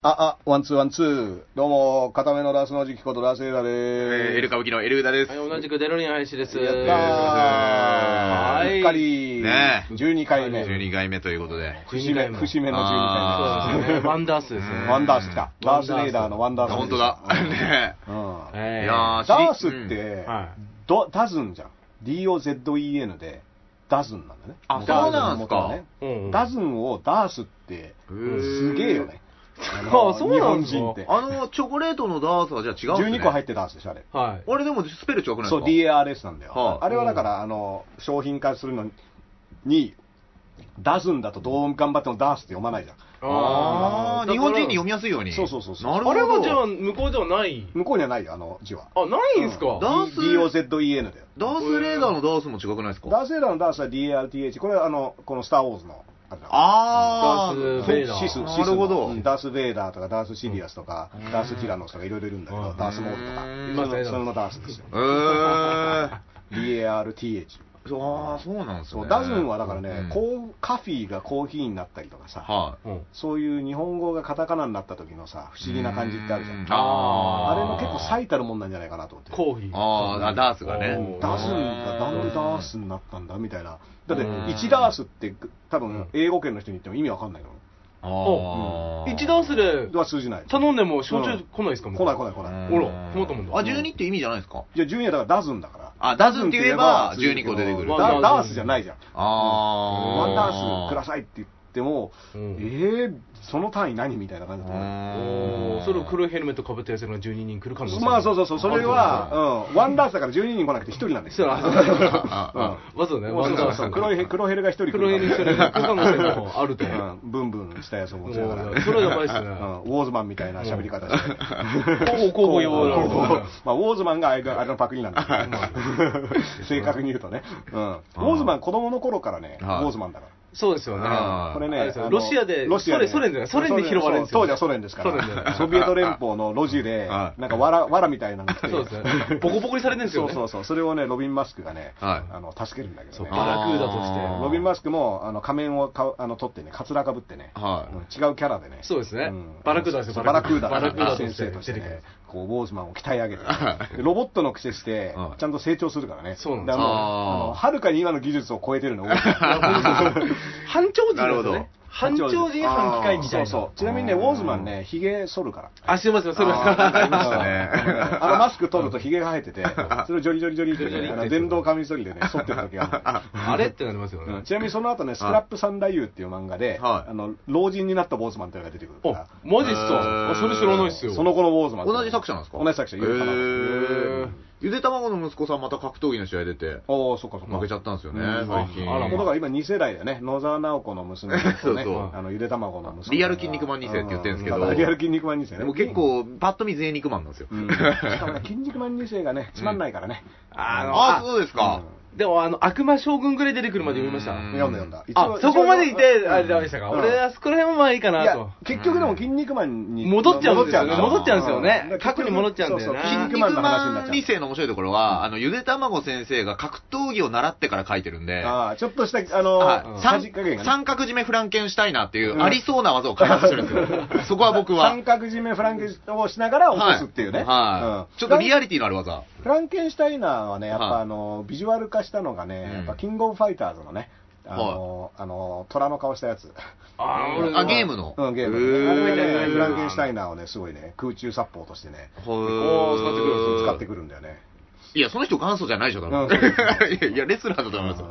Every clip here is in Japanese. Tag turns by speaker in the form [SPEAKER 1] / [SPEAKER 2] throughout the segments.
[SPEAKER 1] あ、あ、ワンツーワンツー。どうも、片目のラスの時期ことラスエラでー
[SPEAKER 2] えー、エル
[SPEAKER 1] す。
[SPEAKER 2] 歌舞伎のエルウダです。
[SPEAKER 3] はい、同じくデロリアン林です。
[SPEAKER 1] やったー。
[SPEAKER 2] は
[SPEAKER 1] う
[SPEAKER 3] い
[SPEAKER 1] っかり、
[SPEAKER 2] ねえ
[SPEAKER 1] 12回目。
[SPEAKER 2] 12回目ということで。
[SPEAKER 1] 節目、節目の
[SPEAKER 2] あ
[SPEAKER 1] 12
[SPEAKER 2] ー
[SPEAKER 3] そうですね。ワンダースですね
[SPEAKER 1] 回。目。ワンダース来た。ダースレイダーのワンダース。
[SPEAKER 2] 本当だ。ね
[SPEAKER 1] うん。
[SPEAKER 2] え
[SPEAKER 3] えー
[SPEAKER 2] いや
[SPEAKER 1] ダースっ
[SPEAKER 2] うん
[SPEAKER 1] て、
[SPEAKER 3] はい。
[SPEAKER 1] ドダズンじゃん。DOZEN で、ダズンなんだね。
[SPEAKER 2] あそうなんすか
[SPEAKER 3] うんうん
[SPEAKER 1] ダズンをダースって、
[SPEAKER 2] へー
[SPEAKER 1] すげえよね。
[SPEAKER 3] あそうなんすか
[SPEAKER 1] 日本人って。
[SPEAKER 2] あの、チョコレートのダースはじゃあ違うんですね
[SPEAKER 1] 12個入ってダースでしょ、あれ。
[SPEAKER 3] はい。
[SPEAKER 2] 俺でもスペル違くないですか
[SPEAKER 1] そう、DARS なんだよ。
[SPEAKER 2] はあ
[SPEAKER 1] あれはだから、あの、商品化するのに、出すんだとどう頑張ってもダースって読まないじゃん。
[SPEAKER 2] あー、
[SPEAKER 3] だ
[SPEAKER 2] 日
[SPEAKER 3] から
[SPEAKER 2] 本人に読みやすいように。
[SPEAKER 1] そうそうそうそう
[SPEAKER 2] なるほ
[SPEAKER 3] あれ
[SPEAKER 2] ど。
[SPEAKER 3] はじゃあ、向こうではない。
[SPEAKER 1] 向こうにはないよ、あの字は。
[SPEAKER 3] あ、ないんす
[SPEAKER 1] う
[SPEAKER 3] か
[SPEAKER 1] ん
[SPEAKER 2] ダース
[SPEAKER 1] DOZEN だよ。
[SPEAKER 2] ダースレーダーのダースも違くないですか
[SPEAKER 1] ダースエーダーのダースは DARTH。これはあの、このスター・ウォーズの。あれだ
[SPEAKER 2] あ
[SPEAKER 3] ダース
[SPEAKER 1] そう
[SPEAKER 3] ベ
[SPEAKER 2] ー
[SPEAKER 3] イダー
[SPEAKER 1] シス、シスの
[SPEAKER 2] なるほど
[SPEAKER 1] うんダース・ベイダーとか、ダース・シリアスとか、ダース・ティラノスとか、いろいろいるんだけ
[SPEAKER 3] う
[SPEAKER 1] ど、
[SPEAKER 3] ん
[SPEAKER 1] ダース・モー
[SPEAKER 2] う
[SPEAKER 1] ル
[SPEAKER 2] ん
[SPEAKER 1] とか、それそれのダースですよ。
[SPEAKER 2] えー。
[SPEAKER 1] DARTH。
[SPEAKER 2] そうあー、そうなんです
[SPEAKER 1] そ
[SPEAKER 2] ね。
[SPEAKER 1] う、ダズンはだからね、
[SPEAKER 2] うん
[SPEAKER 1] こうカフィーがコーヒーになったりとかさ、
[SPEAKER 2] はい。
[SPEAKER 3] うん
[SPEAKER 1] そういう日本語がカタカナになった時のさ、不思議な感じってあるじゃ。
[SPEAKER 2] うんあ
[SPEAKER 1] あ
[SPEAKER 2] ー
[SPEAKER 1] れの結構最たるもんなんじゃないかなと思って。
[SPEAKER 3] コーヒー。
[SPEAKER 2] あーあ、ダースが
[SPEAKER 3] う
[SPEAKER 2] ね
[SPEAKER 3] ん。
[SPEAKER 1] ダースがなんでダースになったんだみたいな。だって1ダースって多
[SPEAKER 3] う
[SPEAKER 1] 分
[SPEAKER 3] ん
[SPEAKER 1] 英語圏の人に言っても意味わかんないの。
[SPEAKER 2] あー
[SPEAKER 3] 一ダースで
[SPEAKER 1] は通じない。
[SPEAKER 3] 頼んでも
[SPEAKER 1] 焼酎
[SPEAKER 3] 焼
[SPEAKER 1] 来
[SPEAKER 3] 酎来
[SPEAKER 1] な
[SPEAKER 3] ない
[SPEAKER 1] で
[SPEAKER 3] いですす
[SPEAKER 1] か
[SPEAKER 3] か
[SPEAKER 1] もう
[SPEAKER 3] 来ない
[SPEAKER 1] 来
[SPEAKER 3] 来
[SPEAKER 1] な
[SPEAKER 3] ないい。
[SPEAKER 2] うん
[SPEAKER 3] ほら困ったもんだ
[SPEAKER 2] あ、12って意味じゃないですか
[SPEAKER 1] じゃあ12はだからダズンだから。
[SPEAKER 2] あダズンって言えば12個出てくる
[SPEAKER 1] ダダースじゃないじゃん。
[SPEAKER 2] あー
[SPEAKER 1] ワンダースくださいって言っても、
[SPEAKER 3] うん
[SPEAKER 1] えー、その単位何みたいな感じだと思う
[SPEAKER 2] お
[SPEAKER 3] おーそれを黒いヘルメットかぶったやつが12人来る可能性
[SPEAKER 1] まあそうそうそう、それは、うん、ワンダースだから12人来なくて1人なんです
[SPEAKER 3] そう
[SPEAKER 1] よ。
[SPEAKER 3] あ
[SPEAKER 1] うん
[SPEAKER 2] あ
[SPEAKER 3] わざわざね、ワン
[SPEAKER 1] そ
[SPEAKER 3] ダ
[SPEAKER 1] う
[SPEAKER 3] ース
[SPEAKER 1] そ
[SPEAKER 3] さ
[SPEAKER 1] うん黒い黒ヘルが1人来るか
[SPEAKER 3] 黒
[SPEAKER 1] ら
[SPEAKER 3] いヘルメットが来る可能性もあると。
[SPEAKER 1] うん、ブンブンしたやつを持
[SPEAKER 3] もう
[SPEAKER 1] ちながら。
[SPEAKER 3] それはやばいっすね。
[SPEAKER 1] うんウォーズマンみたいな喋り方して。
[SPEAKER 3] 交互用
[SPEAKER 1] こう
[SPEAKER 3] の。
[SPEAKER 1] こうまあ、ウォーズマンがあれがあれのパクリなんだけど、正確に言うとね。うん。ウォーズマン子供の頃からね、ウ
[SPEAKER 2] はい
[SPEAKER 1] ォーズマンだから。
[SPEAKER 3] そうですよね。
[SPEAKER 2] あー
[SPEAKER 1] これ
[SPEAKER 3] あ
[SPEAKER 1] ね
[SPEAKER 3] れですよ
[SPEAKER 1] あの
[SPEAKER 3] ロシアで
[SPEAKER 1] ロシア
[SPEAKER 3] ソ連ソ連じゃないソ連で拾われるんです
[SPEAKER 1] そ
[SPEAKER 3] よ
[SPEAKER 1] う当時はソ連ですか
[SPEAKER 3] ソ連で
[SPEAKER 1] ら。ソビエト連邦の路地で、
[SPEAKER 2] は
[SPEAKER 1] なんかわら、わらみたいなの着て
[SPEAKER 3] そうですね。ボコボコにされてるんですよ
[SPEAKER 1] そ
[SPEAKER 3] ね。
[SPEAKER 1] うそうそう。それをね、ロビン・マスクがね、
[SPEAKER 2] はい
[SPEAKER 1] あの、助けるんだけど
[SPEAKER 3] そう
[SPEAKER 1] ね。
[SPEAKER 3] バラクーダと
[SPEAKER 2] あー
[SPEAKER 3] し
[SPEAKER 1] ロビン・マスクも、あの、仮面をかあの取ってね、カツラかぶってね、
[SPEAKER 2] はい
[SPEAKER 1] うん違うキャラでね。
[SPEAKER 3] そうですね
[SPEAKER 1] ん
[SPEAKER 3] バラクーダですよ
[SPEAKER 1] そうバ
[SPEAKER 3] バ
[SPEAKER 1] ラ
[SPEAKER 3] ラ
[SPEAKER 1] ク
[SPEAKER 3] ク
[SPEAKER 1] ー
[SPEAKER 3] ー
[SPEAKER 1] ダ。
[SPEAKER 3] ダ
[SPEAKER 1] 先生として
[SPEAKER 3] バラクーダ
[SPEAKER 1] ね
[SPEAKER 3] として、
[SPEAKER 1] こう、ウォーズマンを鍛え上げてね、でロボットの癖して
[SPEAKER 2] は、い
[SPEAKER 1] ちゃんと成長するからね。
[SPEAKER 3] そうなん
[SPEAKER 1] だ
[SPEAKER 3] です
[SPEAKER 1] からも
[SPEAKER 2] あー
[SPEAKER 1] あの、はるかに今の技術を超えてるの、ウォーズマン
[SPEAKER 3] 半長人
[SPEAKER 2] なるほ
[SPEAKER 3] で
[SPEAKER 2] ど
[SPEAKER 3] すね。半長人、半機械みたいな。
[SPEAKER 1] そうそう。ちなみにね、ウォーズマンね、髭剃るから。
[SPEAKER 3] あ、すいません、それ
[SPEAKER 2] あー
[SPEAKER 3] は。
[SPEAKER 2] りましたね
[SPEAKER 1] うんあのマスク取るとヒゲが生えてて、それをジョリジョリジョリってね、あの電動カミソリでね、剃ってる時がある。
[SPEAKER 3] あれってなりますよ
[SPEAKER 1] うん
[SPEAKER 3] ね。
[SPEAKER 1] ちなみにその後ね、スクラップサンダイユーっていう漫画で、
[SPEAKER 2] はい
[SPEAKER 1] あの老人になったボーズマンっていうのが出てくる
[SPEAKER 3] お
[SPEAKER 1] か、
[SPEAKER 3] マジっす
[SPEAKER 2] えー
[SPEAKER 3] か。あそれ知らないっす
[SPEAKER 1] ら、
[SPEAKER 3] よ。
[SPEAKER 1] その後のボーズマン。
[SPEAKER 2] 同じ作者なんですか
[SPEAKER 1] 同じ作者、
[SPEAKER 2] へ
[SPEAKER 1] ゆうたま
[SPEAKER 2] ーゆで卵の息子さんまた格闘技の試合出て
[SPEAKER 1] おーそっかそっか。
[SPEAKER 2] 負けちゃったんですよね
[SPEAKER 1] うん
[SPEAKER 2] 最近
[SPEAKER 3] あら
[SPEAKER 1] もうだから今2世代だよね、野沢直子の娘とね
[SPEAKER 2] そうそう
[SPEAKER 1] あのゆで卵の娘。
[SPEAKER 2] リアル筋肉マン二世って言ってるんですけど
[SPEAKER 1] うだからリアル筋肉マン2世ね。
[SPEAKER 2] でも結構パッと見贅肉マンなんですよ
[SPEAKER 1] うん、しかもね、筋肉マン2世がね、つまんないからね。
[SPEAKER 3] あの、
[SPEAKER 2] ああ
[SPEAKER 3] あ
[SPEAKER 2] そうですか
[SPEAKER 3] でもあの、悪魔将軍ぐらい出てくるまで読みました。
[SPEAKER 2] うん
[SPEAKER 1] 読んだ読んだ。
[SPEAKER 3] あ、そこまでい
[SPEAKER 1] 一応
[SPEAKER 3] て、あれでしたか。
[SPEAKER 1] うん
[SPEAKER 3] 俺、あそこら辺はまあいいか
[SPEAKER 1] い
[SPEAKER 3] な
[SPEAKER 1] や
[SPEAKER 3] と。
[SPEAKER 1] 結局でも「筋肉マン」に
[SPEAKER 3] 戻っちゃうんですよね。
[SPEAKER 2] 戻
[SPEAKER 3] 戻
[SPEAKER 2] っ
[SPEAKER 3] っ
[SPEAKER 2] ち
[SPEAKER 3] ち
[SPEAKER 2] ゃ
[SPEAKER 3] ゃ
[SPEAKER 2] う
[SPEAKER 3] うんん
[SPEAKER 2] で
[SPEAKER 3] ですす
[SPEAKER 2] よ
[SPEAKER 3] よ
[SPEAKER 2] ね
[SPEAKER 3] ね。過去に戻っちゃうんだよ
[SPEAKER 1] そうそう筋
[SPEAKER 3] ね。
[SPEAKER 1] 肉
[SPEAKER 2] 肉
[SPEAKER 1] マ
[SPEAKER 2] マ
[SPEAKER 1] ンの話になっちゃ
[SPEAKER 2] ン
[SPEAKER 1] う
[SPEAKER 2] 2世の面白いところは、あの、ゆで卵先生が格闘技を習ってから書いてるんで、
[SPEAKER 1] ああちょっとしたあの
[SPEAKER 2] はい
[SPEAKER 1] さ
[SPEAKER 2] 三
[SPEAKER 1] じ加減がね
[SPEAKER 2] 三角締めフランケンシュタイナーっていうう、
[SPEAKER 1] ん
[SPEAKER 2] ありそうな技を開発してるんです よ。そこは僕は。
[SPEAKER 1] 三角締めフランケンシュをしながら落とすっていうね、
[SPEAKER 2] はいはいちょっとリアリティのある技。
[SPEAKER 1] フランケンシュタイナーはねやっ
[SPEAKER 2] は
[SPEAKER 1] ぱ
[SPEAKER 2] い
[SPEAKER 1] あのビジュアル化したのがね、
[SPEAKER 2] うん
[SPEAKER 1] やっぱキングオブファイターズのねあの、あの虎の顔したやつ、
[SPEAKER 3] あー俺
[SPEAKER 2] あ、ゲームの。
[SPEAKER 1] うん、ゲーム
[SPEAKER 2] へ
[SPEAKER 1] ね、あれは
[SPEAKER 3] へ
[SPEAKER 1] ね
[SPEAKER 3] ー
[SPEAKER 1] フランケンシュタイナーをねすごいね空中殺法としてね
[SPEAKER 2] ほー
[SPEAKER 3] おー使ってくる
[SPEAKER 1] そう使ってくるんだよね
[SPEAKER 2] いや、その人元祖じゃないでしょ、多
[SPEAKER 1] う
[SPEAKER 2] 分
[SPEAKER 1] んそうそう。
[SPEAKER 2] いやいや、レスラーだと思います よ。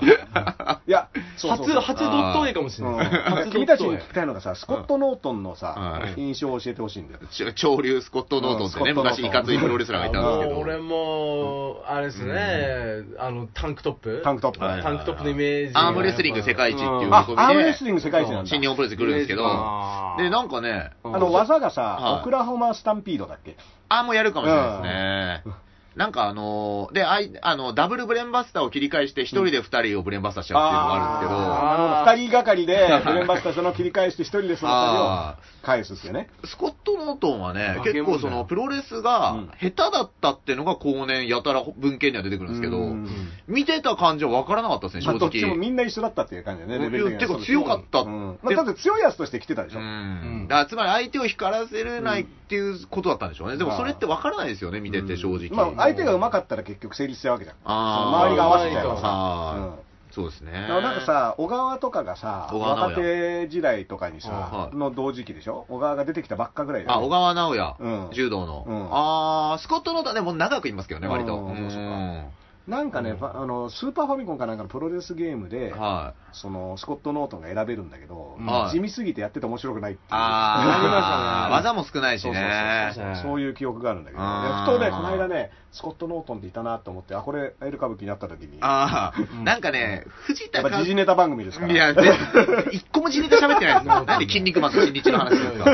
[SPEAKER 1] いやそうそうそう
[SPEAKER 3] 初、初ドット絵かもしれない。
[SPEAKER 1] うん、
[SPEAKER 3] 初ド
[SPEAKER 1] 君
[SPEAKER 3] ッ
[SPEAKER 1] たち
[SPEAKER 3] ト
[SPEAKER 1] に
[SPEAKER 3] 絵
[SPEAKER 1] 聞き。たいのがさ、スコット・ノートンのさ、
[SPEAKER 2] うん
[SPEAKER 1] 印象を教えてほしいんだよ。
[SPEAKER 2] ち潮流スコット・ノートンってね、
[SPEAKER 1] うんスコットノート
[SPEAKER 2] 昔
[SPEAKER 1] ン
[SPEAKER 2] いかついプロレスラーがいたんですけ
[SPEAKER 3] も
[SPEAKER 2] ど。
[SPEAKER 3] う俺も、あれですね、あの、タンクトップ
[SPEAKER 1] タンクトップ。
[SPEAKER 2] はい
[SPEAKER 3] タンクトップのイメージ。
[SPEAKER 2] アームレスリング世界一っていう
[SPEAKER 1] あ
[SPEAKER 2] 見込み、で
[SPEAKER 1] アームレスリング世界一なんだ
[SPEAKER 2] 新。日本プロレス来るんですけど
[SPEAKER 3] イメージか、な
[SPEAKER 2] で、なんかね、
[SPEAKER 1] あの技がさ、
[SPEAKER 2] はい
[SPEAKER 1] オクラホマスタンピードだっけ
[SPEAKER 2] あ、もうやるかもしれないですね。なんかあのーで、あい、あの、ダブルブレンバスターを切り返して、一人で二人をブレンバスターしちゃうっていうのがあるんですけど、
[SPEAKER 1] あーなるほど。二人がかりで、ブレンバスターその切り返して、一人でその
[SPEAKER 2] あ
[SPEAKER 1] 二人を返すっていうね。
[SPEAKER 2] スコット・ノートンはね、
[SPEAKER 3] 化け
[SPEAKER 2] 結
[SPEAKER 3] 物だよ
[SPEAKER 2] 構そのプロレス
[SPEAKER 1] うん
[SPEAKER 2] が下手だったっていうのが後年やたら文献には出てくるんですけど、
[SPEAKER 1] うん
[SPEAKER 2] 見てた感じは分からなかったですね、
[SPEAKER 1] まあ、
[SPEAKER 2] 正
[SPEAKER 1] どっちも
[SPEAKER 2] 直。
[SPEAKER 1] みんな一緒だったっていう感じだね、レベル的には
[SPEAKER 2] てか強かったって
[SPEAKER 1] うんまあ、だって強いやつとして来てたでし
[SPEAKER 2] う
[SPEAKER 1] ょ。
[SPEAKER 2] ん
[SPEAKER 3] うん
[SPEAKER 2] だからつまり相手を光らせれないっていうことだったんでしょうね。でもそれって分からないですよね、見てて正直。
[SPEAKER 1] まあ、相手が上手かったら結局成立しちゃうわけじゃん。
[SPEAKER 2] あー
[SPEAKER 1] その周りが合わせちゃえば
[SPEAKER 2] は
[SPEAKER 1] さ。
[SPEAKER 2] そうですね。
[SPEAKER 1] うんだからなんかさ、小川とかがさ、
[SPEAKER 2] 小川直
[SPEAKER 1] 若手時代とかにさ
[SPEAKER 2] は、い
[SPEAKER 1] の同時期でしょ小川が出てきたばっかぐらいだ
[SPEAKER 2] あ、
[SPEAKER 1] よね
[SPEAKER 2] 小川直也、
[SPEAKER 1] うん
[SPEAKER 2] 柔道の。
[SPEAKER 1] うん
[SPEAKER 2] ああ、スコット・ノートンはね、もう長くいますけどね、割と。
[SPEAKER 1] うんそうそう
[SPEAKER 2] うん
[SPEAKER 1] なんかね、ばあの、スーパーファミコンかなんかのプロレスゲームで、
[SPEAKER 2] はい。
[SPEAKER 1] そのスコット・ノートンが選べるんだけど、
[SPEAKER 2] はい
[SPEAKER 1] 地味すぎてやってて面白くないっていう。
[SPEAKER 2] ああ、
[SPEAKER 3] なりました
[SPEAKER 2] 技も少ないし
[SPEAKER 1] そうそう
[SPEAKER 2] ね。
[SPEAKER 1] そうそうそういう記憶があるんだけど、
[SPEAKER 2] あ
[SPEAKER 1] ね
[SPEAKER 2] ー
[SPEAKER 1] ふとね、この間ね、スコット・ノートンっていたなと思って、あ、これ、エル歌舞伎になった時に、や
[SPEAKER 2] あ
[SPEAKER 3] ん
[SPEAKER 2] あ、なんかね、藤
[SPEAKER 1] っ
[SPEAKER 2] 田
[SPEAKER 1] ぱ
[SPEAKER 2] 和
[SPEAKER 1] 時事ネタ番組ですから、
[SPEAKER 2] いや、で一個も地ネタ喋ってないで すよ。なんで筋肉マンと新日の話ですか。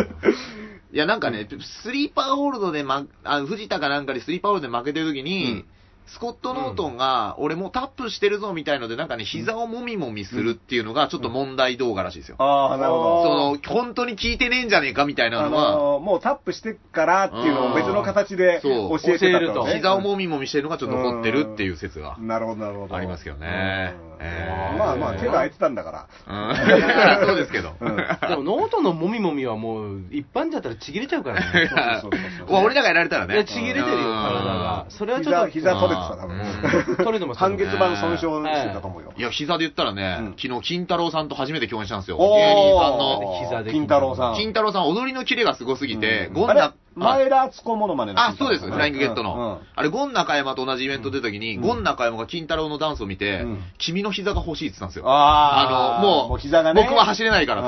[SPEAKER 2] いや、なんかね、スリーパーホールドで、ま、あ藤田かなんかにスリーパーホールドで負けてる時に、
[SPEAKER 1] うん
[SPEAKER 2] スコット・ノートンが、俺もうタップしてるぞみたいので、なんかね、膝をもみもみするっていうのが、ちょっと問題動画らしいですよ。
[SPEAKER 1] ああ、なるほど。
[SPEAKER 3] ー
[SPEAKER 2] その、本当に聞いてねえんじゃねえかみたいな
[SPEAKER 1] あ
[SPEAKER 2] のは、
[SPEAKER 1] のーもうタップしてからっていうのを別の形で教
[SPEAKER 2] そう
[SPEAKER 1] えてたってこと
[SPEAKER 3] ー
[SPEAKER 1] ね
[SPEAKER 2] 膝をもみもみしてるのがちょっと残ってるっていう説が。
[SPEAKER 1] なるほど、なるほど。
[SPEAKER 2] ありますけどね
[SPEAKER 1] うん
[SPEAKER 2] え
[SPEAKER 3] ー
[SPEAKER 1] まあまあ、手が空いてたんだから。
[SPEAKER 2] うん。 だからそうですけど。
[SPEAKER 1] うん
[SPEAKER 3] でも、ノートのもみもみはもう、一般だったらちぎれちゃうからね。
[SPEAKER 1] そうそうそうそう
[SPEAKER 2] わ俺らがやられたら
[SPEAKER 3] い
[SPEAKER 2] ね。
[SPEAKER 3] や、ちぎれてるよ、体が。それはちょっと、
[SPEAKER 1] 膝、膝取れてた、多分。
[SPEAKER 2] うん
[SPEAKER 3] 取れてますよ
[SPEAKER 1] 半月板損傷してたと思うよ。
[SPEAKER 2] いや、膝で言ったら
[SPEAKER 1] う
[SPEAKER 2] ね
[SPEAKER 1] ん、
[SPEAKER 2] 昨日、金太郎さんと初めて共演したんですよ。芸
[SPEAKER 1] おー
[SPEAKER 2] 人さんの。
[SPEAKER 3] 膝で
[SPEAKER 1] 金太郎さん。
[SPEAKER 2] 金太郎さん、踊りのキレがすごすぎて、
[SPEAKER 1] うん
[SPEAKER 2] ゴン
[SPEAKER 1] あれ
[SPEAKER 2] ナ、
[SPEAKER 1] 前
[SPEAKER 2] あ
[SPEAKER 1] 田敦子モノマネの
[SPEAKER 2] あ、
[SPEAKER 1] 金太
[SPEAKER 2] そ
[SPEAKER 1] 郎さ
[SPEAKER 2] うです、
[SPEAKER 1] ん
[SPEAKER 2] フライングゲットの。あれ、ゴン中山と同じイベント出た時に、
[SPEAKER 1] うん
[SPEAKER 2] ゴン中山が金太郎のダンスを見て、
[SPEAKER 1] うん
[SPEAKER 2] 君の膝が欲しいって言ってたんですよ。
[SPEAKER 1] あ
[SPEAKER 2] あ
[SPEAKER 1] ー
[SPEAKER 2] の、もう、
[SPEAKER 1] もう膝がね
[SPEAKER 2] 僕は走れないか
[SPEAKER 1] あ
[SPEAKER 2] ら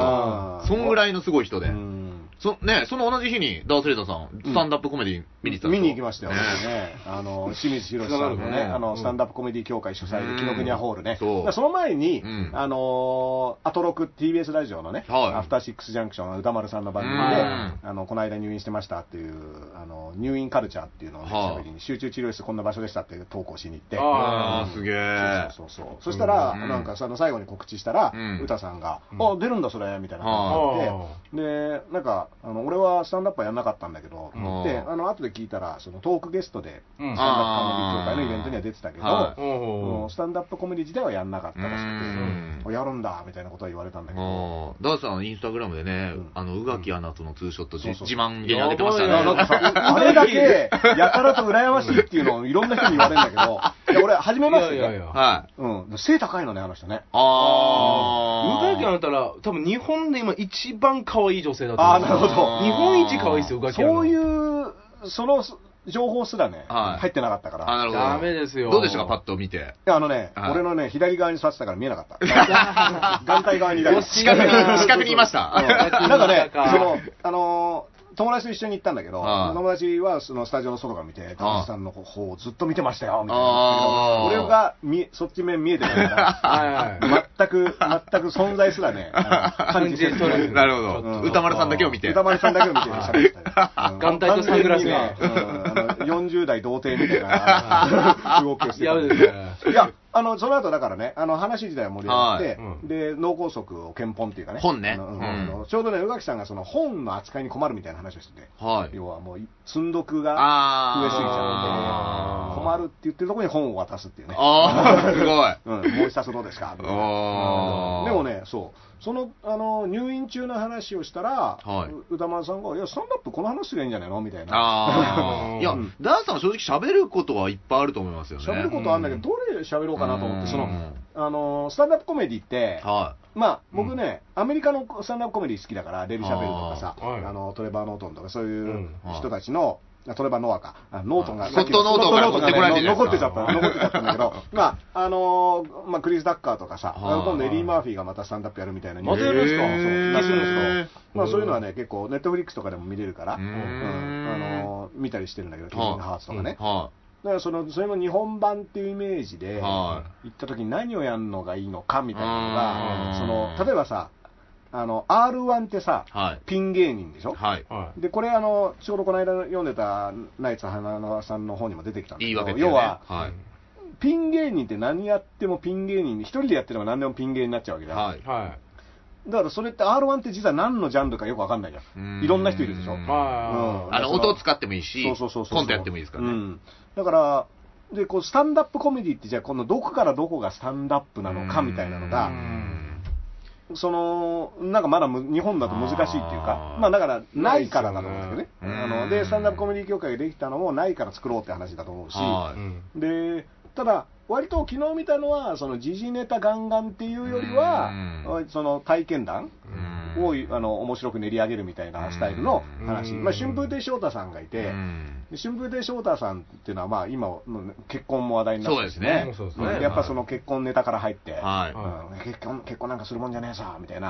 [SPEAKER 1] ー
[SPEAKER 2] と。そんぐらいのすごい人
[SPEAKER 1] う
[SPEAKER 2] で。
[SPEAKER 1] ん
[SPEAKER 2] そ、ね、その同じ日に、ダースレーダーさん、スタンダップコメディ見に行ってたんです
[SPEAKER 1] 見に行きましたよ、
[SPEAKER 2] ね
[SPEAKER 1] ね、あの清水宏さんのね、
[SPEAKER 2] ね
[SPEAKER 1] あのスタンダップコメディ協会主催
[SPEAKER 2] う
[SPEAKER 1] で、
[SPEAKER 2] ん
[SPEAKER 1] 紀ノ国屋ホールね、
[SPEAKER 2] そう
[SPEAKER 1] だからその前に、
[SPEAKER 2] うん
[SPEAKER 1] あのーアトロク TBS ラジオのね、
[SPEAKER 2] はい
[SPEAKER 1] アフターシックスジャンクション、歌丸さんの番組で、
[SPEAKER 2] うん
[SPEAKER 1] あのこの間入院してましたっていう、あの入院カルチャーっていうのを、ね
[SPEAKER 2] はあ
[SPEAKER 1] 喋りに、集中治療室、こんな場所でしたって投稿しに行って。
[SPEAKER 2] あーすげえ。
[SPEAKER 1] そうそうそうそうそしたら、
[SPEAKER 2] うん
[SPEAKER 1] なんかその最後に告知したら、
[SPEAKER 2] うん
[SPEAKER 1] 歌さんが、
[SPEAKER 3] うん
[SPEAKER 1] あ出るんだ、それみたいな
[SPEAKER 3] あ
[SPEAKER 1] 感じになって
[SPEAKER 3] ー、
[SPEAKER 1] で、なんか、あの俺はスタンダップはやんなかったんだけど、
[SPEAKER 2] うん
[SPEAKER 1] で、あの後で聞いたら、そのトークゲストで、スタンダップコ
[SPEAKER 3] うん
[SPEAKER 1] メディ協会のイベントには出てたけど、
[SPEAKER 2] は
[SPEAKER 1] も
[SPEAKER 3] お
[SPEAKER 1] うスタンダップコメディ自体はやんなかったらしくて
[SPEAKER 2] うん、
[SPEAKER 1] おやるんだみたいなことは言われたんだけど、
[SPEAKER 2] ああ、ダースさんのインスタグラムでね、
[SPEAKER 1] うん
[SPEAKER 2] あの、宇垣アナとのツーショット、じ
[SPEAKER 1] そうそう
[SPEAKER 2] 自慢げに上げてました
[SPEAKER 1] い
[SPEAKER 2] ね。
[SPEAKER 1] や
[SPEAKER 3] や
[SPEAKER 1] なん
[SPEAKER 3] ば
[SPEAKER 1] かさ、あれだけ、やたらと羨ましいっていうのをいろんな人に言われるんだけど、いや俺、初めまして
[SPEAKER 3] いやいやい
[SPEAKER 1] ね。
[SPEAKER 3] や。
[SPEAKER 2] はい。
[SPEAKER 1] うん、背高いのね、あの人ね。
[SPEAKER 2] あ
[SPEAKER 3] 向井君あ
[SPEAKER 2] あ。
[SPEAKER 3] なたら、多分日本で今一番可愛い女性だと思う。
[SPEAKER 1] ああ、なるほど。
[SPEAKER 3] 日本一可愛いですよ、宇垣アナ。。
[SPEAKER 1] そういうう、その情報すらね、
[SPEAKER 2] はい
[SPEAKER 1] 入ってなかったから。
[SPEAKER 2] あ、なるほど。
[SPEAKER 3] ダメですよ
[SPEAKER 2] どうでしたか、パッと見て。
[SPEAKER 1] いやあのね、
[SPEAKER 2] はい
[SPEAKER 1] 俺のね、左側に座ってたから見えなかった。眼帯側にいたから。
[SPEAKER 3] 惜しい
[SPEAKER 2] 近くに、近くにいまし
[SPEAKER 1] う
[SPEAKER 2] た。
[SPEAKER 1] んなんかね、
[SPEAKER 3] 近くに
[SPEAKER 1] その、あのー友達と一緒に行ったんだけど、
[SPEAKER 2] はい
[SPEAKER 1] 友達はそのスタジオの外から見て、田中さんの方をずっと見てましたよ、みたい
[SPEAKER 2] あ
[SPEAKER 1] な
[SPEAKER 2] ー。
[SPEAKER 1] 俺が見、そっち面見えてないか
[SPEAKER 3] はいは い。
[SPEAKER 1] ら、全く、全く存在すらね、あの感じて
[SPEAKER 3] 感じて取れ
[SPEAKER 2] なる
[SPEAKER 1] う
[SPEAKER 2] ほ
[SPEAKER 1] ん
[SPEAKER 2] ど。歌丸さんだけを見て。
[SPEAKER 1] 歌丸さんだけを見て喋ってたよ。
[SPEAKER 3] 眼帯とサングラスね
[SPEAKER 1] うんあの40代童貞みたいな動きをして
[SPEAKER 3] や
[SPEAKER 1] た
[SPEAKER 3] べえですね。
[SPEAKER 1] いや、あの、その後だからね、あの、話自体は盛り上がって、
[SPEAKER 3] はいうん
[SPEAKER 1] で、脳梗塞を検本っていうかね。
[SPEAKER 2] 本ね
[SPEAKER 1] あのうん
[SPEAKER 2] うん
[SPEAKER 1] あのちょうどね、宇垣さんがその本の扱いに困るみたいな話をしてて、
[SPEAKER 2] はい。
[SPEAKER 1] 要はもう、積読が
[SPEAKER 2] ああ。
[SPEAKER 1] 増えすぎちゃうんで、
[SPEAKER 3] あー
[SPEAKER 1] 困るって言ってるところに本を渡すっていうね。
[SPEAKER 2] ああ、すごい。
[SPEAKER 1] うん、もう一冊どうですかみたいな
[SPEAKER 2] あー
[SPEAKER 1] でもね、そう、そのあの入院中の話をしたら、
[SPEAKER 2] はいう
[SPEAKER 1] 歌丸さんが、いや、スタンダップ、この話すりゃいいんじゃないのみたいな、
[SPEAKER 2] ああ。いや
[SPEAKER 1] うん、
[SPEAKER 2] ダースさんは正直喋ることはいっぱいあると思いますよね。
[SPEAKER 1] 喋ることはあるんだけど、どれ喋ろうかなと思っ
[SPEAKER 2] うん
[SPEAKER 1] て、そのあのスタンダップコメディって、
[SPEAKER 2] は
[SPEAKER 1] まあ、僕ね、アメリカのスタンダップコメディ好きだから、デビ・シャベルとかさ、
[SPEAKER 3] あーはい
[SPEAKER 1] あのトレバー・ノートンとか、そういううん人たちの、あトレバー・ノアか、あノートンが、
[SPEAKER 2] あホットノートンから
[SPEAKER 1] ホットノートンがね
[SPEAKER 2] 持
[SPEAKER 1] 残っ
[SPEAKER 2] ってて
[SPEAKER 1] ち
[SPEAKER 2] こ
[SPEAKER 1] ゃ
[SPEAKER 2] ら
[SPEAKER 1] っ
[SPEAKER 2] れ
[SPEAKER 1] たの、残
[SPEAKER 2] て
[SPEAKER 1] ってちゃったんだけど、まあ、あのーまあ、クリス・ダッカーとかさ、
[SPEAKER 2] はい
[SPEAKER 1] 今度エリー・マーフィーがまたスタンダップやるみたいな、
[SPEAKER 3] またやるんですか
[SPEAKER 1] そうそう出すんですよまあ、
[SPEAKER 3] うん
[SPEAKER 1] そういうのはね、結構、ネットフリックスとかでも見れるから、
[SPEAKER 2] う
[SPEAKER 1] うんんあのー見たりしてるんだけど、キング
[SPEAKER 2] はい
[SPEAKER 1] ハーツとかね
[SPEAKER 2] い。。は
[SPEAKER 1] だからそのそれも日本版っていうイメージで、
[SPEAKER 2] は
[SPEAKER 1] 行った時に何をやるのがいいのかみたいなの
[SPEAKER 2] う
[SPEAKER 1] が、
[SPEAKER 2] ん
[SPEAKER 1] その例えばさ、あの、R1 ってさ、
[SPEAKER 2] はい
[SPEAKER 1] ピン芸人でしょ、
[SPEAKER 2] はい。
[SPEAKER 4] はい。
[SPEAKER 1] で、これ、あの、ちょうどこの間読んでた、ナイツ花輪さんの方にも出てきたんだ
[SPEAKER 2] 言
[SPEAKER 1] け
[SPEAKER 2] い
[SPEAKER 1] ど、
[SPEAKER 2] 訳っていうね
[SPEAKER 1] 要は、
[SPEAKER 2] はい。
[SPEAKER 1] ピン芸人って何やってもピン芸人で、一人でやってれば何でもピン芸になっちゃうわけだ。
[SPEAKER 2] はい。
[SPEAKER 4] は
[SPEAKER 1] だからそれって R1 って実は何のジャンルかよくわかんないじゃ
[SPEAKER 2] うん
[SPEAKER 1] ん。いろんな人いるでしょ。
[SPEAKER 2] うん
[SPEAKER 4] い。は。
[SPEAKER 2] あの、音を使ってもいいし
[SPEAKER 1] そうそうそう、そう
[SPEAKER 2] コントやってもいいですから
[SPEAKER 1] う
[SPEAKER 2] ね。
[SPEAKER 1] ん、だからでこうスタンダップコメディってじゃあこのどこからどこがスタンダップなのかみたいなの
[SPEAKER 2] う
[SPEAKER 1] が
[SPEAKER 2] ん
[SPEAKER 1] そのなんかまだむ日本だと難しいっていうか
[SPEAKER 2] あー
[SPEAKER 1] まあだからないからだと思うんですよね
[SPEAKER 2] ないっすよね
[SPEAKER 1] あ
[SPEAKER 2] う
[SPEAKER 1] の
[SPEAKER 2] ん
[SPEAKER 1] でスタンダップコメディ協会ができたのもないから作ろうって話だと思うし
[SPEAKER 2] はい
[SPEAKER 4] うん
[SPEAKER 1] でただ割と昨日見たのはその時事ネタガンガンっていうよりは
[SPEAKER 2] う
[SPEAKER 1] その体験談
[SPEAKER 2] うん
[SPEAKER 1] をあの面白く練り上げるみたいなスタイルの話、
[SPEAKER 4] うん
[SPEAKER 1] まあ、春風亭昇太さんがいて、
[SPEAKER 2] うん
[SPEAKER 1] で春風亭昇太さんっていうのは、まあ、今のね結婚も話題になってるし
[SPEAKER 4] そうですねそうですね
[SPEAKER 1] やっぱその結婚ネタから入って、
[SPEAKER 2] はい。
[SPEAKER 1] うん結婚結婚なんかするもんじゃねえさみたいな、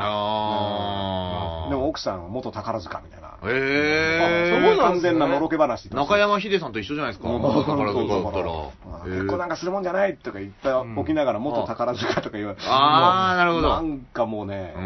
[SPEAKER 1] うん
[SPEAKER 2] ああ。
[SPEAKER 1] でも、奥さんは元宝塚みたいな、
[SPEAKER 2] え
[SPEAKER 4] あ
[SPEAKER 2] え。
[SPEAKER 4] そうなんだ
[SPEAKER 1] 完全なのろけ話って言ってまし
[SPEAKER 2] 中
[SPEAKER 1] た
[SPEAKER 2] 山秀さんと一緒じゃないですか。
[SPEAKER 1] うん
[SPEAKER 2] 宝塚
[SPEAKER 1] そう
[SPEAKER 2] だった
[SPEAKER 1] そう
[SPEAKER 2] ら。
[SPEAKER 1] うん結婚なん
[SPEAKER 2] か。
[SPEAKER 1] かするもんじゃないとか言った、
[SPEAKER 4] うん
[SPEAKER 1] 起きながら元宝塚とか言われて、も
[SPEAKER 2] あー
[SPEAKER 1] う
[SPEAKER 2] なるほど
[SPEAKER 1] なんかもうね、
[SPEAKER 2] う
[SPEAKER 4] ー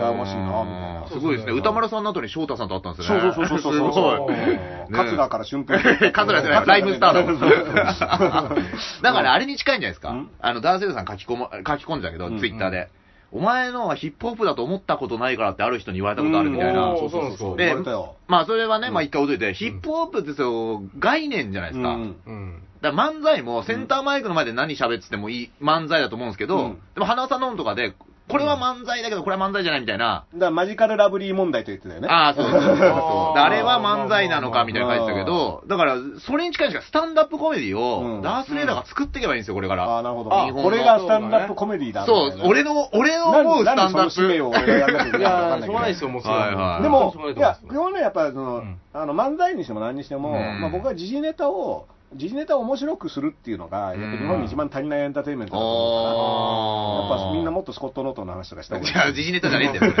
[SPEAKER 1] 羨ましいなみたいな。
[SPEAKER 2] すごいですね。歌丸さんの後に翔太さんと会ったんです
[SPEAKER 1] そう
[SPEAKER 2] ね。
[SPEAKER 1] そうそうそうそう。
[SPEAKER 2] すごい。
[SPEAKER 1] ね桂から春 風
[SPEAKER 2] 桂じゃないライムスターの
[SPEAKER 1] の。
[SPEAKER 2] だからあれに近いんじゃないですか
[SPEAKER 1] うん。
[SPEAKER 2] あの、ダーセルさん書き込ま、書き込んだけど
[SPEAKER 1] うん、
[SPEAKER 2] ツイッターで。お前のはヒップホップだと思ったことないからってある人に言われたことあるみたいな
[SPEAKER 4] うん。おーそうそうそう
[SPEAKER 2] で
[SPEAKER 1] 言われたよ。
[SPEAKER 2] まあそれはね、まあ一回置いといて、ヒップホップってそう、概念じゃないですか。
[SPEAKER 1] うん
[SPEAKER 4] うん。
[SPEAKER 2] だから漫才もセンターマイクの前で何喋っててもいい漫才だと思うんですけど、
[SPEAKER 1] うん
[SPEAKER 2] でも花輪さんの音とかで、これは漫才だけどこれは漫才じゃないみたいな、
[SPEAKER 1] だからマジカルラブリー問題と言ってたよね。
[SPEAKER 2] ああ、そうそう そうそう
[SPEAKER 4] あー
[SPEAKER 2] あれは漫才なのかみたいな書いてたけど、だから、それに近いしか、スタンダップコメデ
[SPEAKER 1] う
[SPEAKER 2] ィを
[SPEAKER 1] ん
[SPEAKER 2] ダース・レーダーが作っていけばいいんですよ、これか
[SPEAKER 1] ああ
[SPEAKER 2] ら。
[SPEAKER 1] なるほど。
[SPEAKER 2] あ
[SPEAKER 1] これがスタンダップコメディだ。
[SPEAKER 2] そう
[SPEAKER 1] み、たいな
[SPEAKER 2] 俺の、俺の思うスタン
[SPEAKER 1] 何
[SPEAKER 2] ダッ
[SPEAKER 1] その使命
[SPEAKER 2] プ
[SPEAKER 1] を。俺がやんなきゃいけ
[SPEAKER 4] い
[SPEAKER 1] ないのかわか
[SPEAKER 4] やー、
[SPEAKER 1] んない
[SPEAKER 4] しょう
[SPEAKER 1] けど
[SPEAKER 4] がないですよ、もうそれ
[SPEAKER 2] はいはい
[SPEAKER 4] しょ
[SPEAKER 1] で
[SPEAKER 4] う
[SPEAKER 1] も、
[SPEAKER 4] がな
[SPEAKER 1] いや
[SPEAKER 4] と、思
[SPEAKER 1] 基本ね、やっぱその、
[SPEAKER 4] うん
[SPEAKER 1] あの漫才にしても何にしても、
[SPEAKER 2] うん
[SPEAKER 1] まあ、僕は時事ネタを、時事ネタを面白くするっていうのが、やっぱ日本に一番足りないエンターテインメントだと思うから、
[SPEAKER 2] あー
[SPEAKER 1] やっぱみんなもっとスコットノートの話とか した方がいい
[SPEAKER 2] じゃあ、時事ネタじゃねえんだよ、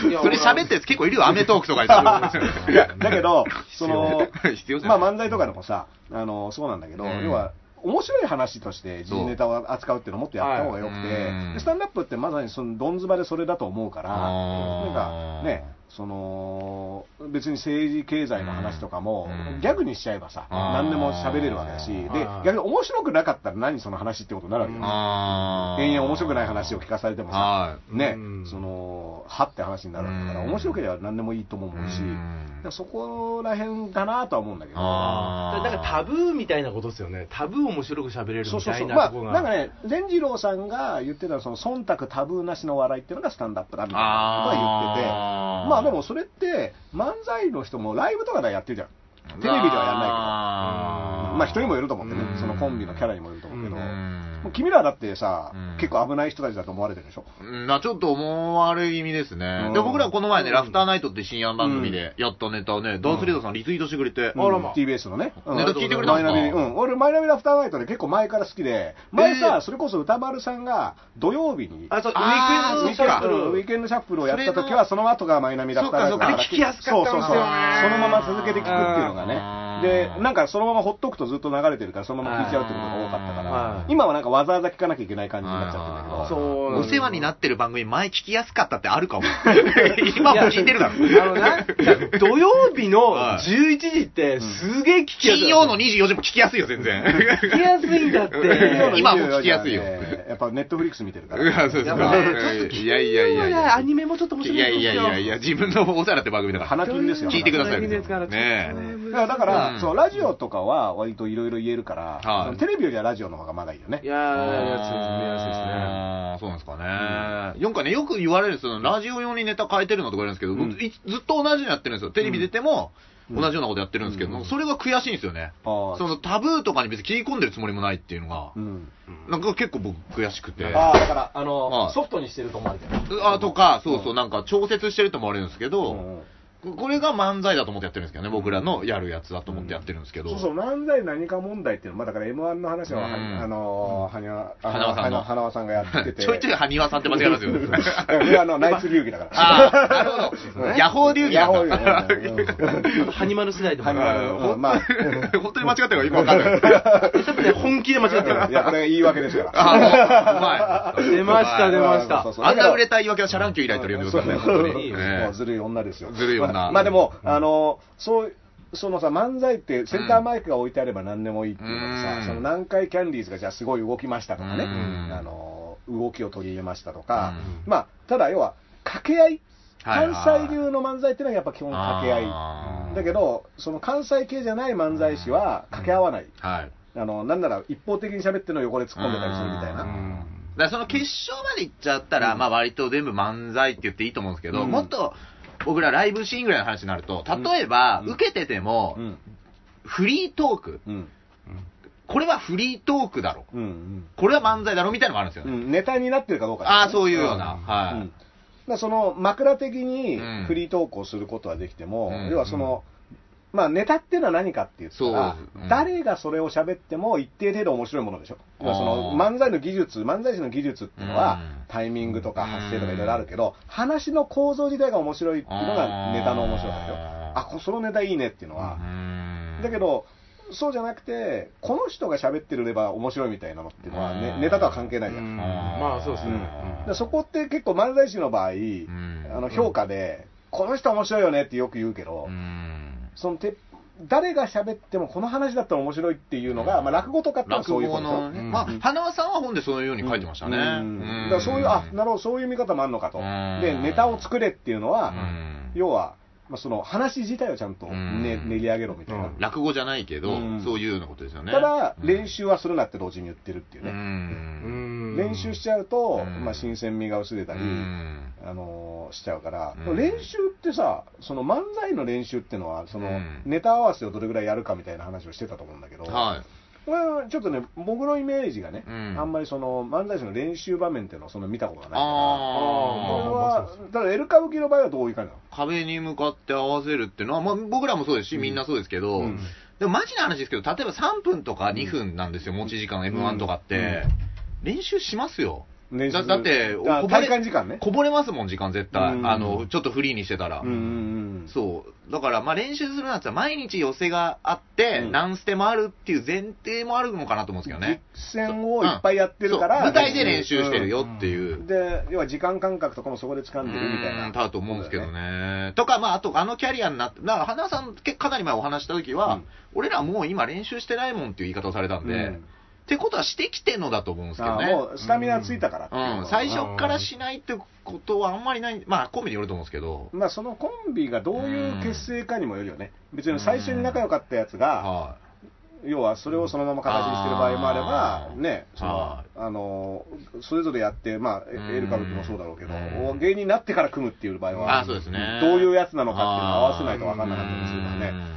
[SPEAKER 2] そ
[SPEAKER 4] いや
[SPEAKER 2] れ。それ喋ってるやつ結構いるよ、アメトークとか
[SPEAKER 1] い
[SPEAKER 2] で。
[SPEAKER 1] やだけど、その、
[SPEAKER 2] 必要じゃ
[SPEAKER 1] ま
[SPEAKER 2] な
[SPEAKER 1] あ
[SPEAKER 2] い
[SPEAKER 1] 漫才とかでもさ、あの、そうなんだけど、
[SPEAKER 2] うん
[SPEAKER 1] 要は、面白い話として時事ネタを扱うっていうのをもっとやった方がよくて、
[SPEAKER 2] はいうん
[SPEAKER 1] でスタンダップってまさにそのどん詰までそれだと思うから、
[SPEAKER 2] あー
[SPEAKER 1] なんかね、その、別に政治経済の話とかも、
[SPEAKER 2] うん
[SPEAKER 1] ギャグにしちゃえばさ、
[SPEAKER 2] あー
[SPEAKER 1] 何でも喋れるわけだし、で
[SPEAKER 4] はい、
[SPEAKER 1] 逆に面白くなかったら何その話ってことになるわけよ。
[SPEAKER 2] あー
[SPEAKER 1] 延々面白くない話を聞かされてもさ、
[SPEAKER 2] は
[SPEAKER 1] ね
[SPEAKER 4] うん、
[SPEAKER 1] その、はって話になるわけだから、
[SPEAKER 2] うん
[SPEAKER 1] 面白ければ何でもいいとも思うし、
[SPEAKER 2] うん
[SPEAKER 1] だからそこら辺だなとは思うんだけど、
[SPEAKER 2] あー
[SPEAKER 4] だからタブーみたいなことですよね。タブーを面白く喋れる
[SPEAKER 1] そう
[SPEAKER 4] み
[SPEAKER 1] そう
[SPEAKER 4] たい
[SPEAKER 1] そ、
[SPEAKER 4] うな
[SPEAKER 1] ま
[SPEAKER 4] とこ
[SPEAKER 1] あ、
[SPEAKER 4] が。
[SPEAKER 1] なんかね、善次郎さんが言ってた、その忖度タブーなしの笑いっていうのがスタンダップだみたいなことは言ってて、
[SPEAKER 2] あー
[SPEAKER 1] まあでもそれって、漫才の人もライブとかでやってるじゃん、テレビではやんないけど、
[SPEAKER 2] あー
[SPEAKER 1] まあ人にもよると思うんでね
[SPEAKER 2] う、ん
[SPEAKER 1] そのコンビのキャラにもよると思うけど、
[SPEAKER 4] うん
[SPEAKER 1] もう君らだってさ
[SPEAKER 2] うん、
[SPEAKER 1] 結構危ない人たちだと思われてるでしょ。
[SPEAKER 2] うんな、ちょっと思われ気味ですね
[SPEAKER 1] う。ん
[SPEAKER 2] で、僕らこの前ね、ラフターナイトって深夜番組でやったネタをね、ダースリーダーさんリツイートしてくれて、
[SPEAKER 1] うん
[SPEAKER 4] あらま
[SPEAKER 1] TBS のね、
[SPEAKER 2] ネタ聞いてくれた
[SPEAKER 1] マ
[SPEAKER 2] んす
[SPEAKER 1] イナ
[SPEAKER 2] か
[SPEAKER 1] ビに、うん、俺、マイナビラフターナイトで結構前から好きで、前さ、
[SPEAKER 2] えー
[SPEAKER 1] それこそ歌丸さんが土曜日に、
[SPEAKER 4] あ、そう、ウ
[SPEAKER 2] あー
[SPEAKER 4] ィークエンドシャッフ
[SPEAKER 1] ウィ
[SPEAKER 4] ル。
[SPEAKER 1] ークエンドシャッフルをやった時は、その後がマイナビラフターナイトだ
[SPEAKER 2] そうかそうか
[SPEAKER 4] 聞きやすかったんですよね
[SPEAKER 1] そうそうそうそのまま続けて聞くっていうのがね。
[SPEAKER 2] うん
[SPEAKER 1] で、なんかそのままほっとくとずっと流れてるから、そのまま聞いちゃうってことが多かったか
[SPEAKER 4] は
[SPEAKER 1] ら、
[SPEAKER 4] い
[SPEAKER 1] 今はなんかわざわざ聞かなきゃいけない感じになっちゃってるんだけど。
[SPEAKER 4] そう
[SPEAKER 2] お世話になってる番組前聞きやすかったってある かも。今も聞いてる
[SPEAKER 4] あ
[SPEAKER 2] だ
[SPEAKER 4] の
[SPEAKER 2] ろ。
[SPEAKER 4] な、土曜日の
[SPEAKER 2] はい
[SPEAKER 4] 11時ってすげえ聞きやすい。
[SPEAKER 2] 金曜の24時も聞きやすいよ、全然。
[SPEAKER 4] 聞きやすいんだって。
[SPEAKER 2] 曜の今も聞きやすいよ
[SPEAKER 1] やっぱネットフリックス見てるか
[SPEAKER 2] うわ
[SPEAKER 1] ら。
[SPEAKER 2] そうそう
[SPEAKER 4] やっぱねちょっと
[SPEAKER 2] いやいやいやいや
[SPEAKER 4] ア。ニメもちょっと面白
[SPEAKER 2] い
[SPEAKER 4] いんで
[SPEAKER 2] や
[SPEAKER 4] すよ。
[SPEAKER 2] いやいやいや、自分のお世話って番組だから。
[SPEAKER 1] 花金ですよ。
[SPEAKER 2] 聞いてください
[SPEAKER 4] いいですから
[SPEAKER 2] ね
[SPEAKER 1] だからだか
[SPEAKER 2] う
[SPEAKER 1] ら、
[SPEAKER 2] ん
[SPEAKER 1] そう、ラジオとかは割といろいろ言えるから、
[SPEAKER 2] はい
[SPEAKER 1] そのテレビよりはラジオの方がまだいいよね
[SPEAKER 4] い。やー、やつ
[SPEAKER 2] あーそうなんですかね。なんかね、よく言われるんですよ。ラジオ用にネタ変えてるのとか言われるんですけど、いずっと同じのやってるんですよ。テレビ出ても、
[SPEAKER 1] うん
[SPEAKER 2] 同じようなことやってるんですけど、
[SPEAKER 1] うん
[SPEAKER 2] それが悔しいんですよね。
[SPEAKER 1] あー
[SPEAKER 2] そのタブーとかに別に切り込んでるつもりもないっていうのが、
[SPEAKER 1] うん
[SPEAKER 2] なんか結構僕悔しくて。
[SPEAKER 1] あ
[SPEAKER 2] あ
[SPEAKER 1] あ、だから、あの、
[SPEAKER 2] はい
[SPEAKER 1] ソフトにしてると思われてる。
[SPEAKER 2] とか、そうそう、なんか調節してると思われるんですけど、
[SPEAKER 1] うん
[SPEAKER 2] これが漫才だと思ってやってるんですけどね、僕らのやるやつだと思ってやってるんですけど。
[SPEAKER 1] そうそう、漫才何か問題っていうのは、まあ、だから M1 の話は、は
[SPEAKER 2] うん
[SPEAKER 1] あのー、はにわ、あ
[SPEAKER 2] 花輪さんの
[SPEAKER 1] 花輪さんがやってて。
[SPEAKER 2] ちょいちょい埴輪さんって間違えますよね。
[SPEAKER 1] いやあの、ナイツ流儀だから。
[SPEAKER 2] ああ、なるほど。ヤホー流儀
[SPEAKER 1] ヤホ
[SPEAKER 2] な
[SPEAKER 1] ー
[SPEAKER 2] ん
[SPEAKER 1] 流儀
[SPEAKER 2] だ。
[SPEAKER 1] なんだ よ。うん
[SPEAKER 4] ハニマル世代でも
[SPEAKER 1] ハニマル
[SPEAKER 2] うん
[SPEAKER 1] まあ
[SPEAKER 2] 本当に間違ってるからよくわかん ない。
[SPEAKER 4] ちょっとね本気で間違ってる
[SPEAKER 1] いや、これが言い訳ですから。
[SPEAKER 2] あーうまい。
[SPEAKER 4] 出ました
[SPEAKER 2] う
[SPEAKER 4] 出
[SPEAKER 2] まい
[SPEAKER 4] ました
[SPEAKER 1] そうそうそう
[SPEAKER 2] あんな売れた言い訳はシャランキュー以来取り上げて
[SPEAKER 1] そう
[SPEAKER 2] くだ
[SPEAKER 1] ね、
[SPEAKER 2] さいね。
[SPEAKER 1] 本
[SPEAKER 2] 本
[SPEAKER 1] 当
[SPEAKER 2] 当
[SPEAKER 1] に
[SPEAKER 2] に。
[SPEAKER 1] も
[SPEAKER 2] ね
[SPEAKER 1] うずるい女ですよ。
[SPEAKER 2] ずるい女
[SPEAKER 1] まあまあでも、あの、そう、そのさ、漫才ってセンターマイクが置いてあれば何でもいいっていうのが
[SPEAKER 2] う
[SPEAKER 1] さ、
[SPEAKER 2] ん
[SPEAKER 1] その南海キャンディーズがじゃあすごい動きましたとかね、
[SPEAKER 2] うん
[SPEAKER 1] あの、動きを取り入れましたとか、
[SPEAKER 2] うん
[SPEAKER 1] まあ、ただ要は、掛け合い。
[SPEAKER 2] はいはい
[SPEAKER 1] 関西流の漫才っていうのはやっぱ基本掛け
[SPEAKER 2] あ
[SPEAKER 1] 合い。
[SPEAKER 2] ー
[SPEAKER 1] だけど、その関西系じゃない漫才師は掛け合わない。
[SPEAKER 2] はい。
[SPEAKER 1] あの、なんなら一方的に喋ってるのを横で突っ込んでたりするみたいな。
[SPEAKER 2] うんだからその決勝まで行っちゃったら、まあ割と全部漫才って言っていいと思うんですけ
[SPEAKER 1] う
[SPEAKER 2] ど、
[SPEAKER 1] ん
[SPEAKER 2] もっと僕らライブシーンぐらいの話になると、例えば、
[SPEAKER 1] うん
[SPEAKER 2] 受けてても、
[SPEAKER 1] うん。
[SPEAKER 2] フリートーク、
[SPEAKER 1] うん。
[SPEAKER 2] これはフリートークだろ、
[SPEAKER 1] うん。うん。
[SPEAKER 2] これは漫才だろみたいなのもあるんですよ
[SPEAKER 1] う
[SPEAKER 2] ね。
[SPEAKER 1] ん、ネタになってるかどうか、
[SPEAKER 2] ああ、そういうような。はい。
[SPEAKER 1] うん、だからその枕的に
[SPEAKER 2] うん
[SPEAKER 1] フリートークをすることはできても、
[SPEAKER 2] うん
[SPEAKER 1] 要はその、まあ、ネタっていうのは何かって言ったら
[SPEAKER 2] そうですうん
[SPEAKER 1] 誰がそれを喋っても一定程度面白いものでしょ、要はその
[SPEAKER 2] あー
[SPEAKER 1] 漫才の技術、漫才師の技術っていうのは、
[SPEAKER 2] うん
[SPEAKER 1] タイミングとか発声とかいろいろあるけど、話の構造自体が面白いっていうのがネタの面白さでしょ、
[SPEAKER 2] あー
[SPEAKER 1] あこそのネタいいねっていうのは。
[SPEAKER 2] うん
[SPEAKER 1] だけ、ど、そうじゃなくて、この人が喋ってるれば面白いみたいなのっていうのは、ね
[SPEAKER 2] う、ん
[SPEAKER 1] ネタとは関係ないじゃん。
[SPEAKER 4] まあそうですね
[SPEAKER 1] だからそこって結構漫才師の場合、
[SPEAKER 2] ん
[SPEAKER 1] あの評価で、この人面白いよねってよく言うけど、
[SPEAKER 2] うん
[SPEAKER 1] そのて誰が喋ってもこの話だったら面白いっていうのが、まあ、落語とかってのは
[SPEAKER 2] 落
[SPEAKER 1] そういうこ
[SPEAKER 2] 語
[SPEAKER 1] とでしょ
[SPEAKER 2] のね、
[SPEAKER 4] うん
[SPEAKER 2] まあ、花輪さんは本でそういうように書いてましたね。
[SPEAKER 1] うんだからそういう、あなるほど、そういう見方もあるのかと、
[SPEAKER 2] うん
[SPEAKER 1] でネタを作れっていうのは、
[SPEAKER 2] うん
[SPEAKER 1] 要は、まあ、その話自体をちゃんと、ね
[SPEAKER 2] うん
[SPEAKER 1] 練り上げろみたいな、
[SPEAKER 4] うん
[SPEAKER 2] 落語じゃないけど、
[SPEAKER 1] うん
[SPEAKER 2] そういうようなことですよね。
[SPEAKER 1] ただ、練
[SPEAKER 2] 習
[SPEAKER 1] 習はするなって同時に言ってるっていうね、練習しちゃうと、
[SPEAKER 2] うん
[SPEAKER 1] まあ、新鮮味が薄れたり。
[SPEAKER 2] うん
[SPEAKER 1] あのーしちゃうから、
[SPEAKER 2] うん
[SPEAKER 1] 練習ってさ、その漫才の練習ってのは、その
[SPEAKER 2] うん
[SPEAKER 1] ネタ合わせをどれぐらいやるかみたいな話をしてたと思うんだけど、
[SPEAKER 2] はい。
[SPEAKER 1] これはちょっとね、僕のイメージがね、
[SPEAKER 2] うん
[SPEAKER 1] あんまりその漫才師の練習場面っていうのはそんな見たことがないから、こ
[SPEAKER 4] あ
[SPEAKER 1] れ
[SPEAKER 4] ー
[SPEAKER 2] ああ。
[SPEAKER 1] は、だからエル歌舞伎の場合はどういう感じなの
[SPEAKER 2] 壁に向かって合わせるっていうのは、まあ僕らもそうですし、みんなそうですけど、
[SPEAKER 1] うん
[SPEAKER 2] でもマジな話ですけど、例えば3分とか2分なんですよ、持ち時間 M1 とかって。練習しますよ。
[SPEAKER 1] 練習
[SPEAKER 2] だだって
[SPEAKER 1] あ
[SPEAKER 2] こぼれ
[SPEAKER 1] 体感時間ね。
[SPEAKER 2] こぼれますもん、時間絶対。
[SPEAKER 1] うん
[SPEAKER 2] あの、ちょっとフリーにしてたら。
[SPEAKER 1] うんうんうん
[SPEAKER 2] そう。だから、まあ練習するなんて毎日寄せがあって、
[SPEAKER 1] うん
[SPEAKER 2] 何ステもあるっていう前提もあるのかなと思うんですけどね。
[SPEAKER 1] 実践をいっぱいやってるから、
[SPEAKER 2] そう舞台で練習してるよっていう。
[SPEAKER 1] うんで、要は時間感覚とかもそこで掴んでるみたいな。
[SPEAKER 2] だと思うんですけどね。とか、まあ、あと、あのキャリアになって、だから、花さん、けかなり前お話した時は、
[SPEAKER 1] うん
[SPEAKER 2] 俺らもう今練習してないもんっていう言い方をされた
[SPEAKER 1] うんん。
[SPEAKER 2] で、ってことはしてきてんのだと思うんですけど
[SPEAKER 1] あ
[SPEAKER 2] ね。
[SPEAKER 1] ーもうスタミナついたからっていうの
[SPEAKER 2] う
[SPEAKER 1] は
[SPEAKER 2] ん、最初からしないってことはあんまりない、まあ、コンビによると思うんですけど、
[SPEAKER 1] まあ、そのコンビがどういう結成かにもよるよね、別に最初に仲良かったやつが、
[SPEAKER 2] は
[SPEAKER 1] 要はそれをそのまま形にしてる場合もあれば
[SPEAKER 2] あ、ー
[SPEAKER 1] ね、その
[SPEAKER 2] は
[SPEAKER 1] あのそれぞれやって、まあ、エ
[SPEAKER 2] うん
[SPEAKER 1] エル歌舞伎もそうだろうけど
[SPEAKER 2] う、ん
[SPEAKER 1] 芸人になってから組むっていう場合は、
[SPEAKER 2] あそうですね
[SPEAKER 1] どういうやつなのかっていうのを合わせないと分かんなかったりするから
[SPEAKER 2] う
[SPEAKER 1] ね
[SPEAKER 2] ん。
[SPEAKER 1] うん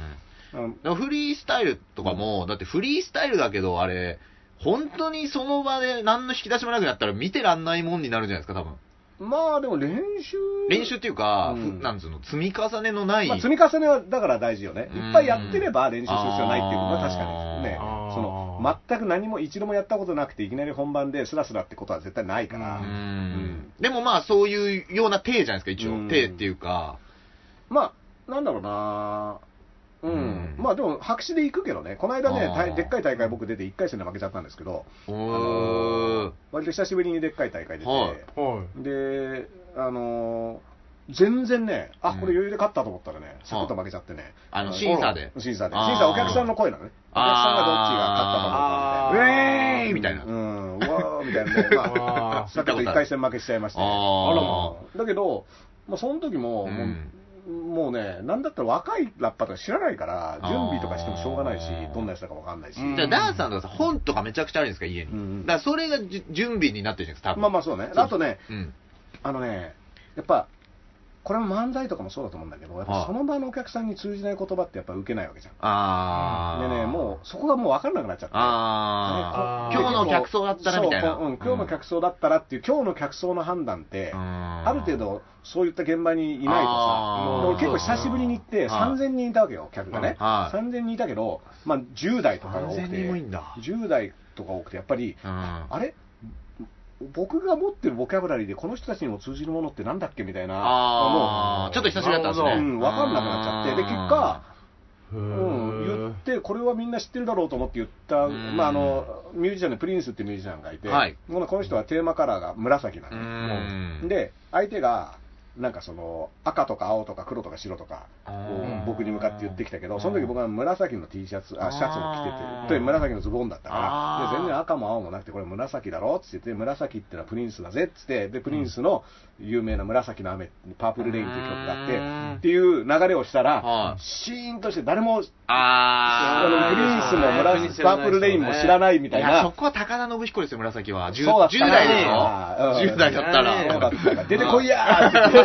[SPEAKER 2] だからフリースタイルとかも、だってフリースタイルだけど、あれ、本当にその場で何の引き出しもなくなったら見てらんないもんになるじゃないですか、多分。
[SPEAKER 1] まあでも練習、
[SPEAKER 2] 練習っていうか、
[SPEAKER 1] うん
[SPEAKER 2] ふなんつうの、積み重ねのない。
[SPEAKER 1] まあ、積み重ねはだから大事よね、
[SPEAKER 2] うん
[SPEAKER 1] いっぱいやってれば練習する必要ないっていうことは確かにね
[SPEAKER 4] あ、ー
[SPEAKER 1] その全く何も一度もやったことなくて、いきなり本番ですらすらってことは絶対ないから。
[SPEAKER 2] うん
[SPEAKER 1] ん
[SPEAKER 2] でもまあ、そういうような体じゃないですか、一
[SPEAKER 1] うん
[SPEAKER 2] 応。体っていうか。
[SPEAKER 1] まあ、なんだろうなうん、
[SPEAKER 2] うん
[SPEAKER 1] まあでも、白紙で行くけどね、この間ね、
[SPEAKER 2] あー
[SPEAKER 1] 大でっかい大会、僕出て1回戦で負けちゃったんですけど、
[SPEAKER 2] う
[SPEAKER 1] あ
[SPEAKER 2] ー
[SPEAKER 1] のー
[SPEAKER 2] ん。
[SPEAKER 1] 割と久しぶりにでっかい大会出て、
[SPEAKER 2] はい
[SPEAKER 4] は
[SPEAKER 1] で、あのー全然ね、あ
[SPEAKER 2] う
[SPEAKER 1] こ
[SPEAKER 2] ん
[SPEAKER 1] れ余裕で勝ったと思ったらね、サクッと負けちゃってね、
[SPEAKER 2] あの審査で
[SPEAKER 1] 審査で、
[SPEAKER 2] あー
[SPEAKER 1] 審査、お客さんの声なのね、お客さ
[SPEAKER 4] あ
[SPEAKER 1] んがど
[SPEAKER 4] ー
[SPEAKER 1] っちが勝ったかと思ったみたいな。
[SPEAKER 2] えーみたいな。
[SPEAKER 1] うん、うわーみた い なね、まあ、
[SPEAKER 4] あー
[SPEAKER 1] さっきと1回戦負けしちゃいました、ね、
[SPEAKER 2] あーあらま
[SPEAKER 1] だけど、まあ、その時も、もう
[SPEAKER 2] うん
[SPEAKER 1] もうね、なんだったら若いラッパーとか知らないから、
[SPEAKER 2] あー
[SPEAKER 1] 準備とかしてもしょうがないし、どんなやつだかわかんないし、
[SPEAKER 4] うん
[SPEAKER 2] じゃあ、ダンスさんとかさ、本とかめちゃくちゃあるんですか、家に。
[SPEAKER 1] うん
[SPEAKER 2] だから、それがじゅ準備になってるじゃないですか、多分。
[SPEAKER 1] まあまあそうね、
[SPEAKER 2] そう
[SPEAKER 1] あとね、
[SPEAKER 2] うん。
[SPEAKER 1] あのね、やっぱ、これも漫才とかもそうだと思うんだけど、やっ
[SPEAKER 2] は
[SPEAKER 1] ぱ
[SPEAKER 2] い
[SPEAKER 1] その場のお客さんに通じない言葉ってやっぱ受けないわけじゃ
[SPEAKER 2] あ
[SPEAKER 1] ん。
[SPEAKER 2] ー
[SPEAKER 1] でね、もうそこがもう分からなくなっちゃって。
[SPEAKER 2] あ
[SPEAKER 4] ね
[SPEAKER 2] ー
[SPEAKER 4] こ
[SPEAKER 2] 今日の客層だったらみたいな。
[SPEAKER 1] そうこうん、今日の客層だったらっていう、今日の客層の判断って、
[SPEAKER 2] あ
[SPEAKER 1] ある程度、そういった現場にいないとさ
[SPEAKER 2] あー、
[SPEAKER 1] で俺結構久しぶりに行って、
[SPEAKER 2] はい
[SPEAKER 1] 3000人いたわけよ、客がね。
[SPEAKER 2] はい
[SPEAKER 1] 3000人いたけど、まあ、10代とかが多く
[SPEAKER 2] 3000
[SPEAKER 1] て、
[SPEAKER 2] 人もいいんだ
[SPEAKER 1] 10代とか多くて、やっぱり、
[SPEAKER 2] うん
[SPEAKER 1] あれ僕が持ってるボキャブラリーで、この人たちにも通じるものってなんだっけみたいな、
[SPEAKER 2] あ
[SPEAKER 1] も
[SPEAKER 2] ー
[SPEAKER 1] う
[SPEAKER 2] ちょっと久しぶりだったんです
[SPEAKER 1] う
[SPEAKER 2] ね。
[SPEAKER 1] ん、分かんなくなっちゃって、で、結果、
[SPEAKER 4] う
[SPEAKER 1] うん、言
[SPEAKER 4] ん
[SPEAKER 1] って、これはみんな知ってるだろうと思って言った、
[SPEAKER 2] うん
[SPEAKER 1] まあ、あのミュージシャンでプリンスっていうミュージシャンがいて、
[SPEAKER 2] はい
[SPEAKER 1] もうこの人はテーマカラーが紫なの、
[SPEAKER 2] うん
[SPEAKER 1] で相手がなんかその赤とか青とか黒とか白とか
[SPEAKER 2] あ
[SPEAKER 1] こ
[SPEAKER 2] ー
[SPEAKER 1] う僕に向かって言ってきたけど、その時僕は紫の T シャツ、あシャツ
[SPEAKER 2] あ
[SPEAKER 1] も着
[SPEAKER 2] ー
[SPEAKER 1] てて、で紫のズボンだったか
[SPEAKER 2] あー
[SPEAKER 1] ら、で全然赤も青もなくて、これ紫だろっつってて、紫ってのはプリンスだぜっつって、でプリンスの有名な紫の雨、パープルレインっていう曲が
[SPEAKER 2] う
[SPEAKER 1] あ
[SPEAKER 2] ん
[SPEAKER 1] って、っていう流れをした
[SPEAKER 2] は
[SPEAKER 1] ら
[SPEAKER 2] い、
[SPEAKER 1] シーンとして誰も
[SPEAKER 2] あ
[SPEAKER 1] あ
[SPEAKER 2] ー
[SPEAKER 1] の
[SPEAKER 4] ー
[SPEAKER 1] プリンスも
[SPEAKER 4] 村
[SPEAKER 1] 紫パープルレインも知らないみたい
[SPEAKER 2] いやそ
[SPEAKER 1] な。
[SPEAKER 2] こは高田信彦ですよ、紫は。10,
[SPEAKER 1] そうだった
[SPEAKER 2] 10
[SPEAKER 1] な
[SPEAKER 2] 代ですよ
[SPEAKER 1] あーう。ん
[SPEAKER 2] 10代だった
[SPEAKER 1] そうだったから
[SPEAKER 2] ら。
[SPEAKER 1] 出てこい
[SPEAKER 2] や。
[SPEAKER 1] やーって言って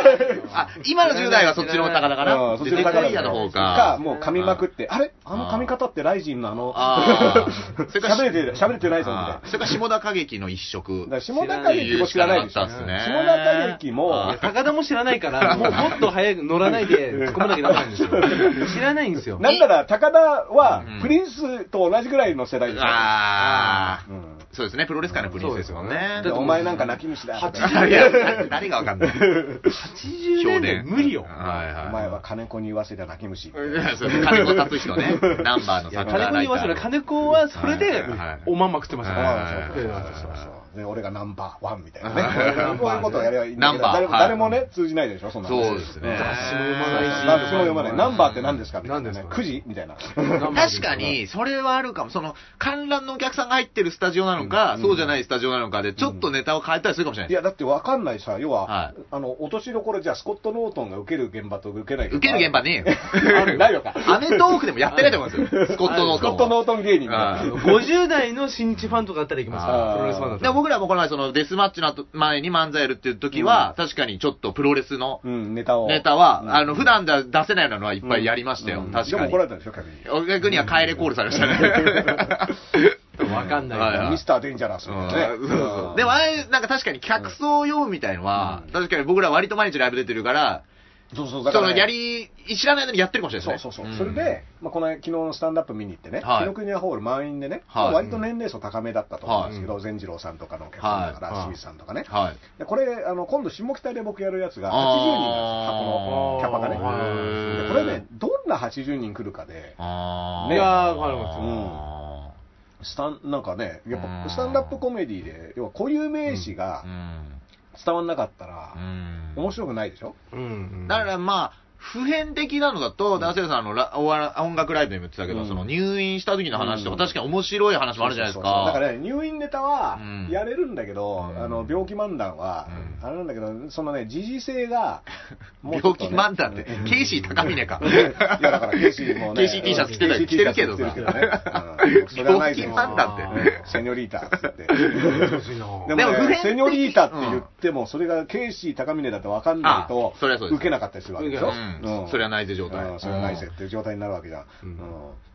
[SPEAKER 2] あ、今の10代はそっちの高田か
[SPEAKER 1] う
[SPEAKER 2] な。
[SPEAKER 1] んそっ
[SPEAKER 2] 出
[SPEAKER 1] ち
[SPEAKER 2] て
[SPEAKER 1] の
[SPEAKER 2] こ
[SPEAKER 1] 中
[SPEAKER 2] いやの方
[SPEAKER 1] か
[SPEAKER 2] か。
[SPEAKER 1] もう噛みまくって、あれあの髪型ってライジンのあの、
[SPEAKER 2] あーそれか ら
[SPEAKER 1] 喋れて、喋れてないぞみたいな
[SPEAKER 2] あー。それから下田歌劇の一色。
[SPEAKER 1] だから下田景樹も知らないでしょ。
[SPEAKER 2] 知らなか
[SPEAKER 1] 下
[SPEAKER 2] ったっすね
[SPEAKER 1] 田景樹
[SPEAKER 2] あ
[SPEAKER 1] も、
[SPEAKER 4] 高田も知らないから、もうもっと早く乗らないで突っ込まなきゃダメなんですよ。知らないんですよ。
[SPEAKER 1] なんなら高田は
[SPEAKER 2] うん
[SPEAKER 1] プリンスと同じぐらいの世代でしょ。
[SPEAKER 2] あー
[SPEAKER 1] うん
[SPEAKER 2] そうですね、プロレス界のプリンスですもんね。
[SPEAKER 1] でお前なんか泣き虫だ。とか
[SPEAKER 2] いや誰がわかんない。
[SPEAKER 4] 80
[SPEAKER 2] 評
[SPEAKER 4] 年代
[SPEAKER 2] 伝
[SPEAKER 4] 無理よ。
[SPEAKER 2] はいはい。
[SPEAKER 1] お前は金子に言わせた泣き虫。
[SPEAKER 2] いやそう金子達人ね。ナンバーの
[SPEAKER 4] 金
[SPEAKER 2] 作
[SPEAKER 4] 子
[SPEAKER 2] 家
[SPEAKER 4] に言わせたら金子はそれで
[SPEAKER 2] はい
[SPEAKER 4] おまんま食ってました
[SPEAKER 2] は
[SPEAKER 4] か
[SPEAKER 2] い
[SPEAKER 1] で俺がナンバーワンみたいなね、こういうことをやればいいんだ
[SPEAKER 2] ナン
[SPEAKER 1] けど、誰
[SPEAKER 2] バー
[SPEAKER 1] も
[SPEAKER 2] はい
[SPEAKER 1] 誰もね、通じないでしょ、そんなの
[SPEAKER 2] そうですね
[SPEAKER 4] 雑誌も読まないし
[SPEAKER 1] 雑誌も読まない、ナンバーって何ですかみた
[SPEAKER 4] 何
[SPEAKER 1] いな
[SPEAKER 4] です
[SPEAKER 1] ね、
[SPEAKER 4] か
[SPEAKER 1] 9時みたいな、
[SPEAKER 4] ら。
[SPEAKER 2] 確かに、それはあるかも。その、観覧のお客さんが入ってるスタジオなのか、
[SPEAKER 1] うん
[SPEAKER 2] そうじゃないスタジオなのかで、ちょっとネタを変えたりするかもしれな
[SPEAKER 1] い
[SPEAKER 2] いです。
[SPEAKER 1] や、だって分かんないさ、要は、
[SPEAKER 2] はい
[SPEAKER 1] あの落としどころじゃあ、スコット・ノートンが受ける現場と受けない
[SPEAKER 2] 受ける現場ねえよ。
[SPEAKER 1] あるないのか、
[SPEAKER 2] アメトーークでもやってないと思うんですよ。スコットノー
[SPEAKER 1] スコット・ノートン芸人
[SPEAKER 2] は
[SPEAKER 1] が
[SPEAKER 2] い。
[SPEAKER 4] 50代の新日ファンとかだったら行きますから
[SPEAKER 1] あー
[SPEAKER 4] プロレスファンだった
[SPEAKER 2] で
[SPEAKER 4] ら。
[SPEAKER 2] 僕らもこの前、その、デスマッチの後前に漫才やるっていう時は、確かにちょっとプロレスの
[SPEAKER 1] うん、ネタを。
[SPEAKER 2] ネタは、
[SPEAKER 1] うん
[SPEAKER 2] あの、普段では出せないようなのはいっぱいやりましたよ。
[SPEAKER 1] うん
[SPEAKER 2] 確
[SPEAKER 1] で
[SPEAKER 2] か
[SPEAKER 1] も
[SPEAKER 2] に
[SPEAKER 1] 怒。られたでしょ、客に。
[SPEAKER 2] お客には帰れコールされましたね。
[SPEAKER 4] わかんないから
[SPEAKER 2] はいはい
[SPEAKER 1] ミスター・デンジャラスみたいなね
[SPEAKER 2] うんそうそうでもあれ、なんか確かに客層用みたいのは、
[SPEAKER 1] うん
[SPEAKER 2] 確かに僕ら割と毎日ライブ出てるから、
[SPEAKER 1] そうそう、
[SPEAKER 2] そ
[SPEAKER 1] だから
[SPEAKER 2] の
[SPEAKER 1] ね、
[SPEAKER 2] やり、知らない間にやってるかもしれな
[SPEAKER 1] そ
[SPEAKER 2] いうです
[SPEAKER 1] そ
[SPEAKER 2] ね。
[SPEAKER 1] うそう、それで、まあ、この昨日のスタンダップ見に行ってね、
[SPEAKER 2] はい
[SPEAKER 1] 紀ノ国屋ホール満員でね、
[SPEAKER 2] はい
[SPEAKER 1] まあ割と年齢層高めだったと思うんですけど、善次郎さんとかのお客さんだか
[SPEAKER 4] は
[SPEAKER 1] ら、
[SPEAKER 4] い
[SPEAKER 1] 清水さんとかね、
[SPEAKER 2] はい。
[SPEAKER 1] でこれあの、今度、下北で僕やるやつが80人なんですよ、箱
[SPEAKER 2] あ
[SPEAKER 1] のキャパがね。
[SPEAKER 2] ー
[SPEAKER 1] でこれね、、どんな80人来るかで、
[SPEAKER 2] あー
[SPEAKER 1] ねいや
[SPEAKER 4] ーわかります
[SPEAKER 1] よスタンなんかね、やっ
[SPEAKER 2] うん
[SPEAKER 1] ぱスタンダップコメディで、要は固有名詞が
[SPEAKER 2] うん
[SPEAKER 1] 伝わんなかったら
[SPEAKER 2] う、ん
[SPEAKER 1] 面白くないでしょ、
[SPEAKER 4] うん
[SPEAKER 2] だからまあ、普遍的なのだと、ダンセルさんあのラお笑音楽ライブでも言ってたけど、
[SPEAKER 1] うん
[SPEAKER 2] その入院した時の話と
[SPEAKER 1] う
[SPEAKER 2] か、
[SPEAKER 1] ん
[SPEAKER 2] 確かに面白い話もあるじゃないですか。
[SPEAKER 1] だからね、入院ネタは
[SPEAKER 2] うん
[SPEAKER 1] やれるんだけど、
[SPEAKER 2] うん
[SPEAKER 1] あの病気漫談は、
[SPEAKER 2] うん
[SPEAKER 1] あれなんだけど、そのね、時事性が、うちょ
[SPEAKER 2] 病
[SPEAKER 1] っと
[SPEAKER 2] 気
[SPEAKER 1] ね
[SPEAKER 2] 漫談って、
[SPEAKER 1] うん
[SPEAKER 2] ケイシー高峰 か。
[SPEAKER 1] いやだから、ケイシーもね、
[SPEAKER 2] ケイシー T シャツ着てた
[SPEAKER 1] ケイシー
[SPEAKER 2] 着てるけど
[SPEAKER 1] T シャ
[SPEAKER 2] さ
[SPEAKER 1] ツ着てるけどねうんそれ はない
[SPEAKER 2] 病気
[SPEAKER 1] で
[SPEAKER 2] 漫談って。
[SPEAKER 1] すセニョリータっつ って。でも
[SPEAKER 2] でも普遍
[SPEAKER 1] ね、
[SPEAKER 2] 的
[SPEAKER 1] セニョリータって言っても、それがケイシー高峰だって分かんないと
[SPEAKER 2] あそりゃそうです
[SPEAKER 1] 受けなかったりするわけでしょ、
[SPEAKER 2] うんそれはないぜ状態
[SPEAKER 1] うんそれはないぜっていう状態になるわけじゃん、
[SPEAKER 4] うん
[SPEAKER 1] うん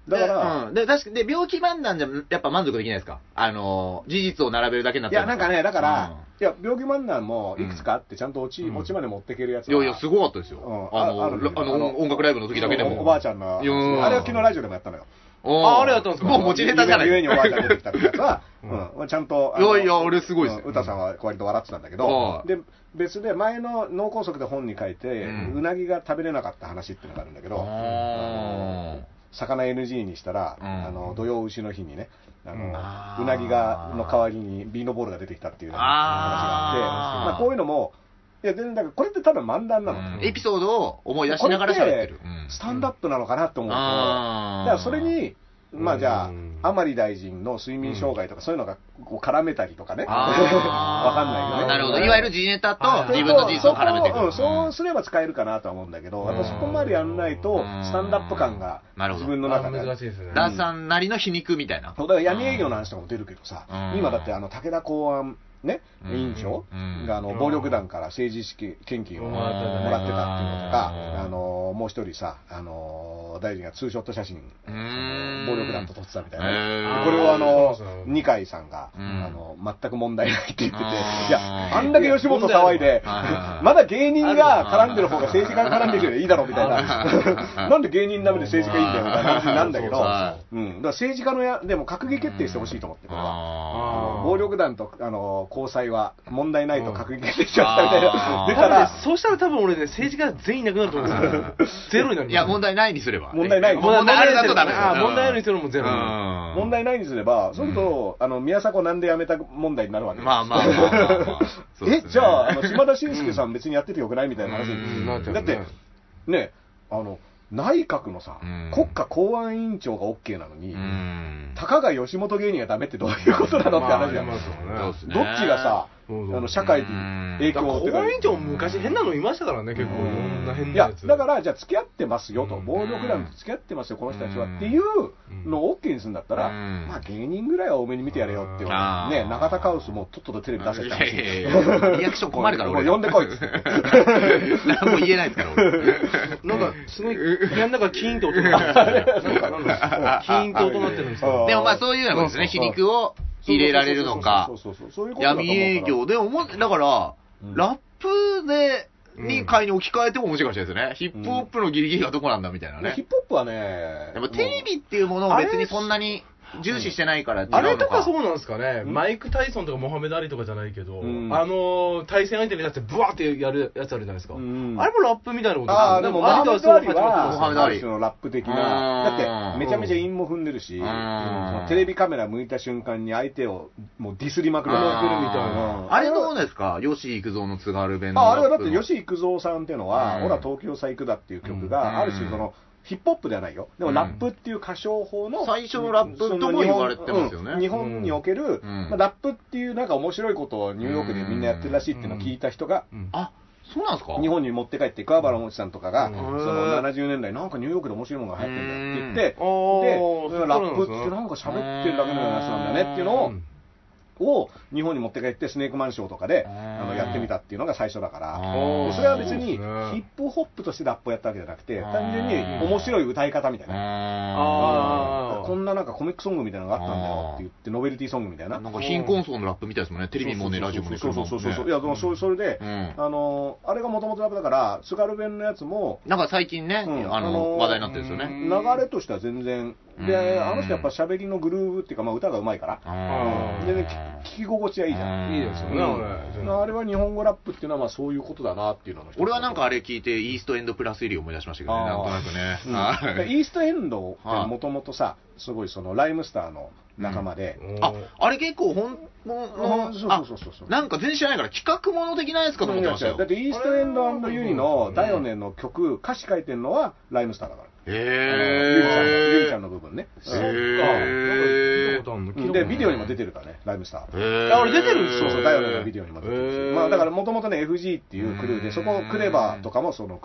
[SPEAKER 1] だから、
[SPEAKER 2] で、うん、で確かで病気判断じゃやっぱ満足できないですかあの、事実を並べるだけにな
[SPEAKER 1] い
[SPEAKER 2] って
[SPEAKER 1] や、なんかね、だから、いや、病気漫談もいくつかあって、ちゃんと落ち、
[SPEAKER 4] うん
[SPEAKER 1] 落ちまで持っていけるやつ
[SPEAKER 2] いやいや、す
[SPEAKER 1] ごい。
[SPEAKER 2] ごかったですよ。
[SPEAKER 1] うん
[SPEAKER 2] あ
[SPEAKER 1] あ
[SPEAKER 2] の
[SPEAKER 1] あるんだけど
[SPEAKER 2] あの
[SPEAKER 1] あの
[SPEAKER 2] 音楽ライブの時だけでも。
[SPEAKER 1] おばあちゃんの、あ
[SPEAKER 2] い
[SPEAKER 1] れ
[SPEAKER 2] やー
[SPEAKER 1] は昨日ラジオでもやったのよ。
[SPEAKER 4] ああれやったんですか
[SPEAKER 2] もう持ちネタじゃない。
[SPEAKER 1] ゆえにおばあちゃん出てきたってやつは、
[SPEAKER 4] う
[SPEAKER 1] うんん、まあちゃんと。あ
[SPEAKER 2] い
[SPEAKER 1] の
[SPEAKER 2] やいや、俺すごいですよ。
[SPEAKER 1] うん歌さんは割と笑ってたんだけ
[SPEAKER 2] は
[SPEAKER 1] ど、
[SPEAKER 2] い
[SPEAKER 1] で別で前の脳梗塞で本に書いて、
[SPEAKER 2] うん
[SPEAKER 1] うなぎが食べれなかった話っていうのがあるんだけど、
[SPEAKER 2] あ
[SPEAKER 1] 魚 NG にしたら、
[SPEAKER 2] うん
[SPEAKER 1] あの土曜牛の日にね、あの
[SPEAKER 4] うん
[SPEAKER 2] あー
[SPEAKER 1] うなぎがの代わりにビーノボールが出てきたっていう話が
[SPEAKER 2] あ
[SPEAKER 1] あって、
[SPEAKER 2] ー
[SPEAKER 1] まあ、こういうのも、いや、全然、だからこれって多分漫談なの、
[SPEAKER 2] うんエピソードを思い出しながら喋ってる
[SPEAKER 1] こ。スタンダップなのかなと思うと、
[SPEAKER 2] あー
[SPEAKER 1] だからそれに、まあじゃあ
[SPEAKER 4] うん、
[SPEAKER 1] 甘利大臣の睡眠障害とか、そういうのがこう絡めたりとかね、わ
[SPEAKER 2] あー
[SPEAKER 1] かんないよね。
[SPEAKER 2] なるほど。いわゆる時ネタ
[SPEAKER 4] あ
[SPEAKER 2] と
[SPEAKER 4] ー
[SPEAKER 2] 自分の事実を絡めて
[SPEAKER 1] そ
[SPEAKER 2] く
[SPEAKER 1] こ
[SPEAKER 2] る。
[SPEAKER 1] うんそうすれば使えるかなとは思うんだけど、やっぱそこまでやんないと、
[SPEAKER 2] うん
[SPEAKER 1] スタンダップ感が
[SPEAKER 2] なるほど
[SPEAKER 1] 自分の
[SPEAKER 4] あ
[SPEAKER 1] 中で。
[SPEAKER 4] 難しいですね。
[SPEAKER 2] ダンさんなりの皮肉みたいな。
[SPEAKER 1] そうだから闇営業の話とかも出るけどさ、
[SPEAKER 2] うん
[SPEAKER 1] 今だってあの武田公安ね、
[SPEAKER 2] うん
[SPEAKER 1] 委員長
[SPEAKER 2] うん
[SPEAKER 1] が、あの、暴力団から政治資金献金を
[SPEAKER 4] うん
[SPEAKER 1] もらってたっていうのと
[SPEAKER 2] うん
[SPEAKER 1] か、あの、もう一人さ、あの、大臣がツーショット写真、あ
[SPEAKER 2] うん
[SPEAKER 1] の暴力団と撮ってたみたいな。
[SPEAKER 2] へー
[SPEAKER 1] これをあの
[SPEAKER 3] そうそう、
[SPEAKER 1] 二階さんが、
[SPEAKER 2] うん
[SPEAKER 1] あの、全く問題ないって言ってて、い
[SPEAKER 2] あー
[SPEAKER 1] や、あんだけ吉本騒いで
[SPEAKER 2] 問題あるわはいはいは、い
[SPEAKER 1] まだ芸人が絡んでる方が政治家が絡んでるよりいいだろうみたい な、なんで芸人ダメで政治家いいんだよみたいな話になるんだけど
[SPEAKER 2] そうそう、
[SPEAKER 1] うん、だから政治家のや、でも閣議決定してほしいと思って、これは。
[SPEAKER 2] あ
[SPEAKER 4] あー
[SPEAKER 1] 暴力団とあの交際は問題ないと閣議決定しましたみたいな
[SPEAKER 2] あ、ー
[SPEAKER 1] 出
[SPEAKER 4] 多
[SPEAKER 1] た
[SPEAKER 4] 分ね
[SPEAKER 1] ら、
[SPEAKER 4] そうしたら多分俺ね、政治家全員いなくなると思うんですよ。ゼロになる。
[SPEAKER 2] ーいや、問題ないにすれば。
[SPEAKER 1] 問題ない
[SPEAKER 2] 問題あるだとダメ
[SPEAKER 4] あー問題あるにするのもゼロ
[SPEAKER 2] うん
[SPEAKER 1] 問題ないにすれば、そうすると、あの宮迫なんで辞めた問題になるわけです
[SPEAKER 2] まあまあまあ まあまあそうで
[SPEAKER 1] え
[SPEAKER 2] すね
[SPEAKER 1] じゃあ、あ の島田紳介さん、別にやっててよくないみたいな話
[SPEAKER 2] う
[SPEAKER 4] うん
[SPEAKER 2] ん
[SPEAKER 4] なちゃう
[SPEAKER 1] だって
[SPEAKER 4] ね
[SPEAKER 1] ねあの内閣のさ、
[SPEAKER 2] うん
[SPEAKER 1] 国家公安委員長が OK なのに、
[SPEAKER 2] うん
[SPEAKER 1] たかが吉本芸人がダメってどういうことなのって話じゃん、
[SPEAKER 3] まあまあ
[SPEAKER 2] そうですね
[SPEAKER 1] どっちがさ、
[SPEAKER 3] そうそう
[SPEAKER 1] あの社会に影
[SPEAKER 4] だ
[SPEAKER 1] 響
[SPEAKER 4] から
[SPEAKER 1] を
[SPEAKER 4] 公
[SPEAKER 1] ってか
[SPEAKER 4] 安委員長も昔変なのいましたからね、結構。いろ
[SPEAKER 1] うん
[SPEAKER 4] んな変
[SPEAKER 1] い
[SPEAKER 4] な
[SPEAKER 1] や
[SPEAKER 4] やつ。
[SPEAKER 1] だから、じゃあ、付き合ってますよと、
[SPEAKER 2] うん
[SPEAKER 1] 暴力団と付き合ってますよ、この人たちは
[SPEAKER 2] うん
[SPEAKER 1] っていうのを OK にするんだったら、
[SPEAKER 2] うん
[SPEAKER 1] まあ芸人ぐらいは多めに見てやれよって、ね、
[SPEAKER 2] あー
[SPEAKER 1] 中田カウスもとっととテレビ出せって話
[SPEAKER 2] いやいやいやリアクション困るから、
[SPEAKER 1] もう
[SPEAKER 2] 俺。
[SPEAKER 1] もう呼んでこいっつって。
[SPEAKER 2] 何も言えないですから、俺。
[SPEAKER 4] なんか、すごい、部屋の中キーンと音 が鳴ってるんですよ。なんだキーンと音鳴ってるんですよ。
[SPEAKER 1] あー
[SPEAKER 2] でもまあ、そういうようなことですね。皮肉を入れられるのか
[SPEAKER 1] そう。そうそうそうそうそうそうそういうことだと思う
[SPEAKER 2] 闇営業
[SPEAKER 1] か
[SPEAKER 2] で思って、だから、
[SPEAKER 1] うん
[SPEAKER 2] ラップで、に会に置き換えても面白いかもしれないですね。ヒップホップのギリギリがどこなんだみたいな
[SPEAKER 1] らヒ
[SPEAKER 2] ね。
[SPEAKER 1] ップホップはね、
[SPEAKER 2] でもテレビっていうものを別にそんなに重視してないから違うの
[SPEAKER 3] あれとかそう
[SPEAKER 2] う
[SPEAKER 3] なんですかね、
[SPEAKER 1] うん
[SPEAKER 3] マイク・タイソンとかモハメド・アリとかじゃないけど、
[SPEAKER 1] うん
[SPEAKER 3] あのー対戦相手にだって、ブワーってやるやつあるじゃないですか、
[SPEAKER 1] うん
[SPEAKER 3] あれもラップみたいなこと
[SPEAKER 1] ああ、でも、マハメドアリは、
[SPEAKER 2] モ
[SPEAKER 1] モ
[SPEAKER 2] ハ
[SPEAKER 1] ハ
[SPEAKER 2] メ
[SPEAKER 1] メ
[SPEAKER 2] ド
[SPEAKER 1] ド
[SPEAKER 2] ア
[SPEAKER 1] ア
[SPEAKER 2] リ
[SPEAKER 1] リのラップ的
[SPEAKER 2] うん
[SPEAKER 1] な、だって、めちゃめちゃ陰も踏んでるし、う
[SPEAKER 2] う
[SPEAKER 1] んんそのテレビカメラ向いた瞬間に相手をもうディスりまくる
[SPEAKER 3] ディスりまくるみたい
[SPEAKER 1] なうん
[SPEAKER 2] あれどうですか吉幾三の津軽弁の
[SPEAKER 1] ああれはだって、
[SPEAKER 2] ラップの
[SPEAKER 1] 吉幾三さんっていうの
[SPEAKER 2] う
[SPEAKER 1] は、
[SPEAKER 2] ん
[SPEAKER 1] ほら、東京サイクだっていう曲
[SPEAKER 2] うん
[SPEAKER 1] が、ある種、その、ヒップホップではないよ。で
[SPEAKER 2] う
[SPEAKER 1] も、
[SPEAKER 2] ん
[SPEAKER 1] ラップっていう歌唱法の、
[SPEAKER 2] 最初のラップとも言われてますよね
[SPEAKER 1] うん日本における、
[SPEAKER 2] うん
[SPEAKER 1] まあラップっていうなんか面白いことをニューヨークでみんなやってるらしいっていうのを聞いた人が、
[SPEAKER 3] うん
[SPEAKER 2] あ、そうなんですか
[SPEAKER 1] 日本に持って帰って、桑原もちさんとかが、
[SPEAKER 3] うん
[SPEAKER 1] その70年代、なんかニューヨークで面白いものが流行ってんだよって
[SPEAKER 4] あ
[SPEAKER 1] 言って、
[SPEAKER 4] ー
[SPEAKER 1] で、ラップってなんか喋ってるだけのようなやつなんだねっていうのを、を日本に持って帰ってスネークマンショーとかで
[SPEAKER 2] うん
[SPEAKER 1] あのやってみたっていうのが最初だから、
[SPEAKER 2] うん
[SPEAKER 1] でそれは別にヒ
[SPEAKER 3] うん
[SPEAKER 1] ップホップとしてラップをやったわけじゃなくて、
[SPEAKER 2] うん
[SPEAKER 1] 単純に面白い歌い方みたいな、
[SPEAKER 2] あ
[SPEAKER 4] あー
[SPEAKER 1] こんななんかコミックソングみたいなのがあったんだよって言って、ノベルティソングみたいな
[SPEAKER 2] なん。か貧困層のラップみたいですもんね。テレビもね、ラジオもね、
[SPEAKER 1] そうそうそうそう
[SPEAKER 2] 車
[SPEAKER 1] そう
[SPEAKER 2] も
[SPEAKER 1] い
[SPEAKER 2] ね
[SPEAKER 1] やでもそれそれで、
[SPEAKER 2] うん
[SPEAKER 1] あのあれがもともとラップだから津軽弁のやつも
[SPEAKER 2] なんか最近ね、
[SPEAKER 1] うん
[SPEAKER 2] あ
[SPEAKER 1] あ
[SPEAKER 2] の、
[SPEAKER 1] の
[SPEAKER 2] 話題になってるんですよね。
[SPEAKER 1] 流れとしては全然
[SPEAKER 2] う
[SPEAKER 1] で
[SPEAKER 2] ん
[SPEAKER 1] あの人やっぱ喋りのグルーヴっていうか、まあ、歌がうまいから
[SPEAKER 2] あー
[SPEAKER 1] 全然聞聞き心地がいいじゃん
[SPEAKER 3] いいですよね、
[SPEAKER 1] うん
[SPEAKER 3] 俺じゃあ
[SPEAKER 1] あれは日本語ラップっていうのはまあそういうことだなっていうのの一つ
[SPEAKER 2] 俺はなんかあれ聞いて、イーストエンドプラス入りを思い出しましたけどね、なんとなくね
[SPEAKER 1] うん
[SPEAKER 2] はい。
[SPEAKER 1] イーストエンドってもともとさ、すごいそのライムスターの仲間で、
[SPEAKER 2] あ、あれ結構本物の
[SPEAKER 1] あ、そう
[SPEAKER 2] あ
[SPEAKER 1] そうそうそう
[SPEAKER 2] なんか全然知らないから企画もの的なやつかと思ってましたよ
[SPEAKER 1] だ。ってイーストエンドユニのダヨネの曲、歌詞書いてるのはライムスターだから、ゆり
[SPEAKER 2] へ
[SPEAKER 1] ちゃん
[SPEAKER 2] ー。
[SPEAKER 1] の部分ね、
[SPEAKER 3] そっか、
[SPEAKER 2] へ
[SPEAKER 3] なんか聞いたことあんの聞いたことあ
[SPEAKER 1] で
[SPEAKER 3] る
[SPEAKER 1] ビデオにも出てるからね、ライムスター。
[SPEAKER 2] へ
[SPEAKER 4] あ俺出てるんです
[SPEAKER 1] そうそう、ダヨネのビデオにも出てるし、まあ、だからもともとね、FG っていうクルーで、そこ、クレバーとかもその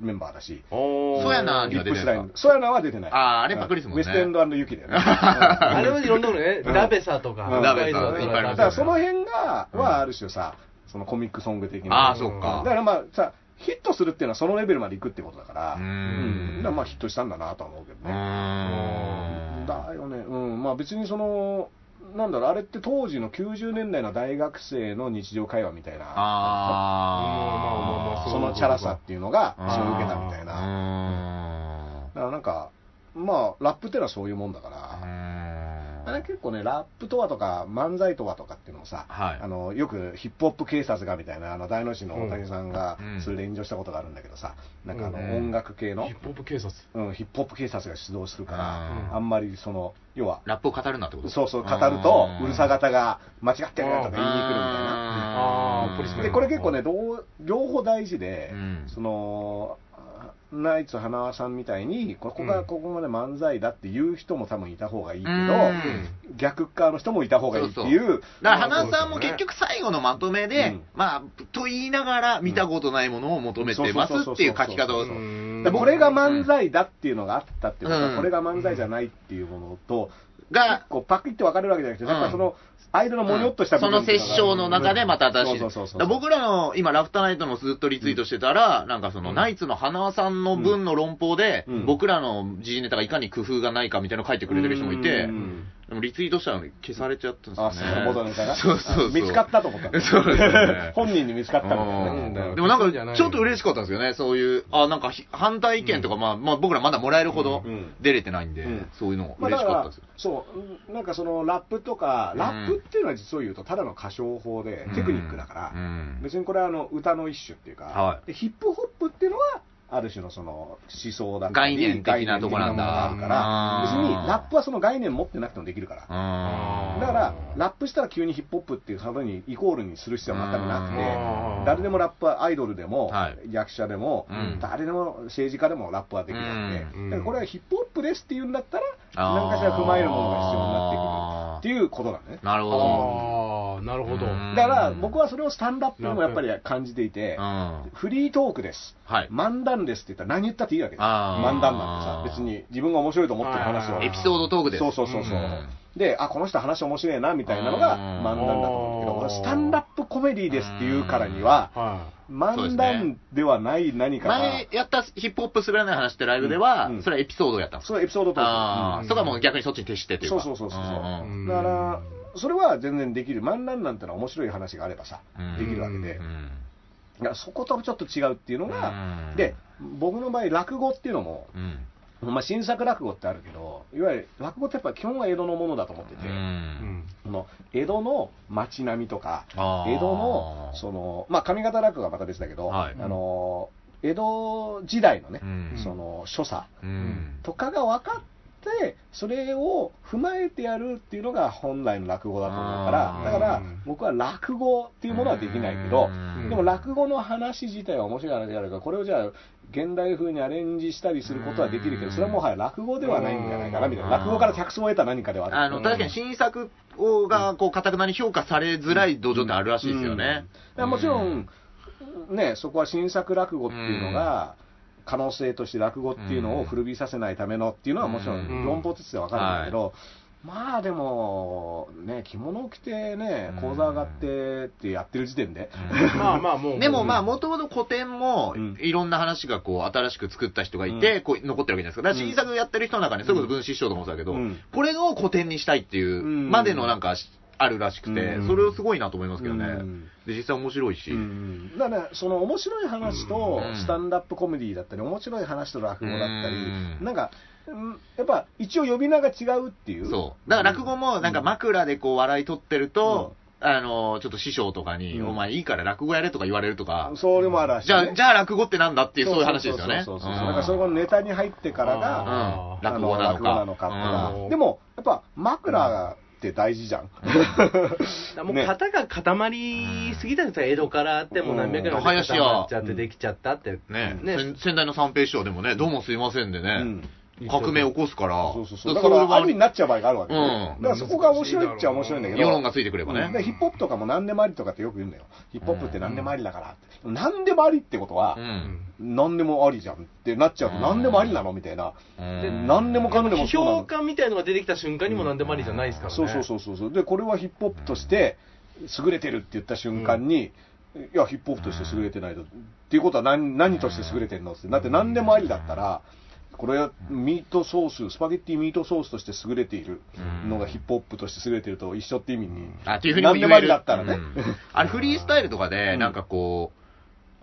[SPEAKER 1] メンバーだし、
[SPEAKER 2] ソヤナに
[SPEAKER 1] リ
[SPEAKER 2] は
[SPEAKER 1] ッ
[SPEAKER 2] 出
[SPEAKER 1] プ
[SPEAKER 2] て
[SPEAKER 1] ス
[SPEAKER 2] な
[SPEAKER 1] ラ
[SPEAKER 2] い
[SPEAKER 1] イ
[SPEAKER 2] ん
[SPEAKER 1] ム
[SPEAKER 2] で、すか
[SPEAKER 1] ソヤナは出てない、
[SPEAKER 2] あーあれパクリですもんね
[SPEAKER 1] ウエストエンド UK だよね。
[SPEAKER 4] あれはいろんなのね、ラベサとか、
[SPEAKER 1] うん
[SPEAKER 2] ラベサ
[SPEAKER 4] ガイドと
[SPEAKER 2] いっぱい
[SPEAKER 1] だ
[SPEAKER 2] ありま
[SPEAKER 1] から
[SPEAKER 2] す
[SPEAKER 1] そ
[SPEAKER 2] よね
[SPEAKER 1] の辺が、
[SPEAKER 2] うん
[SPEAKER 1] はある種さ、そのコミックソング的な。
[SPEAKER 2] ああ、そっ
[SPEAKER 1] だ
[SPEAKER 2] か。
[SPEAKER 1] からまあさ、ヒットするっていうのはそのレベルまでいくってことだから、
[SPEAKER 2] う
[SPEAKER 1] うんんだからまあヒットしたんだなとは思うけど
[SPEAKER 2] う
[SPEAKER 1] ね。
[SPEAKER 2] ーん
[SPEAKER 1] だよね、うん、まあ別にその、なんだろう、あれって当時の90年代の大学生の日常会話みたいな、
[SPEAKER 2] あー。
[SPEAKER 1] そのチャラさっていうのが、
[SPEAKER 2] うん
[SPEAKER 1] そを受けたみたいな。だ
[SPEAKER 2] な
[SPEAKER 1] からなんか、まあ、ラップってのはそういうもんだから、あれ結構ね、ラップとはとか、漫才とはとかっていうのをさ、
[SPEAKER 2] はい
[SPEAKER 1] あのよくヒップホップ警察がみたいな、あの大野市の大谷さんが
[SPEAKER 2] うん
[SPEAKER 1] それで炎上したことがあるんだけどさ、なんかあの
[SPEAKER 2] うん
[SPEAKER 1] 音楽系の
[SPEAKER 3] ヒッ、プホップ警察、
[SPEAKER 1] うん、ヒップホップ警察が出動するから、
[SPEAKER 2] うん
[SPEAKER 1] あんまりその、要は、
[SPEAKER 2] ラップを語るなってこと
[SPEAKER 1] そうそう、語ると、うるさ方が間違ってるなとか言いに来るみたいな。
[SPEAKER 2] な
[SPEAKER 3] あーポリスメン
[SPEAKER 1] でこれ結構ねどう両方大事で、
[SPEAKER 2] うん
[SPEAKER 1] そのあナイツ花輪さんみたいにここ
[SPEAKER 3] う
[SPEAKER 1] が
[SPEAKER 3] ん
[SPEAKER 1] ここまで漫才だって言う人も多分いた方がいいけど、
[SPEAKER 2] うん
[SPEAKER 1] 逆側の人もいた方がいいっていう
[SPEAKER 2] そうだから花さんも結局最後のまとめで、
[SPEAKER 1] うん
[SPEAKER 2] まあ、と言いながら見たことないものを求めてますっていう書き方を
[SPEAKER 1] そうう
[SPEAKER 3] ーん
[SPEAKER 1] だからこれが漫才だっていうのがあったっていうことは、
[SPEAKER 2] うん
[SPEAKER 1] これが漫才じゃないっていうものと
[SPEAKER 2] が、
[SPEAKER 1] こうパクって分かれるわけじゃなくて、
[SPEAKER 5] うん
[SPEAKER 1] やっぱりその間のもにょっとした部
[SPEAKER 2] そ
[SPEAKER 1] 分
[SPEAKER 2] の
[SPEAKER 1] っていうが
[SPEAKER 2] 折衝の中でまた新しい。
[SPEAKER 1] そうそうそうそう
[SPEAKER 2] だから僕らの今、ラフターナイトのずっとリツイートしてたら、なんかその、ナイツの花輪さんの分の論法で、
[SPEAKER 1] うん
[SPEAKER 2] 僕らの時事ネタがいかに工夫がないかみたいなの書いてくれてる人もいて、
[SPEAKER 1] うん
[SPEAKER 2] でもリツイートしたのに消されちゃったんですよ
[SPEAKER 1] あ、
[SPEAKER 2] ね。
[SPEAKER 1] そう、元ネタが。
[SPEAKER 2] そう そうそう
[SPEAKER 1] 見つかったと思ったの。
[SPEAKER 2] そうですね
[SPEAKER 1] 本人に見つかった
[SPEAKER 2] う
[SPEAKER 1] の
[SPEAKER 2] ん
[SPEAKER 1] ね。
[SPEAKER 2] でもなんか、ちょっと嬉しかったんですよね、そういう、あなんかひ反対意見とか、まあまあ、僕らまだもらえるほど
[SPEAKER 1] うんうん
[SPEAKER 2] 出れてないんで、
[SPEAKER 1] うん
[SPEAKER 2] そういうの
[SPEAKER 1] まあ
[SPEAKER 2] 嬉
[SPEAKER 1] だ
[SPEAKER 2] し
[SPEAKER 1] か
[SPEAKER 2] かっ
[SPEAKER 1] ら
[SPEAKER 2] たですよ。、
[SPEAKER 1] そう、なんかそのラップとか、
[SPEAKER 2] うん
[SPEAKER 1] ラップっていうのは実を言うと、ただの歌唱法で、テクニックだか
[SPEAKER 2] う
[SPEAKER 1] ら、
[SPEAKER 2] ん
[SPEAKER 1] 別にこれはあの歌の一種っていうか、
[SPEAKER 2] はい
[SPEAKER 1] でヒップホップっていうのは、ある種のその思想だったり、
[SPEAKER 2] 概念的なとこなん
[SPEAKER 1] 概念的なもの
[SPEAKER 2] だ
[SPEAKER 1] があるから、
[SPEAKER 2] うん
[SPEAKER 1] 別にラップはその概念持ってなくてもできるから。
[SPEAKER 2] うん
[SPEAKER 1] だから、ラップしたら急にヒップホップっていうためにイコールにする必要は全くなく
[SPEAKER 3] う
[SPEAKER 1] て、
[SPEAKER 3] ん
[SPEAKER 1] 誰でもラップはアイドルでも、
[SPEAKER 2] はい
[SPEAKER 1] 役者でも、
[SPEAKER 2] うん
[SPEAKER 1] 誰でも政治家でもラップはできるわけで、
[SPEAKER 3] うん
[SPEAKER 1] だからこれはヒップホップですっていうんだったら、
[SPEAKER 2] あー
[SPEAKER 1] 何かしら踏まえるものが必要になってくるっていうことなんだね。
[SPEAKER 2] なるほど。
[SPEAKER 3] ああ、なるほど。
[SPEAKER 2] うん
[SPEAKER 1] だから僕はそれをスタンダップでもやっぱり感じていて
[SPEAKER 2] う、ん
[SPEAKER 1] フリートークです、
[SPEAKER 2] はい。
[SPEAKER 1] 漫談ですって言ったら何言ったっていいわけです、
[SPEAKER 2] あー
[SPEAKER 1] 漫談なんてさ、別に自分が面白いと思ってる話を
[SPEAKER 3] あー
[SPEAKER 2] エピソードトークです。
[SPEAKER 1] そうそうそうそう、
[SPEAKER 2] うん
[SPEAKER 1] であこの人話面白いなみたいなのが
[SPEAKER 2] う
[SPEAKER 1] 漫談
[SPEAKER 2] ん
[SPEAKER 1] だと思うんだけど
[SPEAKER 3] うん
[SPEAKER 1] 俺スタンダップコメディですっていうからには
[SPEAKER 3] は
[SPEAKER 1] 漫談ではない何かが
[SPEAKER 2] 前やったヒップホップ滑らない話ってライブでは
[SPEAKER 1] うんうん、
[SPEAKER 2] それはエピソードをやったんです
[SPEAKER 1] そのエピソードと
[SPEAKER 2] あ
[SPEAKER 1] う
[SPEAKER 2] あ、
[SPEAKER 1] ん
[SPEAKER 2] そこはもう逆にそっちに徹してというか。
[SPEAKER 1] そうそうそうそうん
[SPEAKER 3] い。
[SPEAKER 2] ん
[SPEAKER 3] うん
[SPEAKER 1] だからそれは全然できる漫談なんてのは面白い話があればさ
[SPEAKER 2] うん
[SPEAKER 1] できるわけで
[SPEAKER 2] う、ん
[SPEAKER 1] だからそことちょっと違うっていうのが、
[SPEAKER 2] うん
[SPEAKER 1] で僕の場合落語っていうのも、
[SPEAKER 2] うん
[SPEAKER 1] まあ、新作落語ってあるけどいわゆる落語ってやっぱ基本は江戸のものだと思ってて、
[SPEAKER 2] ん
[SPEAKER 3] い。ん。
[SPEAKER 1] その江戸の街並みとか、
[SPEAKER 2] あー
[SPEAKER 1] 江戸のその、まあ、上方落語はまた別だけど、
[SPEAKER 2] はい
[SPEAKER 1] あの江戸時代のね
[SPEAKER 2] う、ん
[SPEAKER 1] その所作
[SPEAKER 2] うん
[SPEAKER 1] とかが分かって、それを踏まえてやるっていうのが本来の落語だと思うから
[SPEAKER 2] あ、
[SPEAKER 1] だ
[SPEAKER 3] ー
[SPEAKER 1] から僕は落語っていうものはできないけど、
[SPEAKER 2] うん
[SPEAKER 1] でも落語の話自体は面白い話であるから、これをじゃあ、現代風にアレンジしたりすることはできるけど、それはもはや落語ではないんじゃないかなみたいな、
[SPEAKER 2] うん
[SPEAKER 1] 落語から客層を得た何かではある
[SPEAKER 2] あの、確かに新作をが、こう、かたくなに評価されづらい土壌ってあるらしいですよね。
[SPEAKER 1] うんもちろん、ね、そこは新作落語っていうのが、可能性として落語っていうのを古びさせないためのっていうのは、もちろ
[SPEAKER 2] うん
[SPEAKER 3] ん
[SPEAKER 1] 論法としてわかるんだけど、まあでも、ね、着物を着てね
[SPEAKER 2] うん、
[SPEAKER 1] 講座上がってってやってる時点で、
[SPEAKER 3] まあまあ、もう。
[SPEAKER 2] でもまあ、もともと古典も
[SPEAKER 1] うん、
[SPEAKER 2] いろんな話がこう、新しく作った人がいて、こう、残ってるわけじゃないですか。だから新作やってる人の中に、それこそ分子師匠とかもそうだけど
[SPEAKER 1] うん、
[SPEAKER 2] これを古典にしたいっていう、
[SPEAKER 1] うん
[SPEAKER 2] までのなんか、あるらしくて
[SPEAKER 1] う、ん
[SPEAKER 2] それをすごいなと思いますけど
[SPEAKER 1] う
[SPEAKER 2] ね
[SPEAKER 1] ん。
[SPEAKER 2] で、実際面白いし。
[SPEAKER 1] うんだからね、その面白い話と
[SPEAKER 2] うん
[SPEAKER 1] スタンダップコメディだったり、面白い話と落語だったり、
[SPEAKER 2] うん
[SPEAKER 1] なんか、うんやっぱ一応呼び名が違うっていう。
[SPEAKER 2] そう。だから落語も、なんか枕でこう笑い取ってると、あの、ちょっと師匠とかに、
[SPEAKER 1] うん
[SPEAKER 2] お前いいから落語やれとか言われるとか、
[SPEAKER 1] それもあるし、
[SPEAKER 2] じゃあ、じゃあ落語ってなんだっていう、そういう話ですよね。
[SPEAKER 1] そうそうそう
[SPEAKER 2] う
[SPEAKER 1] そう。
[SPEAKER 2] ん
[SPEAKER 1] だからそれがネタに入ってから
[SPEAKER 2] う
[SPEAKER 1] が、
[SPEAKER 2] ん
[SPEAKER 3] あ
[SPEAKER 1] あ
[SPEAKER 2] 落語なの
[SPEAKER 1] 落
[SPEAKER 2] か。
[SPEAKER 1] とか
[SPEAKER 2] うん
[SPEAKER 1] でも、やっぱ枕って大事じゃん。
[SPEAKER 3] もう型が固まりすぎたんですよ、江戸からあって、もう何百年も固まっちゃって、できちゃったって。
[SPEAKER 2] ね
[SPEAKER 3] ね
[SPEAKER 2] 先先代の三平師匠でもね、どうもすいませんでね、
[SPEAKER 3] うん
[SPEAKER 2] 革命起こすから、
[SPEAKER 1] そうそうそう。
[SPEAKER 2] だ
[SPEAKER 1] だ
[SPEAKER 2] か
[SPEAKER 1] から
[SPEAKER 2] それ
[SPEAKER 1] ら、
[SPEAKER 2] は
[SPEAKER 1] ありになっちゃう場合があるわけ、
[SPEAKER 2] うん
[SPEAKER 1] だからそこが面白いっちゃ面白いんだけど。
[SPEAKER 2] 世論がついてくれば
[SPEAKER 1] うんで
[SPEAKER 2] ね。
[SPEAKER 1] ヒップホップとかも何でもありとかってよく言うんだよ。ヒップホップって何でもありだからって。何でもありってことは
[SPEAKER 2] う、。
[SPEAKER 3] うん
[SPEAKER 1] 何でもありじゃんってなっちゃうと、
[SPEAKER 2] うん
[SPEAKER 1] 何でもありなのみたいな。
[SPEAKER 2] うん
[SPEAKER 3] で
[SPEAKER 1] 何でもかんでもそうなの
[SPEAKER 3] 評。価みたいのが出てきた瞬間にも何でもありじゃないですからね。
[SPEAKER 1] そうそうそうそうそう。で、これはヒップホップとして優れてるって言った瞬間に、いや、ヒップホップとして優れてないと。っていうことは何何として優れてるのって。だって何でもありだったら、これはミートソース、スパゲッティミートソースとして優れているのがヒップホップとして優れてると一緒って意味に。
[SPEAKER 2] あ、っていうふうにも
[SPEAKER 1] 何
[SPEAKER 2] 言える。
[SPEAKER 1] でもありだったらね
[SPEAKER 2] うんあれ、フリースタイルとかで、なんかこう、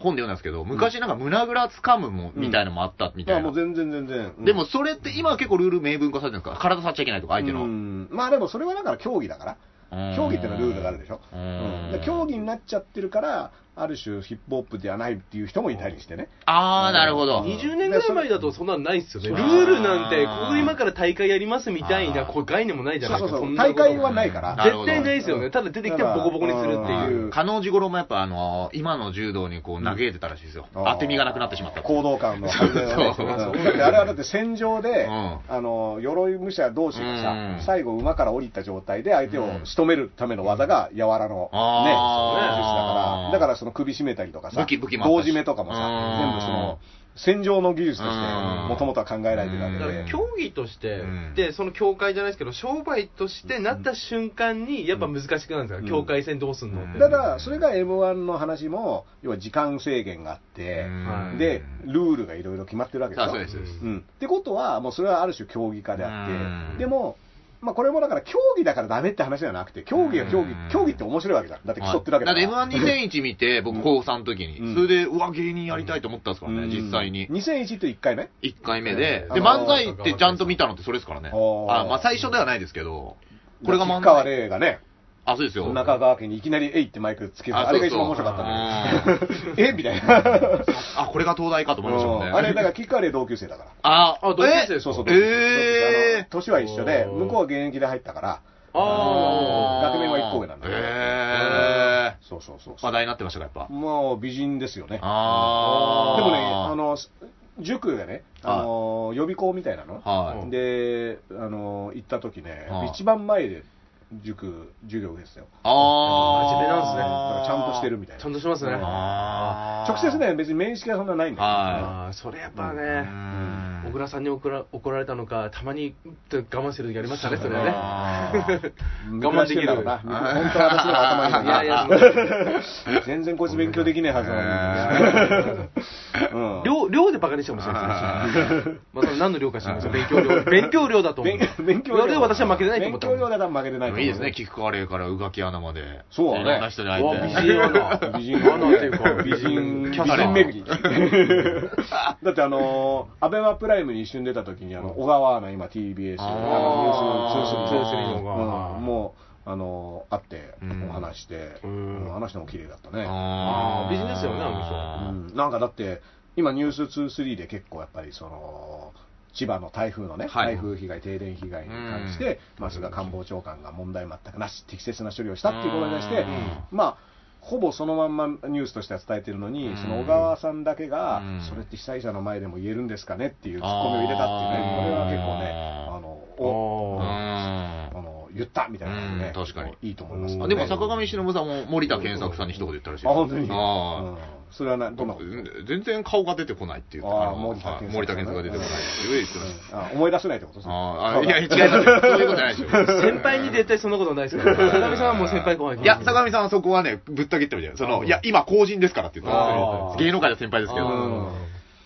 [SPEAKER 2] 本で読んだんですけど、昔なんか胸ぐらつかむも、みたいのもあったみ
[SPEAKER 1] い
[SPEAKER 2] た
[SPEAKER 1] や、
[SPEAKER 2] いな
[SPEAKER 1] もう。全然全然。うん
[SPEAKER 2] でもそれって今は結構ルール明文化されてるんですか体触っちゃいけないとか、相手
[SPEAKER 1] う
[SPEAKER 2] の。
[SPEAKER 1] んまあでもそれはだから競技だから、競技っていうのはルールがあるでしょ、うんで競技になっちゃってるから、ある種ヒップホップではないっていう人もいたりしてね、
[SPEAKER 2] ああ、なるほど。
[SPEAKER 3] 20年ぐらい前だとそんなのないっすよね。
[SPEAKER 1] そ
[SPEAKER 3] ル
[SPEAKER 1] う
[SPEAKER 3] ールなんて、ここ今から大会やりますみたいな
[SPEAKER 2] あー
[SPEAKER 3] こう概念もないじ
[SPEAKER 1] そ
[SPEAKER 3] ゃな
[SPEAKER 1] う
[SPEAKER 3] い
[SPEAKER 1] そう
[SPEAKER 3] ですか。
[SPEAKER 1] そ
[SPEAKER 3] そん
[SPEAKER 1] う、
[SPEAKER 3] な
[SPEAKER 1] 大
[SPEAKER 3] こと
[SPEAKER 1] 会はないから、
[SPEAKER 3] 絶対ないですよね。ただ出てきてボコボコにするっていう。
[SPEAKER 2] 加納治五郎もやっぱあの、今の柔道にこう投げ入れてたらしいですよ。
[SPEAKER 1] あー
[SPEAKER 2] 当て身がなくなってしまったって。
[SPEAKER 1] 行動感の、
[SPEAKER 2] そうそう
[SPEAKER 1] うんだってあれはだって戦場で、
[SPEAKER 2] うん
[SPEAKER 1] あの鎧武者同士がさ、
[SPEAKER 2] うん
[SPEAKER 1] 最後、馬から降りた状態で相手を仕留めるための技が柔らの、ね、
[SPEAKER 2] あー
[SPEAKER 1] そうね術だから、だからその首絞めたりとかさ、
[SPEAKER 2] 武器武器もあったし
[SPEAKER 1] 同締めとかもさ、
[SPEAKER 2] うん
[SPEAKER 1] 全部その戦場の技術として、
[SPEAKER 2] うん
[SPEAKER 1] もともとは考えられてるわけ
[SPEAKER 3] だか
[SPEAKER 1] で
[SPEAKER 3] ら。競技として、
[SPEAKER 2] うん
[SPEAKER 3] でその境界じゃないですけど商売としてなった瞬間にやっぱ難しくなるんですか、
[SPEAKER 1] うん
[SPEAKER 3] 境界線どうすんのって、
[SPEAKER 2] うん
[SPEAKER 1] ただ、それが M1 の話も、要は時間制限があって、
[SPEAKER 3] うん
[SPEAKER 1] で、ルールがいろいろ決まってるわけで
[SPEAKER 2] さ
[SPEAKER 1] し
[SPEAKER 2] あ、
[SPEAKER 1] ょ
[SPEAKER 2] そうです。そうです
[SPEAKER 1] うん、ってことは、もうそれはある種競技化であって、
[SPEAKER 2] うん
[SPEAKER 1] でも、まあ、これもだから競技だからダメって話じゃなくて、競技が競技、
[SPEAKER 2] うん
[SPEAKER 1] 競技って面白いわけだ。だって競ってるわけだから。
[SPEAKER 2] だって M12001 見て、僕、高3の時に、
[SPEAKER 1] うん
[SPEAKER 2] それで、うわ、芸人やりたいと思ったんですからね、
[SPEAKER 1] うん
[SPEAKER 2] 実際に。
[SPEAKER 1] 2001って1回目
[SPEAKER 2] 1回目で、
[SPEAKER 1] うん
[SPEAKER 2] で、
[SPEAKER 1] あ
[SPEAKER 2] 漫才ってちゃんと見たのってそれですからね。
[SPEAKER 1] あー
[SPEAKER 2] あまあ、最初ではないですけど、これが漫
[SPEAKER 1] 吉川
[SPEAKER 2] 才。
[SPEAKER 1] 玲がね、
[SPEAKER 2] あ、そうですよ。
[SPEAKER 1] 中川家にいきなり「えい」ってマイクつける
[SPEAKER 2] あ
[SPEAKER 1] あれが一番面白かったん
[SPEAKER 2] たね。
[SPEAKER 1] だ よ。えみたいな。
[SPEAKER 2] あ、これが東大かと思いましたもんね。
[SPEAKER 1] あれ、だから、吉川玲同級生だから。
[SPEAKER 2] あ、
[SPEAKER 3] あ同級生
[SPEAKER 2] え
[SPEAKER 3] です
[SPEAKER 1] そうそう。同級生あの
[SPEAKER 2] えー。
[SPEAKER 1] 年は一緒で、向こうは現役で入ったから、
[SPEAKER 3] あ
[SPEAKER 1] 学年は一個上なんだよ
[SPEAKER 2] ええ
[SPEAKER 1] そうそうそう
[SPEAKER 2] ー。話題になってましたか、やっぱ。
[SPEAKER 1] もう美人ですよね。
[SPEAKER 2] あ
[SPEAKER 1] で
[SPEAKER 2] ー
[SPEAKER 1] もね、あ、の、塾がね、あの、予備校みたいなの、
[SPEAKER 2] は
[SPEAKER 3] うん
[SPEAKER 2] い。
[SPEAKER 1] で、あの、行った時ね
[SPEAKER 2] はい、
[SPEAKER 1] 一番前で塾、授業ですよ。
[SPEAKER 2] あ
[SPEAKER 3] 真面目なん
[SPEAKER 1] だからちゃんとしてるみたい
[SPEAKER 3] ー
[SPEAKER 1] な。
[SPEAKER 3] ちゃんとしますね
[SPEAKER 2] あー
[SPEAKER 1] 直接ね、別に面識はそんなないんだけど
[SPEAKER 2] は
[SPEAKER 3] あーそれやっぱ
[SPEAKER 2] い。う
[SPEAKER 3] ね、
[SPEAKER 2] ん
[SPEAKER 3] 小倉さんに怒ら怒られたのかたまにうんって我慢してる時ありましたねそれね
[SPEAKER 2] あー
[SPEAKER 3] 我慢できる
[SPEAKER 1] だろうな。 本当は私の方が頭いい
[SPEAKER 3] いやいや
[SPEAKER 1] のにな。全然こいつ勉強できねえはずなのに。うん
[SPEAKER 3] 量量でバカにしてもしれないですね。まあ、それ何の量か知らないですよ。勉 強量。勉強量だと思う
[SPEAKER 1] 勉。勉強
[SPEAKER 3] それで私は負けてないと
[SPEAKER 1] 勉
[SPEAKER 3] 思った。
[SPEAKER 1] 強量だったら負けてないと思う
[SPEAKER 2] いい ですね、菊川玲から宇垣アナまで。
[SPEAKER 1] そうだね
[SPEAKER 2] いろんな人に会
[SPEAKER 3] うわ
[SPEAKER 2] え
[SPEAKER 3] 美
[SPEAKER 2] て。
[SPEAKER 3] 人やな。
[SPEAKER 1] 美人
[SPEAKER 3] アナっていうか、
[SPEAKER 1] 美人、美
[SPEAKER 3] キャサリ
[SPEAKER 1] 人
[SPEAKER 3] ン
[SPEAKER 1] 巡り。 だってあのー、アベマプライムに一瞬出た時に、あの、小川アナ、今 TBS、
[SPEAKER 2] あー
[SPEAKER 1] あの、ニュース、
[SPEAKER 3] ニュースリーの小川
[SPEAKER 1] うんもう、あのー、会って
[SPEAKER 2] うん、
[SPEAKER 1] お話して、
[SPEAKER 3] うん
[SPEAKER 1] うんあの人も綺麗だったね。
[SPEAKER 2] あ
[SPEAKER 3] あー美人ですよねあの人
[SPEAKER 1] う
[SPEAKER 2] あ
[SPEAKER 1] んなんかだって、今、ニュース23で結構やっぱりその、千葉の台風のね、
[SPEAKER 2] はい
[SPEAKER 1] 台風被害、停電被害に関して、まあ、菅官房長官が問題全くなし、適切な処理をしたっていうことに対して
[SPEAKER 2] うん、
[SPEAKER 1] まあ、ほぼそのまんまニュースとしては伝えてるの
[SPEAKER 2] う
[SPEAKER 1] に
[SPEAKER 2] ん、
[SPEAKER 1] その小川さんだけが
[SPEAKER 2] うん、
[SPEAKER 1] それって被災者の前でも言えるんですかねっていうツッコミを入れたっていうね、
[SPEAKER 2] あー
[SPEAKER 1] これは結構ね、あの、お
[SPEAKER 2] ー
[SPEAKER 1] あの言ったみたいなのね、
[SPEAKER 2] うん確かに
[SPEAKER 1] いいと思いますね。
[SPEAKER 2] あでも坂上忍さんも森田健作さんに一言言ったらしいです
[SPEAKER 1] あ、本当に。
[SPEAKER 2] あー
[SPEAKER 1] うんそれはな、どんなこと
[SPEAKER 2] うん全然顔が出てこないっていう
[SPEAKER 1] あー
[SPEAKER 2] の
[SPEAKER 1] 森田健作
[SPEAKER 2] はい森田健作が出てこないっていう言ってました
[SPEAKER 1] あ思い出せないってことですね
[SPEAKER 2] あーあいや違いますよそういうことじゃない ですよ
[SPEAKER 3] 先輩に絶対そんなことないですから。坂上さんはもう先輩後輩
[SPEAKER 2] いや、坂上さんはそこはね、ぶった切ってるじゃん。その、いや、今、後人ですからって言った
[SPEAKER 3] あー
[SPEAKER 2] 芸能界の先輩ですけ
[SPEAKER 3] う
[SPEAKER 2] ど
[SPEAKER 3] ん。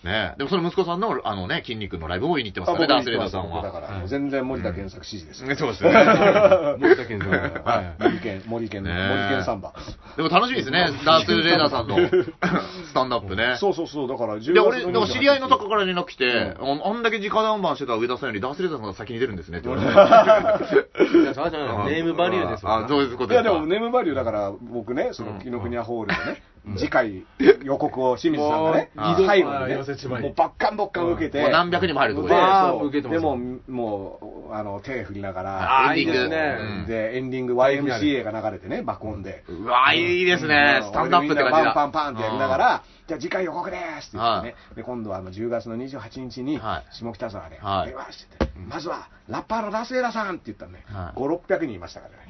[SPEAKER 2] ねでもその息子さんの、あのね、筋肉のライブも見に行ってます
[SPEAKER 1] あ
[SPEAKER 2] か
[SPEAKER 1] 僕
[SPEAKER 2] らね、ダー
[SPEAKER 1] に
[SPEAKER 2] ス
[SPEAKER 1] とって
[SPEAKER 2] レイダ
[SPEAKER 1] は
[SPEAKER 2] ーさん
[SPEAKER 1] 僕だ
[SPEAKER 2] は。
[SPEAKER 1] から、もう全然森田健作支持です。
[SPEAKER 2] ねそうですね。
[SPEAKER 3] 森田健さんは
[SPEAKER 1] 森健、森健、
[SPEAKER 2] ね
[SPEAKER 1] 森
[SPEAKER 2] え
[SPEAKER 1] 健サンバ。
[SPEAKER 2] でも楽しみですね、ダースレーダー さんのスタンドアップね。
[SPEAKER 1] そうそうそう、だから、
[SPEAKER 2] で、俺、なんか知り合いのと
[SPEAKER 1] こ
[SPEAKER 2] こから連絡来て、
[SPEAKER 1] う
[SPEAKER 2] ああんだけ直談判してた上田さんよりダースレーダーさんが先に出るんですねって言われて。
[SPEAKER 3] いやそうじゃないネームバリューです
[SPEAKER 2] あ、そういうこと
[SPEAKER 1] い
[SPEAKER 2] です
[SPEAKER 1] や
[SPEAKER 2] か
[SPEAKER 1] でも、ネームバリューだから、僕ね、その、紀ノ国屋ホールでね、次回予告を清水さんがね、
[SPEAKER 2] もう
[SPEAKER 1] 最後に
[SPEAKER 3] 二度寄せ
[SPEAKER 1] ね、
[SPEAKER 3] 縛り
[SPEAKER 1] もうばっかんばっかん受けて、
[SPEAKER 2] もう何百人も入るとこ
[SPEAKER 1] で
[SPEAKER 2] で。
[SPEAKER 3] わー
[SPEAKER 1] そう
[SPEAKER 3] 受けてま
[SPEAKER 1] ですも、もう、あの、手振りなが
[SPEAKER 2] あ
[SPEAKER 1] ら、
[SPEAKER 2] ーエンディング
[SPEAKER 1] ね
[SPEAKER 2] うん
[SPEAKER 1] で、エンディング YMCA が流れてね、爆音で。
[SPEAKER 2] うわ、いいですね、スタンドアップって感じ
[SPEAKER 1] パ
[SPEAKER 2] だ。
[SPEAKER 1] ンパンパンってやりながら、じゃあ次回予告ですって言ってね
[SPEAKER 2] は。
[SPEAKER 1] で、今度はあの10月の28日に
[SPEAKER 2] はい、
[SPEAKER 1] 下北沢で、
[SPEAKER 2] はい
[SPEAKER 1] 出ますって言ってまずは、ラッパーのラスエラさんって言ったらね、
[SPEAKER 2] はい
[SPEAKER 1] 5、600人いましたから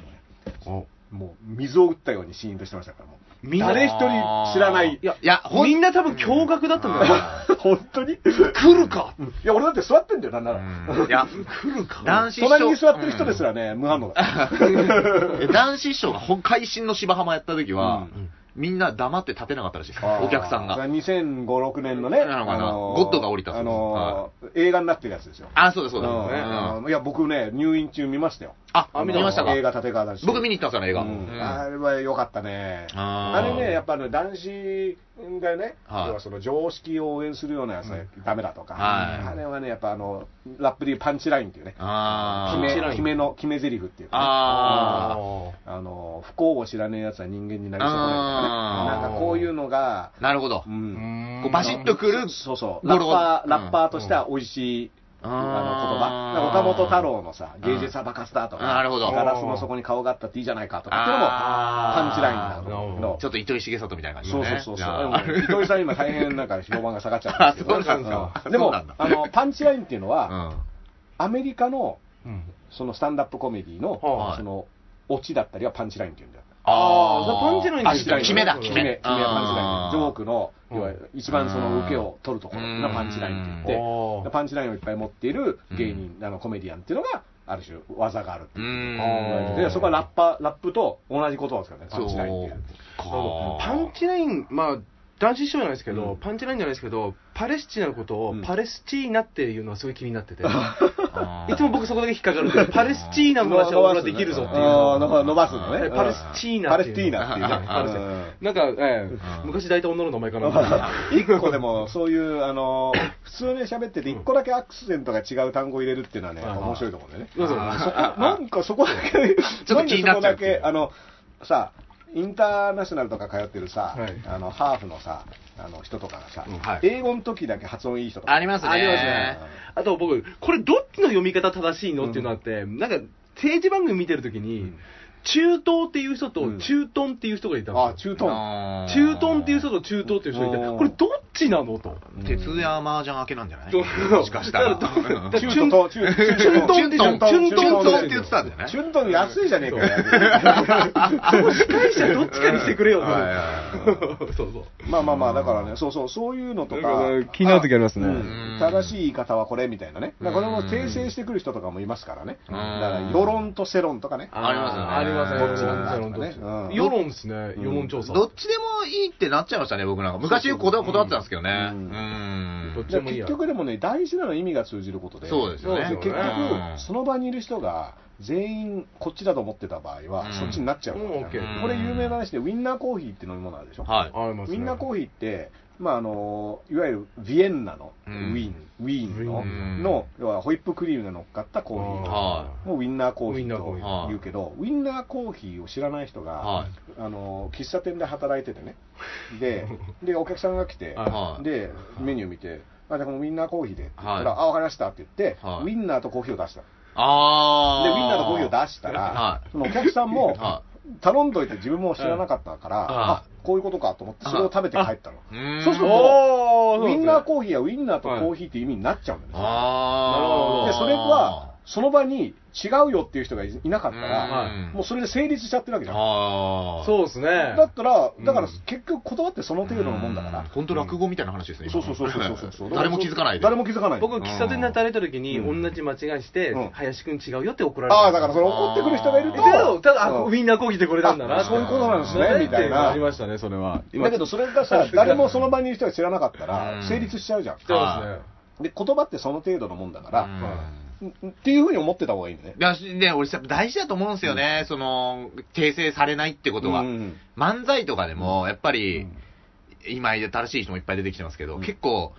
[SPEAKER 1] ね。
[SPEAKER 2] お
[SPEAKER 1] もう、水を打ったようにシーンとしてましたから、もう。
[SPEAKER 3] みんな
[SPEAKER 1] 誰一人知らない。
[SPEAKER 3] いや、
[SPEAKER 2] いや、ほん
[SPEAKER 3] みんな多分驚愕だったんだよ。
[SPEAKER 1] 本当に来るかいや、俺だって座ってんだよ、なんなら。
[SPEAKER 2] いや、来るか。男子師匠
[SPEAKER 1] 隣に座ってる人ですらね、無反応だった。
[SPEAKER 2] うん え男子師匠が本会心の芝浜やった時は、みんな黙って立てなかったらしいです。 お客さんが。
[SPEAKER 1] 2005、6年のね、
[SPEAKER 2] なのかな
[SPEAKER 1] あのー
[SPEAKER 2] ゴッドが降りた
[SPEAKER 1] あのー映画になってるやつですよ。
[SPEAKER 2] あ、そうです、そうです。
[SPEAKER 1] ん
[SPEAKER 2] うん
[SPEAKER 1] あのいや、僕ね、入院中見ましたよ。
[SPEAKER 2] あ、
[SPEAKER 1] あの
[SPEAKER 2] 見ましたか
[SPEAKER 1] 映画立川談志。
[SPEAKER 2] 僕見に行ったんですよ
[SPEAKER 1] う
[SPEAKER 2] ね、
[SPEAKER 1] ん
[SPEAKER 2] 映画。
[SPEAKER 1] あれは良かったね。
[SPEAKER 2] あ
[SPEAKER 1] あ
[SPEAKER 2] ー
[SPEAKER 1] れね、やっぱね、男子がね、
[SPEAKER 2] はい
[SPEAKER 1] 要はその常識を応援するようなやつはダメだとか、
[SPEAKER 2] はい
[SPEAKER 1] あれはね、やっぱあの、ラップでいうパンチラインっていうね、
[SPEAKER 2] あ
[SPEAKER 1] 決
[SPEAKER 2] ー
[SPEAKER 1] め
[SPEAKER 3] チライン
[SPEAKER 1] 決めの、決め台詞っていうかね、
[SPEAKER 2] あ
[SPEAKER 1] あの、不幸を知らねえやつは人間になり損ないとかね
[SPEAKER 2] あー、
[SPEAKER 1] なんかこういうのが、
[SPEAKER 2] ーなるほど
[SPEAKER 1] う。ん、
[SPEAKER 2] こうバシッとくる。
[SPEAKER 1] そうそう、
[SPEAKER 2] ゴ
[SPEAKER 1] ラ
[SPEAKER 2] ロ
[SPEAKER 1] ッ
[SPEAKER 2] ゴロ
[SPEAKER 1] パー、
[SPEAKER 2] うん
[SPEAKER 1] ラッパーとしては美味しい。あの言葉。岡本太郎のさ、芸術は爆発だとか、
[SPEAKER 2] なるほど
[SPEAKER 1] ガラスの底に顔があったっていいじゃないかとかっていうのも、パンチラインなんだけど
[SPEAKER 2] ちょっと糸井重里みたいな感じ
[SPEAKER 1] そ
[SPEAKER 2] の
[SPEAKER 1] う
[SPEAKER 2] ね。
[SPEAKER 1] そうそう
[SPEAKER 2] じ
[SPEAKER 1] そう。
[SPEAKER 2] ゃ
[SPEAKER 1] で
[SPEAKER 2] あ
[SPEAKER 1] も糸 井さん今大変なんか評判が下がっちゃったんですけど。
[SPEAKER 2] あそうなんですか
[SPEAKER 1] うんで
[SPEAKER 2] そう
[SPEAKER 1] も
[SPEAKER 2] なんだ、
[SPEAKER 1] あの、パンチラインっていうのは、
[SPEAKER 2] うん
[SPEAKER 1] アメリカの、
[SPEAKER 3] うん
[SPEAKER 1] そのスタンダップコメディの
[SPEAKER 3] は、
[SPEAKER 2] い
[SPEAKER 1] その、オチだったりはパンチラインって言うんだよ。
[SPEAKER 3] あパンチライン
[SPEAKER 2] あ
[SPEAKER 3] って言う
[SPEAKER 2] 決めだ、
[SPEAKER 1] 決め、決
[SPEAKER 2] 決め
[SPEAKER 1] め。パンチライン。ジョークの、
[SPEAKER 3] うん
[SPEAKER 1] 要は一番その受けを取るところがパンチラインって言っ
[SPEAKER 3] う
[SPEAKER 1] て、
[SPEAKER 3] ん
[SPEAKER 1] パンチラインをいっぱい持っている芸人、あのコメディアンっていうのが、ある種技があるって
[SPEAKER 2] う
[SPEAKER 1] いう。
[SPEAKER 2] ん。
[SPEAKER 3] あー
[SPEAKER 1] で、そこはラッパ、ラップと同じ言葉を使うね、パンチラインっていう。
[SPEAKER 2] そう
[SPEAKER 3] パンチライン、まあ、男子師匠じゃないですけど、
[SPEAKER 1] うん
[SPEAKER 3] パンチラインじゃないですけど、パレスチナのことを
[SPEAKER 1] うん
[SPEAKER 3] パレスチーナっていうのはすごい気になってて、
[SPEAKER 2] あー
[SPEAKER 3] いつも僕そこだけ引っかかるんで、パレスチーナの話は俺はできるぞっていう。
[SPEAKER 1] あーなんか伸ばすのね。
[SPEAKER 3] えパレスチーナ
[SPEAKER 1] パ
[SPEAKER 3] っ
[SPEAKER 1] レ
[SPEAKER 3] てい
[SPEAKER 1] ス
[SPEAKER 3] う
[SPEAKER 1] ティーナっていうね。
[SPEAKER 3] パレスティーなんか、ええ
[SPEAKER 2] うん
[SPEAKER 3] 昔大体女の名前かなと思って。
[SPEAKER 1] 一個でも、そういう、あの、普通ね、喋ってて、一個だけアクセントが違う単語を入れるっていうのはね、
[SPEAKER 3] はいはい
[SPEAKER 1] 面白いと思うんだよね。
[SPEAKER 3] どうぞ
[SPEAKER 1] なんかそこだけ、
[SPEAKER 2] ちょっと気になっちゃ
[SPEAKER 1] な
[SPEAKER 2] う
[SPEAKER 1] んでそこだけ、あの、さ、インターナショナルとか通ってるさ、
[SPEAKER 3] はい
[SPEAKER 1] あの、ハーフのさ、あの人とかがさ、
[SPEAKER 2] うんはい
[SPEAKER 1] 英語の時だけ発音いい人とか。
[SPEAKER 2] ありますね。
[SPEAKER 3] ありますねあと僕、これどっちの読み方正しいのっていうのあって、なんか政治番組見てるときに、
[SPEAKER 1] うん
[SPEAKER 3] 中東っていう人と
[SPEAKER 1] うん
[SPEAKER 3] 中東っていう人がいたん
[SPEAKER 1] あ、
[SPEAKER 3] ですよ、
[SPEAKER 1] 中東。
[SPEAKER 2] あー
[SPEAKER 3] 中東っていう人と中東っていう人がいて、
[SPEAKER 1] うん
[SPEAKER 3] これどっちなのと。
[SPEAKER 2] 徹夜麻雀明けなんじゃない
[SPEAKER 3] そう
[SPEAKER 2] もしかした ら。
[SPEAKER 3] だから
[SPEAKER 2] うん
[SPEAKER 3] だ
[SPEAKER 1] 中東、中東、中
[SPEAKER 3] 中東って言ってた
[SPEAKER 1] 中東
[SPEAKER 3] 中東
[SPEAKER 2] って言ってたんじゃない
[SPEAKER 1] 中東安いじゃねえかよ。
[SPEAKER 3] その司会者どっちかにしてくれよと
[SPEAKER 2] はいはいは
[SPEAKER 3] そうそう。
[SPEAKER 1] まあまあまあ、だからね、そうそう、そういうのと
[SPEAKER 4] な
[SPEAKER 1] か
[SPEAKER 4] んか、気になる時ありますね
[SPEAKER 1] あう
[SPEAKER 2] うん
[SPEAKER 1] ん正しい言い方はこれみたいなね、だからこれも訂正してくる人とかもいますからね、だ
[SPEAKER 2] うん
[SPEAKER 1] から、世論と世論とかね、
[SPEAKER 2] ありますよね
[SPEAKER 3] ありますね。
[SPEAKER 2] どっちなんだ
[SPEAKER 1] ろうとかね
[SPEAKER 3] 世論ですね、世論調査。
[SPEAKER 2] どっちでもいいってなっちゃいましたね、僕なんか。昔よく断ってたんですけどね。
[SPEAKER 1] う
[SPEAKER 2] うん
[SPEAKER 3] どっ
[SPEAKER 2] ん。
[SPEAKER 3] ち
[SPEAKER 1] じ
[SPEAKER 3] で
[SPEAKER 1] ゃあ
[SPEAKER 3] もいい
[SPEAKER 1] 結
[SPEAKER 3] や。
[SPEAKER 1] 局でもね、大事なのは意味が通じることで、
[SPEAKER 2] そうですよね。
[SPEAKER 1] 結局
[SPEAKER 2] うん、
[SPEAKER 1] その場にいる人が全員こっちだと思ってた場合は
[SPEAKER 2] うん、
[SPEAKER 1] そっちになっちゃうから
[SPEAKER 3] うんオッケー
[SPEAKER 1] これ、有名な話で、ウィンナーコーヒーって飲み物あるでしょ。
[SPEAKER 2] はい。
[SPEAKER 3] ありますね
[SPEAKER 1] ウィンナーコーヒーって、まああのいわゆるビエンナの、
[SPEAKER 2] うん
[SPEAKER 1] ウィーン、ウィーンの
[SPEAKER 3] ウィ
[SPEAKER 2] ーン
[SPEAKER 1] の要はホイップクリームが乗っかったコーヒー
[SPEAKER 2] は
[SPEAKER 1] もうウィンナーコーヒー
[SPEAKER 3] ウィンナーコーヒ
[SPEAKER 1] と
[SPEAKER 2] ー
[SPEAKER 1] 言うけど、ウィンナーコーヒーを知らない人が、
[SPEAKER 2] はい
[SPEAKER 1] あの喫茶店で働いててね、で、でお客さんが来て、
[SPEAKER 2] はい
[SPEAKER 1] でメニュー見て、あじゃあこのウィンナーコーヒーでって言ったら、
[SPEAKER 2] はい
[SPEAKER 1] あ、わかりましたって言って、
[SPEAKER 2] はい
[SPEAKER 1] ウィンナーとコーヒーを出した。で、ウ
[SPEAKER 2] あー。
[SPEAKER 1] ィンナーとコーヒーを出したら、
[SPEAKER 2] はい
[SPEAKER 1] そのお客さんも
[SPEAKER 2] は
[SPEAKER 1] 頼んどいて自分も知らなかったから、
[SPEAKER 2] い
[SPEAKER 1] あこういうことかと思って、それを食べて帰ったの。
[SPEAKER 2] うーん
[SPEAKER 1] そうする
[SPEAKER 3] お
[SPEAKER 1] と、ウィンナーコーヒーはウィンナーとコーヒーって意味になっちゃうんですよ。
[SPEAKER 2] あー。
[SPEAKER 1] でそれはその場に違うよっていう人がいいなかったら、
[SPEAKER 2] うん
[SPEAKER 1] もうそれで成立しちゃってるわけじゃん。
[SPEAKER 2] あー。
[SPEAKER 3] そうですね。
[SPEAKER 1] だったら、だから
[SPEAKER 3] うん
[SPEAKER 1] 結局断ってその程度のもんだから。
[SPEAKER 2] 本当落語みたいな話ですね。
[SPEAKER 1] そうそうそうそうそうそう。
[SPEAKER 2] 誰も気づかないで。
[SPEAKER 1] 誰も気づかない。
[SPEAKER 3] 僕、喫茶店で働いた時に、
[SPEAKER 1] うん
[SPEAKER 3] 同じ間違いして、
[SPEAKER 1] うん
[SPEAKER 3] 林くん違うよって怒られた。
[SPEAKER 1] ああ、だからその怒ってくる人がいると。
[SPEAKER 3] だけど、ただ、あ、
[SPEAKER 1] うん
[SPEAKER 3] ウィンナーコーヒーでこれなんだなって。
[SPEAKER 1] あそういうことなんですねみたいな
[SPEAKER 4] ありましたね、それは。
[SPEAKER 1] だけどそれがさ、 誰もその場にいる人が知らなかったら
[SPEAKER 2] う、ん
[SPEAKER 1] 成立しちゃうじゃん。
[SPEAKER 3] そうですね。
[SPEAKER 1] で、言葉ってその程度のもんだか
[SPEAKER 2] う
[SPEAKER 1] ら、
[SPEAKER 2] ん
[SPEAKER 1] うんっていうふうに思ってた方がいいんだね。
[SPEAKER 2] だしね、俺さ、大事だと思うんですよね、その、訂正されないってことは。
[SPEAKER 1] うん
[SPEAKER 2] 漫才とかでも、やっぱり、今、正しい人もいっぱい出てきてますけど、
[SPEAKER 1] うん
[SPEAKER 2] 結構、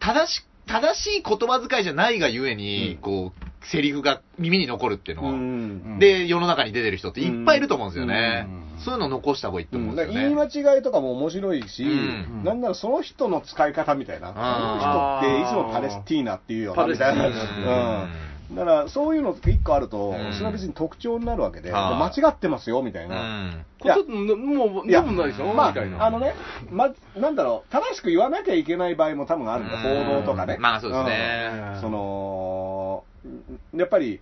[SPEAKER 2] 正し、正しい言葉遣いじゃないがゆえに、
[SPEAKER 1] うん
[SPEAKER 2] こう、セリフが耳に残るっていうの
[SPEAKER 1] う
[SPEAKER 2] は、
[SPEAKER 1] ん
[SPEAKER 2] で、世の中に出てる人っていっぱいいると思うんですよね。
[SPEAKER 4] うん
[SPEAKER 2] そういうの残した方がいいと思うん
[SPEAKER 1] だ
[SPEAKER 2] で
[SPEAKER 1] か
[SPEAKER 2] す
[SPEAKER 1] ら
[SPEAKER 2] よね。
[SPEAKER 1] 言い間違いとかも面白いし、
[SPEAKER 2] うん
[SPEAKER 1] なんならその人の使い方みたいな、
[SPEAKER 2] あ
[SPEAKER 3] ー
[SPEAKER 1] その人っていつもパレスティーナっていうよなみたい
[SPEAKER 3] パ
[SPEAKER 1] な、
[SPEAKER 3] レスティ
[SPEAKER 1] うん、だからそういうのって1個あると、
[SPEAKER 2] うん
[SPEAKER 1] それは別に特徴になるわけで、間
[SPEAKER 2] あー
[SPEAKER 1] 違ってますよみたい
[SPEAKER 2] うん
[SPEAKER 1] な。い
[SPEAKER 3] こ
[SPEAKER 1] や
[SPEAKER 3] と、もう、
[SPEAKER 1] いや
[SPEAKER 3] でもないでしょ
[SPEAKER 1] ま
[SPEAKER 3] みたい
[SPEAKER 1] あ、あ
[SPEAKER 3] な。
[SPEAKER 1] のね、ま、なんだろう、正しく言わなきゃいけない場合も多分あるんだ、報道とかね。
[SPEAKER 2] まあそうです
[SPEAKER 1] うん
[SPEAKER 2] ね。
[SPEAKER 1] そのやっぱり、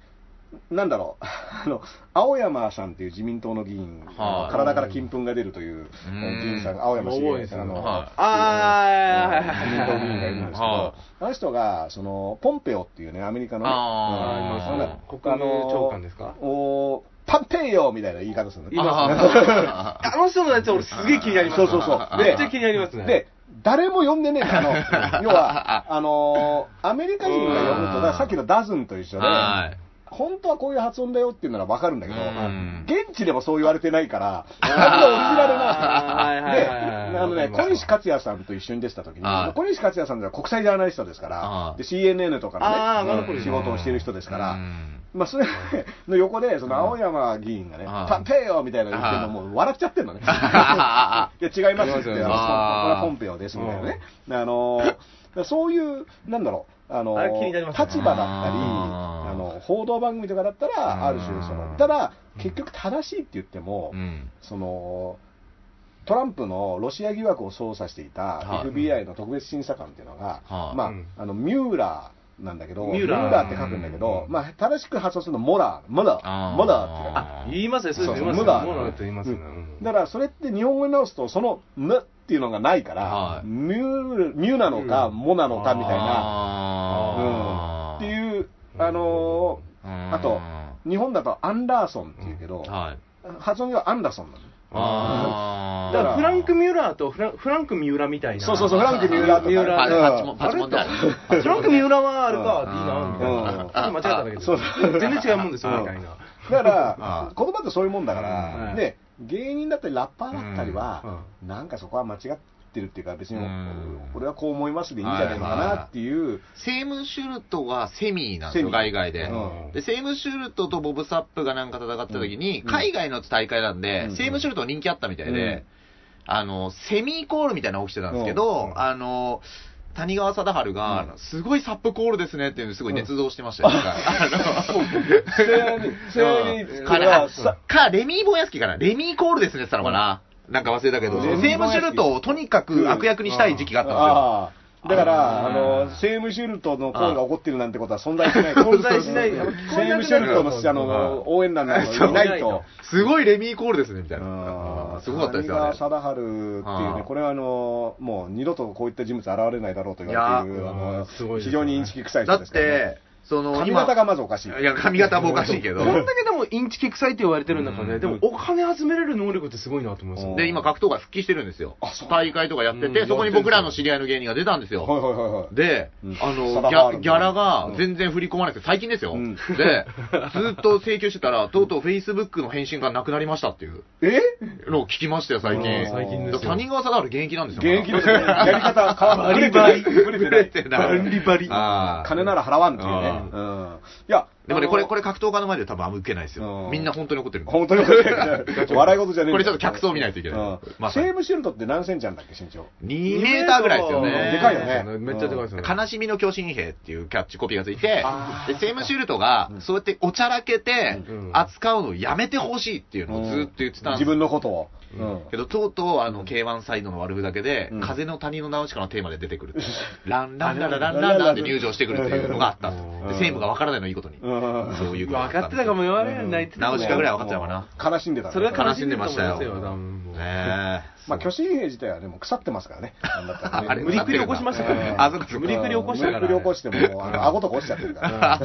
[SPEAKER 1] なんだろう あの、青山さんっていう自民党の議員、
[SPEAKER 2] はあ
[SPEAKER 1] 体から金粉が出るというえー議員さんが、青山茂
[SPEAKER 3] 多
[SPEAKER 1] 栄
[SPEAKER 3] いです
[SPEAKER 1] さん
[SPEAKER 3] よ
[SPEAKER 1] あの、
[SPEAKER 2] は
[SPEAKER 3] あ
[SPEAKER 1] 自
[SPEAKER 3] ー
[SPEAKER 1] 民党議員がいるんですけど、
[SPEAKER 2] は
[SPEAKER 1] あの人がそのポンペオっていうね、アメリカのね、
[SPEAKER 2] あ
[SPEAKER 1] う
[SPEAKER 2] ー
[SPEAKER 1] ん
[SPEAKER 2] ありますね
[SPEAKER 3] 国務長官ですか
[SPEAKER 1] おーパンペイオみたいな言い方するのね
[SPEAKER 3] 今
[SPEAKER 2] あ
[SPEAKER 3] あの人のやつ俺すげえ気になります。
[SPEAKER 1] そうそうそう
[SPEAKER 3] めっちゃ気になりますね。
[SPEAKER 1] で、誰も呼んでねえあの、 要は、あのーアメリカ人が呼ぶと、だからさっきのダズンと一緒で、
[SPEAKER 2] はい。
[SPEAKER 1] 本当はこういう発音だよっていうならわかるんだけど
[SPEAKER 2] うん、
[SPEAKER 1] 現地でもそう言われてないから、なんでオリジナル
[SPEAKER 3] はいはいはいは
[SPEAKER 1] な。
[SPEAKER 3] い
[SPEAKER 1] で、あのね、
[SPEAKER 3] わか
[SPEAKER 1] 小
[SPEAKER 3] ります
[SPEAKER 1] 西克也さんと一緒に出てた時に、
[SPEAKER 2] はい
[SPEAKER 1] 小西克也さんってのは国際ジャーナリストですから
[SPEAKER 2] は、い
[SPEAKER 1] で CNN とか
[SPEAKER 3] あーなる
[SPEAKER 1] の
[SPEAKER 3] ほど
[SPEAKER 1] ね、仕事をしてる人ですか
[SPEAKER 2] う
[SPEAKER 1] ら、
[SPEAKER 2] ん
[SPEAKER 1] まあ、それの横で、その青山議員がね、
[SPEAKER 2] はい
[SPEAKER 1] パンペイよみたいなの言ってるのもう笑っちゃってるの ね。
[SPEAKER 2] あ
[SPEAKER 1] いや、違いますって、あのそうこれは
[SPEAKER 2] あー
[SPEAKER 1] ポンペオですみたいなね。あのー、そういう、なんだろう、あの
[SPEAKER 3] あ
[SPEAKER 1] ー、
[SPEAKER 3] れ気になりますね
[SPEAKER 1] 立場だったり、
[SPEAKER 2] あー
[SPEAKER 1] あの、報道番組とかだったら、ある種、その、ただ、結局正しいって言っても
[SPEAKER 2] ーう、ん
[SPEAKER 1] その、トランプのロシア疑惑を捜査していた
[SPEAKER 2] はい
[SPEAKER 1] FBI の特別審査官っていうのが、
[SPEAKER 2] はい
[SPEAKER 1] ま
[SPEAKER 3] うん
[SPEAKER 1] あ、あのミューラーなんだけど、
[SPEAKER 3] ミ
[SPEAKER 1] ミ
[SPEAKER 3] ュ
[SPEAKER 1] ュ
[SPEAKER 3] ラー
[SPEAKER 1] ーラーって書くんだけど、まあ、正しく発音するのモラー、モラ
[SPEAKER 2] あ
[SPEAKER 1] ー、
[SPEAKER 2] ー
[SPEAKER 1] モラーって書く。
[SPEAKER 3] あ、言いますね、そうです
[SPEAKER 1] そう
[SPEAKER 3] 言いますね。
[SPEAKER 1] 無駄
[SPEAKER 3] モラーと言いますね。うん
[SPEAKER 1] だからそれって日本語に直すと、その「ぬ」っていうのがないから、
[SPEAKER 2] はい
[SPEAKER 1] ミューミュなのか、
[SPEAKER 3] うん
[SPEAKER 1] モなのかみたいな、うん
[SPEAKER 2] あ
[SPEAKER 1] っていう、あの
[SPEAKER 2] うん
[SPEAKER 1] ーあと、日本だとアンダーソンっていうけど、
[SPEAKER 2] はい。
[SPEAKER 1] 発音がアンダーソンなの。
[SPEAKER 2] あー
[SPEAKER 3] だからフランク・ミューラーとフランフランク・ミューラーみたいな。
[SPEAKER 1] そうそうそう、フランク・ミューラーとかね。
[SPEAKER 3] ミューラ
[SPEAKER 2] パ
[SPEAKER 3] ー
[SPEAKER 2] チ
[SPEAKER 1] うん
[SPEAKER 2] パチモンパチモンである。
[SPEAKER 3] あフランク・ミューラーはあれか、いいな、
[SPEAKER 2] うん
[SPEAKER 3] みたいな。間違っただけで
[SPEAKER 1] そう
[SPEAKER 3] 全然違うもんですよ、みたいな。
[SPEAKER 1] だか
[SPEAKER 2] あ
[SPEAKER 1] ら
[SPEAKER 2] ー、
[SPEAKER 1] 言葉ってそういうもんだか
[SPEAKER 3] う
[SPEAKER 1] ら、
[SPEAKER 3] ん
[SPEAKER 1] で、芸人だったりラッパーだったりは、なんかそこは間違ってるっていうか、別に
[SPEAKER 2] うん
[SPEAKER 1] 俺はこう思いますでいいんじゃないのかなっていう、
[SPEAKER 2] セイム・シュルトはセミなんですよ、
[SPEAKER 1] セミ
[SPEAKER 2] 海外で。
[SPEAKER 1] うん
[SPEAKER 2] で、セイム・シュルトとボブ・サップがなんか戦った時に、
[SPEAKER 1] うん
[SPEAKER 2] 海外の大会なんで、
[SPEAKER 1] うん
[SPEAKER 2] セイム・シュルト人気あったみたいで、
[SPEAKER 1] うん
[SPEAKER 2] あの、セミコールみたいなの起きてたんですけど、
[SPEAKER 1] うん
[SPEAKER 2] あの、谷川貞治が、
[SPEAKER 1] うん
[SPEAKER 2] すごいサップコールですねっていうのすごい捏造してました よ、なんか
[SPEAKER 1] それに、それ
[SPEAKER 2] うん
[SPEAKER 1] に、こ
[SPEAKER 2] か
[SPEAKER 1] れは
[SPEAKER 2] なか、レミー・ボヤスキかな。レミー・コールですねって言ったのかな。なんか忘れたけど、
[SPEAKER 1] うん
[SPEAKER 2] セイム・シュルトをとにかく悪役にしたい時期があったんですよ。
[SPEAKER 1] ああだから、
[SPEAKER 2] あ
[SPEAKER 1] あ
[SPEAKER 2] ー
[SPEAKER 1] の、セームシュルトの声が起こってるなんてことは存在しない。
[SPEAKER 3] 存在しない
[SPEAKER 1] セームシュルトの、あの、応援団なんかいないと。
[SPEAKER 2] すごいレミーコールですね、みたい
[SPEAKER 1] あ
[SPEAKER 2] な
[SPEAKER 1] あ。
[SPEAKER 2] すごかったですよ、
[SPEAKER 1] 谷
[SPEAKER 2] あれ。
[SPEAKER 1] 川貞治っていう
[SPEAKER 2] ああ
[SPEAKER 1] ね、これはあの、もう二度とこういった人物現れないだろうと言われてい
[SPEAKER 3] い
[SPEAKER 1] る、
[SPEAKER 3] や
[SPEAKER 1] あ
[SPEAKER 3] あ
[SPEAKER 1] の
[SPEAKER 3] あすごいです
[SPEAKER 1] 非
[SPEAKER 3] ね
[SPEAKER 1] 常にインチキ臭い
[SPEAKER 2] だ
[SPEAKER 1] 人で
[SPEAKER 2] っ
[SPEAKER 1] すからね。
[SPEAKER 2] て、その、
[SPEAKER 1] 髪型がまずおかしい。
[SPEAKER 2] 今いや、髪型もおかしいけど
[SPEAKER 3] こ。んだけでもインチキ臭いって言われてる中で、でもお金集めれる能力ってすごいなと思いますよ。
[SPEAKER 2] で、今、格闘が復帰してるんですよ
[SPEAKER 1] あそう。
[SPEAKER 2] 大会とかやって
[SPEAKER 3] う
[SPEAKER 2] て、
[SPEAKER 3] ん
[SPEAKER 2] そこに僕らの知り合いの芸人が出たんです
[SPEAKER 1] はい
[SPEAKER 2] よ。
[SPEAKER 1] はいはいはい。
[SPEAKER 2] で
[SPEAKER 1] うん、
[SPEAKER 2] あ
[SPEAKER 1] サ
[SPEAKER 2] の、
[SPEAKER 1] ラ
[SPEAKER 2] ギ
[SPEAKER 1] ハーレ
[SPEAKER 2] ャ
[SPEAKER 1] ム
[SPEAKER 2] ギャラが
[SPEAKER 1] うん
[SPEAKER 2] 全然振り込まれて、最近ですよ。
[SPEAKER 1] うん
[SPEAKER 2] で、ずっと請求してたら、とうとう Facebook の返信がなくなりましたっていう
[SPEAKER 1] え
[SPEAKER 2] のを聞きましたよ、最
[SPEAKER 1] うん
[SPEAKER 2] 近。
[SPEAKER 3] 最近
[SPEAKER 2] だ
[SPEAKER 3] で
[SPEAKER 2] か
[SPEAKER 3] す
[SPEAKER 2] ら
[SPEAKER 3] よ。
[SPEAKER 2] 谷川貞治現役なんですよ。
[SPEAKER 1] 現役です ね。やり方変わってない。ブレてない。
[SPEAKER 2] てない
[SPEAKER 3] バリバリ
[SPEAKER 2] あー
[SPEAKER 1] 金なら払わんっていうね。
[SPEAKER 2] う
[SPEAKER 1] うん。いや、
[SPEAKER 2] でもね、
[SPEAKER 1] あの
[SPEAKER 2] これ、これ格闘家の前で多分あんま受けないです
[SPEAKER 1] う
[SPEAKER 2] よ。
[SPEAKER 1] ん
[SPEAKER 2] みんな本当に怒ってる。
[SPEAKER 1] 本当に これ、笑い事じゃねえ
[SPEAKER 2] これちょっと客層見ないといけないまさに
[SPEAKER 1] セームシュルトって何センチなんだっけ、身長。
[SPEAKER 2] 2メーターぐらいですよ
[SPEAKER 1] う
[SPEAKER 2] ね。
[SPEAKER 1] んでかいよね
[SPEAKER 3] めっちゃでかいですよね。
[SPEAKER 2] 悲しみの狂信兵っていうキャッチコピーがついて
[SPEAKER 1] あ、ー
[SPEAKER 2] で、セイムシュルトが
[SPEAKER 1] う、ん
[SPEAKER 2] そうやっておちゃらけて
[SPEAKER 3] うん、
[SPEAKER 2] 扱うのをやめてほしいっていうのをずっと言ってたん
[SPEAKER 1] 自
[SPEAKER 2] です
[SPEAKER 1] 分のことを。うん
[SPEAKER 2] けど、とうとう、あの、K1 サイドの悪ふざけで
[SPEAKER 1] うん、
[SPEAKER 2] 風の谷のナウシカのテーマで出てくるっていう。ランランランランランランで入場してくるっていうのがあったんですよ
[SPEAKER 1] うん
[SPEAKER 2] で、セイムがわからないのいいことに。
[SPEAKER 1] うん
[SPEAKER 2] そういうこ
[SPEAKER 3] 分
[SPEAKER 2] とがあ
[SPEAKER 3] かってたかも言われる泣いてた
[SPEAKER 2] ナウシカぐらいは分かってたかな。
[SPEAKER 1] 悲しんでたね。
[SPEAKER 3] それは
[SPEAKER 2] 悲しんでましたよ。
[SPEAKER 3] 悲しんでたと思います
[SPEAKER 2] ね
[SPEAKER 3] よ
[SPEAKER 2] え。
[SPEAKER 1] まあ、巨神兵自体はね、もう腐ってますからね。なんだったらね
[SPEAKER 2] あれ
[SPEAKER 3] 無理くり起こしましたからね。
[SPEAKER 2] あそっかそっか
[SPEAKER 3] 無理くり起こしたから、
[SPEAKER 1] 無理くり起こしても、あの顎とか落ちちゃってるから。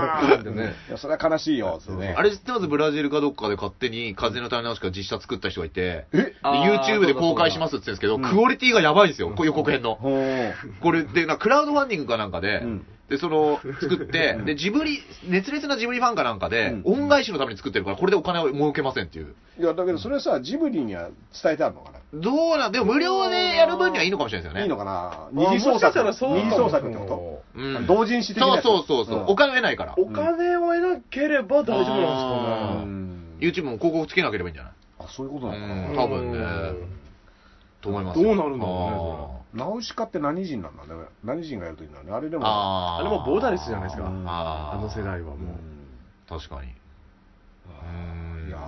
[SPEAKER 1] いやそれは悲しいよ、つってね。
[SPEAKER 2] あれ知ってますブラジルかどっかで勝手に風の種直しから実写作った人がいて、で
[SPEAKER 3] あー
[SPEAKER 2] YouTube で公開しますって言ってるんですけど、クオリティがやばいんですよ、こう予告編の。
[SPEAKER 1] ほー
[SPEAKER 2] これで、なクラウドファンディングかなんかで、
[SPEAKER 1] うん
[SPEAKER 2] で、その、作って、で、ジブリ、熱烈なジブリファンかなんかで、
[SPEAKER 1] うん
[SPEAKER 2] 恩返しのために作ってるから、これでお金を儲けませんっていう。
[SPEAKER 1] いや、だけどそれさ、ジブリには伝えてあるのかな
[SPEAKER 2] どうなんでも無料でやる分にはいいのかもしれないですよね。
[SPEAKER 1] いいのかな二次創
[SPEAKER 3] もしか
[SPEAKER 1] 作。
[SPEAKER 3] したらそうかも
[SPEAKER 1] 二次創作ってこ
[SPEAKER 2] う
[SPEAKER 1] と
[SPEAKER 2] ん
[SPEAKER 1] 同人誌的なやつ
[SPEAKER 2] そうそうそうそう、お金を得ないから。
[SPEAKER 3] お金を得なければ大丈夫
[SPEAKER 1] う
[SPEAKER 3] なんですかね。
[SPEAKER 1] ん
[SPEAKER 2] YouTube も広告つけなければいいんじゃない
[SPEAKER 1] あ、そういうことなのか
[SPEAKER 2] う
[SPEAKER 1] なん
[SPEAKER 2] 多分ねと思います
[SPEAKER 3] ど
[SPEAKER 2] よ。
[SPEAKER 3] うなるんだろ
[SPEAKER 1] ナウシカって何人なんだね。何人がやるといいんだね。あれで
[SPEAKER 2] あー
[SPEAKER 1] も。
[SPEAKER 2] あー。
[SPEAKER 3] あれもボーダーレスじゃないですか。
[SPEAKER 1] うん
[SPEAKER 2] あ
[SPEAKER 3] あ
[SPEAKER 2] ー
[SPEAKER 3] の世代はも
[SPEAKER 1] う。
[SPEAKER 3] う
[SPEAKER 1] ん
[SPEAKER 2] 確かに。うん
[SPEAKER 1] いやー、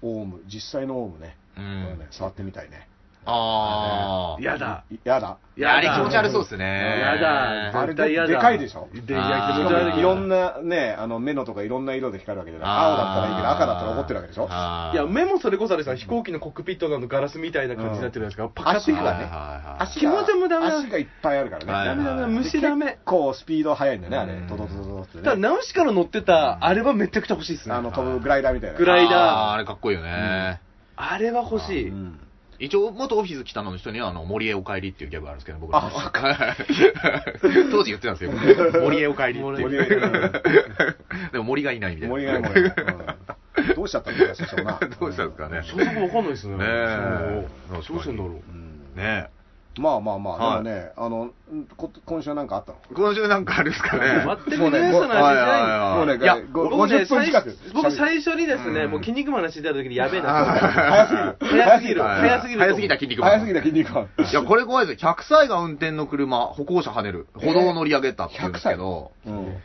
[SPEAKER 1] オウム、実際のオウムね。
[SPEAKER 2] う
[SPEAKER 1] これ
[SPEAKER 2] ん
[SPEAKER 1] ね。触ってみたいね。
[SPEAKER 2] ああ。
[SPEAKER 3] やだ。
[SPEAKER 1] いやだ。
[SPEAKER 2] いや、あれ
[SPEAKER 3] やだ
[SPEAKER 2] 気持ち悪そうですね。
[SPEAKER 3] やだ。
[SPEAKER 1] あれ
[SPEAKER 3] 絶対やだ。
[SPEAKER 1] でかいでしょ
[SPEAKER 3] でい
[SPEAKER 2] あー
[SPEAKER 3] や気
[SPEAKER 1] し
[SPEAKER 3] 持ち
[SPEAKER 1] か
[SPEAKER 3] 悪
[SPEAKER 1] も
[SPEAKER 3] い。
[SPEAKER 1] いろんなね、あの目のとかいろんな色で光るわけじゃない。青だったらいいけど、赤だったら怒ってるわけでしょ。
[SPEAKER 3] いや、目もそれこそあれさ、飛行機のコックピットのあのガラスみたいな感じになってるじゃないですか。パカッ
[SPEAKER 1] 足
[SPEAKER 3] て
[SPEAKER 1] がね
[SPEAKER 2] ね。
[SPEAKER 1] が
[SPEAKER 3] 気持ちもダメだ
[SPEAKER 1] 足がいっぱいあるからね。
[SPEAKER 2] はい
[SPEAKER 3] ダメダメダメ、
[SPEAKER 1] で
[SPEAKER 3] 虫ダメ
[SPEAKER 1] 結。構スピード速いんだよね、あ
[SPEAKER 2] う
[SPEAKER 1] れ
[SPEAKER 2] ん。
[SPEAKER 1] トドトドトドって
[SPEAKER 3] ただ、
[SPEAKER 1] ね。
[SPEAKER 3] ナウシカの乗ってた、あれはめちゃくちゃ欲しいですね。
[SPEAKER 1] あの飛ぶグライダーみたいな。
[SPEAKER 3] グライダー
[SPEAKER 2] あーあれかっこいいよね。
[SPEAKER 3] あれは欲し
[SPEAKER 1] う
[SPEAKER 3] い。
[SPEAKER 1] ん
[SPEAKER 2] 一応、元オフィス北野の人には、あの、森へお帰りっていうギャグがあるんですけど、僕
[SPEAKER 1] あそっ
[SPEAKER 2] ら。 当時言ってたんですよ。森へお帰りっていう。 でも森がいないみたいな。
[SPEAKER 1] 森が ね、もうねうんどうしちゃったんだよ、最初な。
[SPEAKER 2] どうしたんですかね。
[SPEAKER 3] それはわかんないですね。
[SPEAKER 2] ねえ
[SPEAKER 3] そうどうしてんだろう。
[SPEAKER 1] うん
[SPEAKER 2] ね
[SPEAKER 1] まあまあま
[SPEAKER 2] は
[SPEAKER 1] あ、
[SPEAKER 2] い
[SPEAKER 1] でもね、あの、んこ今週はなんかあったの
[SPEAKER 2] え。今週なんかあるんですかね。
[SPEAKER 3] 全くニュースの話しないんで
[SPEAKER 1] もうね、
[SPEAKER 2] いや
[SPEAKER 1] ご
[SPEAKER 3] 僕ね
[SPEAKER 1] 50分近く
[SPEAKER 3] 最。僕最初にです
[SPEAKER 2] う
[SPEAKER 3] ね、
[SPEAKER 2] ん
[SPEAKER 3] もう筋肉マンの話出た時にやべえな。
[SPEAKER 1] 早すぎる。
[SPEAKER 3] 早すぎる。
[SPEAKER 2] はい
[SPEAKER 3] 早すぎる。
[SPEAKER 2] 早すぎた筋肉マン
[SPEAKER 1] 早すぎた筋肉マン。
[SPEAKER 2] いや、これ怖いですよ。100歳が運転の車、歩行者跳ねる。歩道を乗り上げたっていうんですけど、
[SPEAKER 1] うん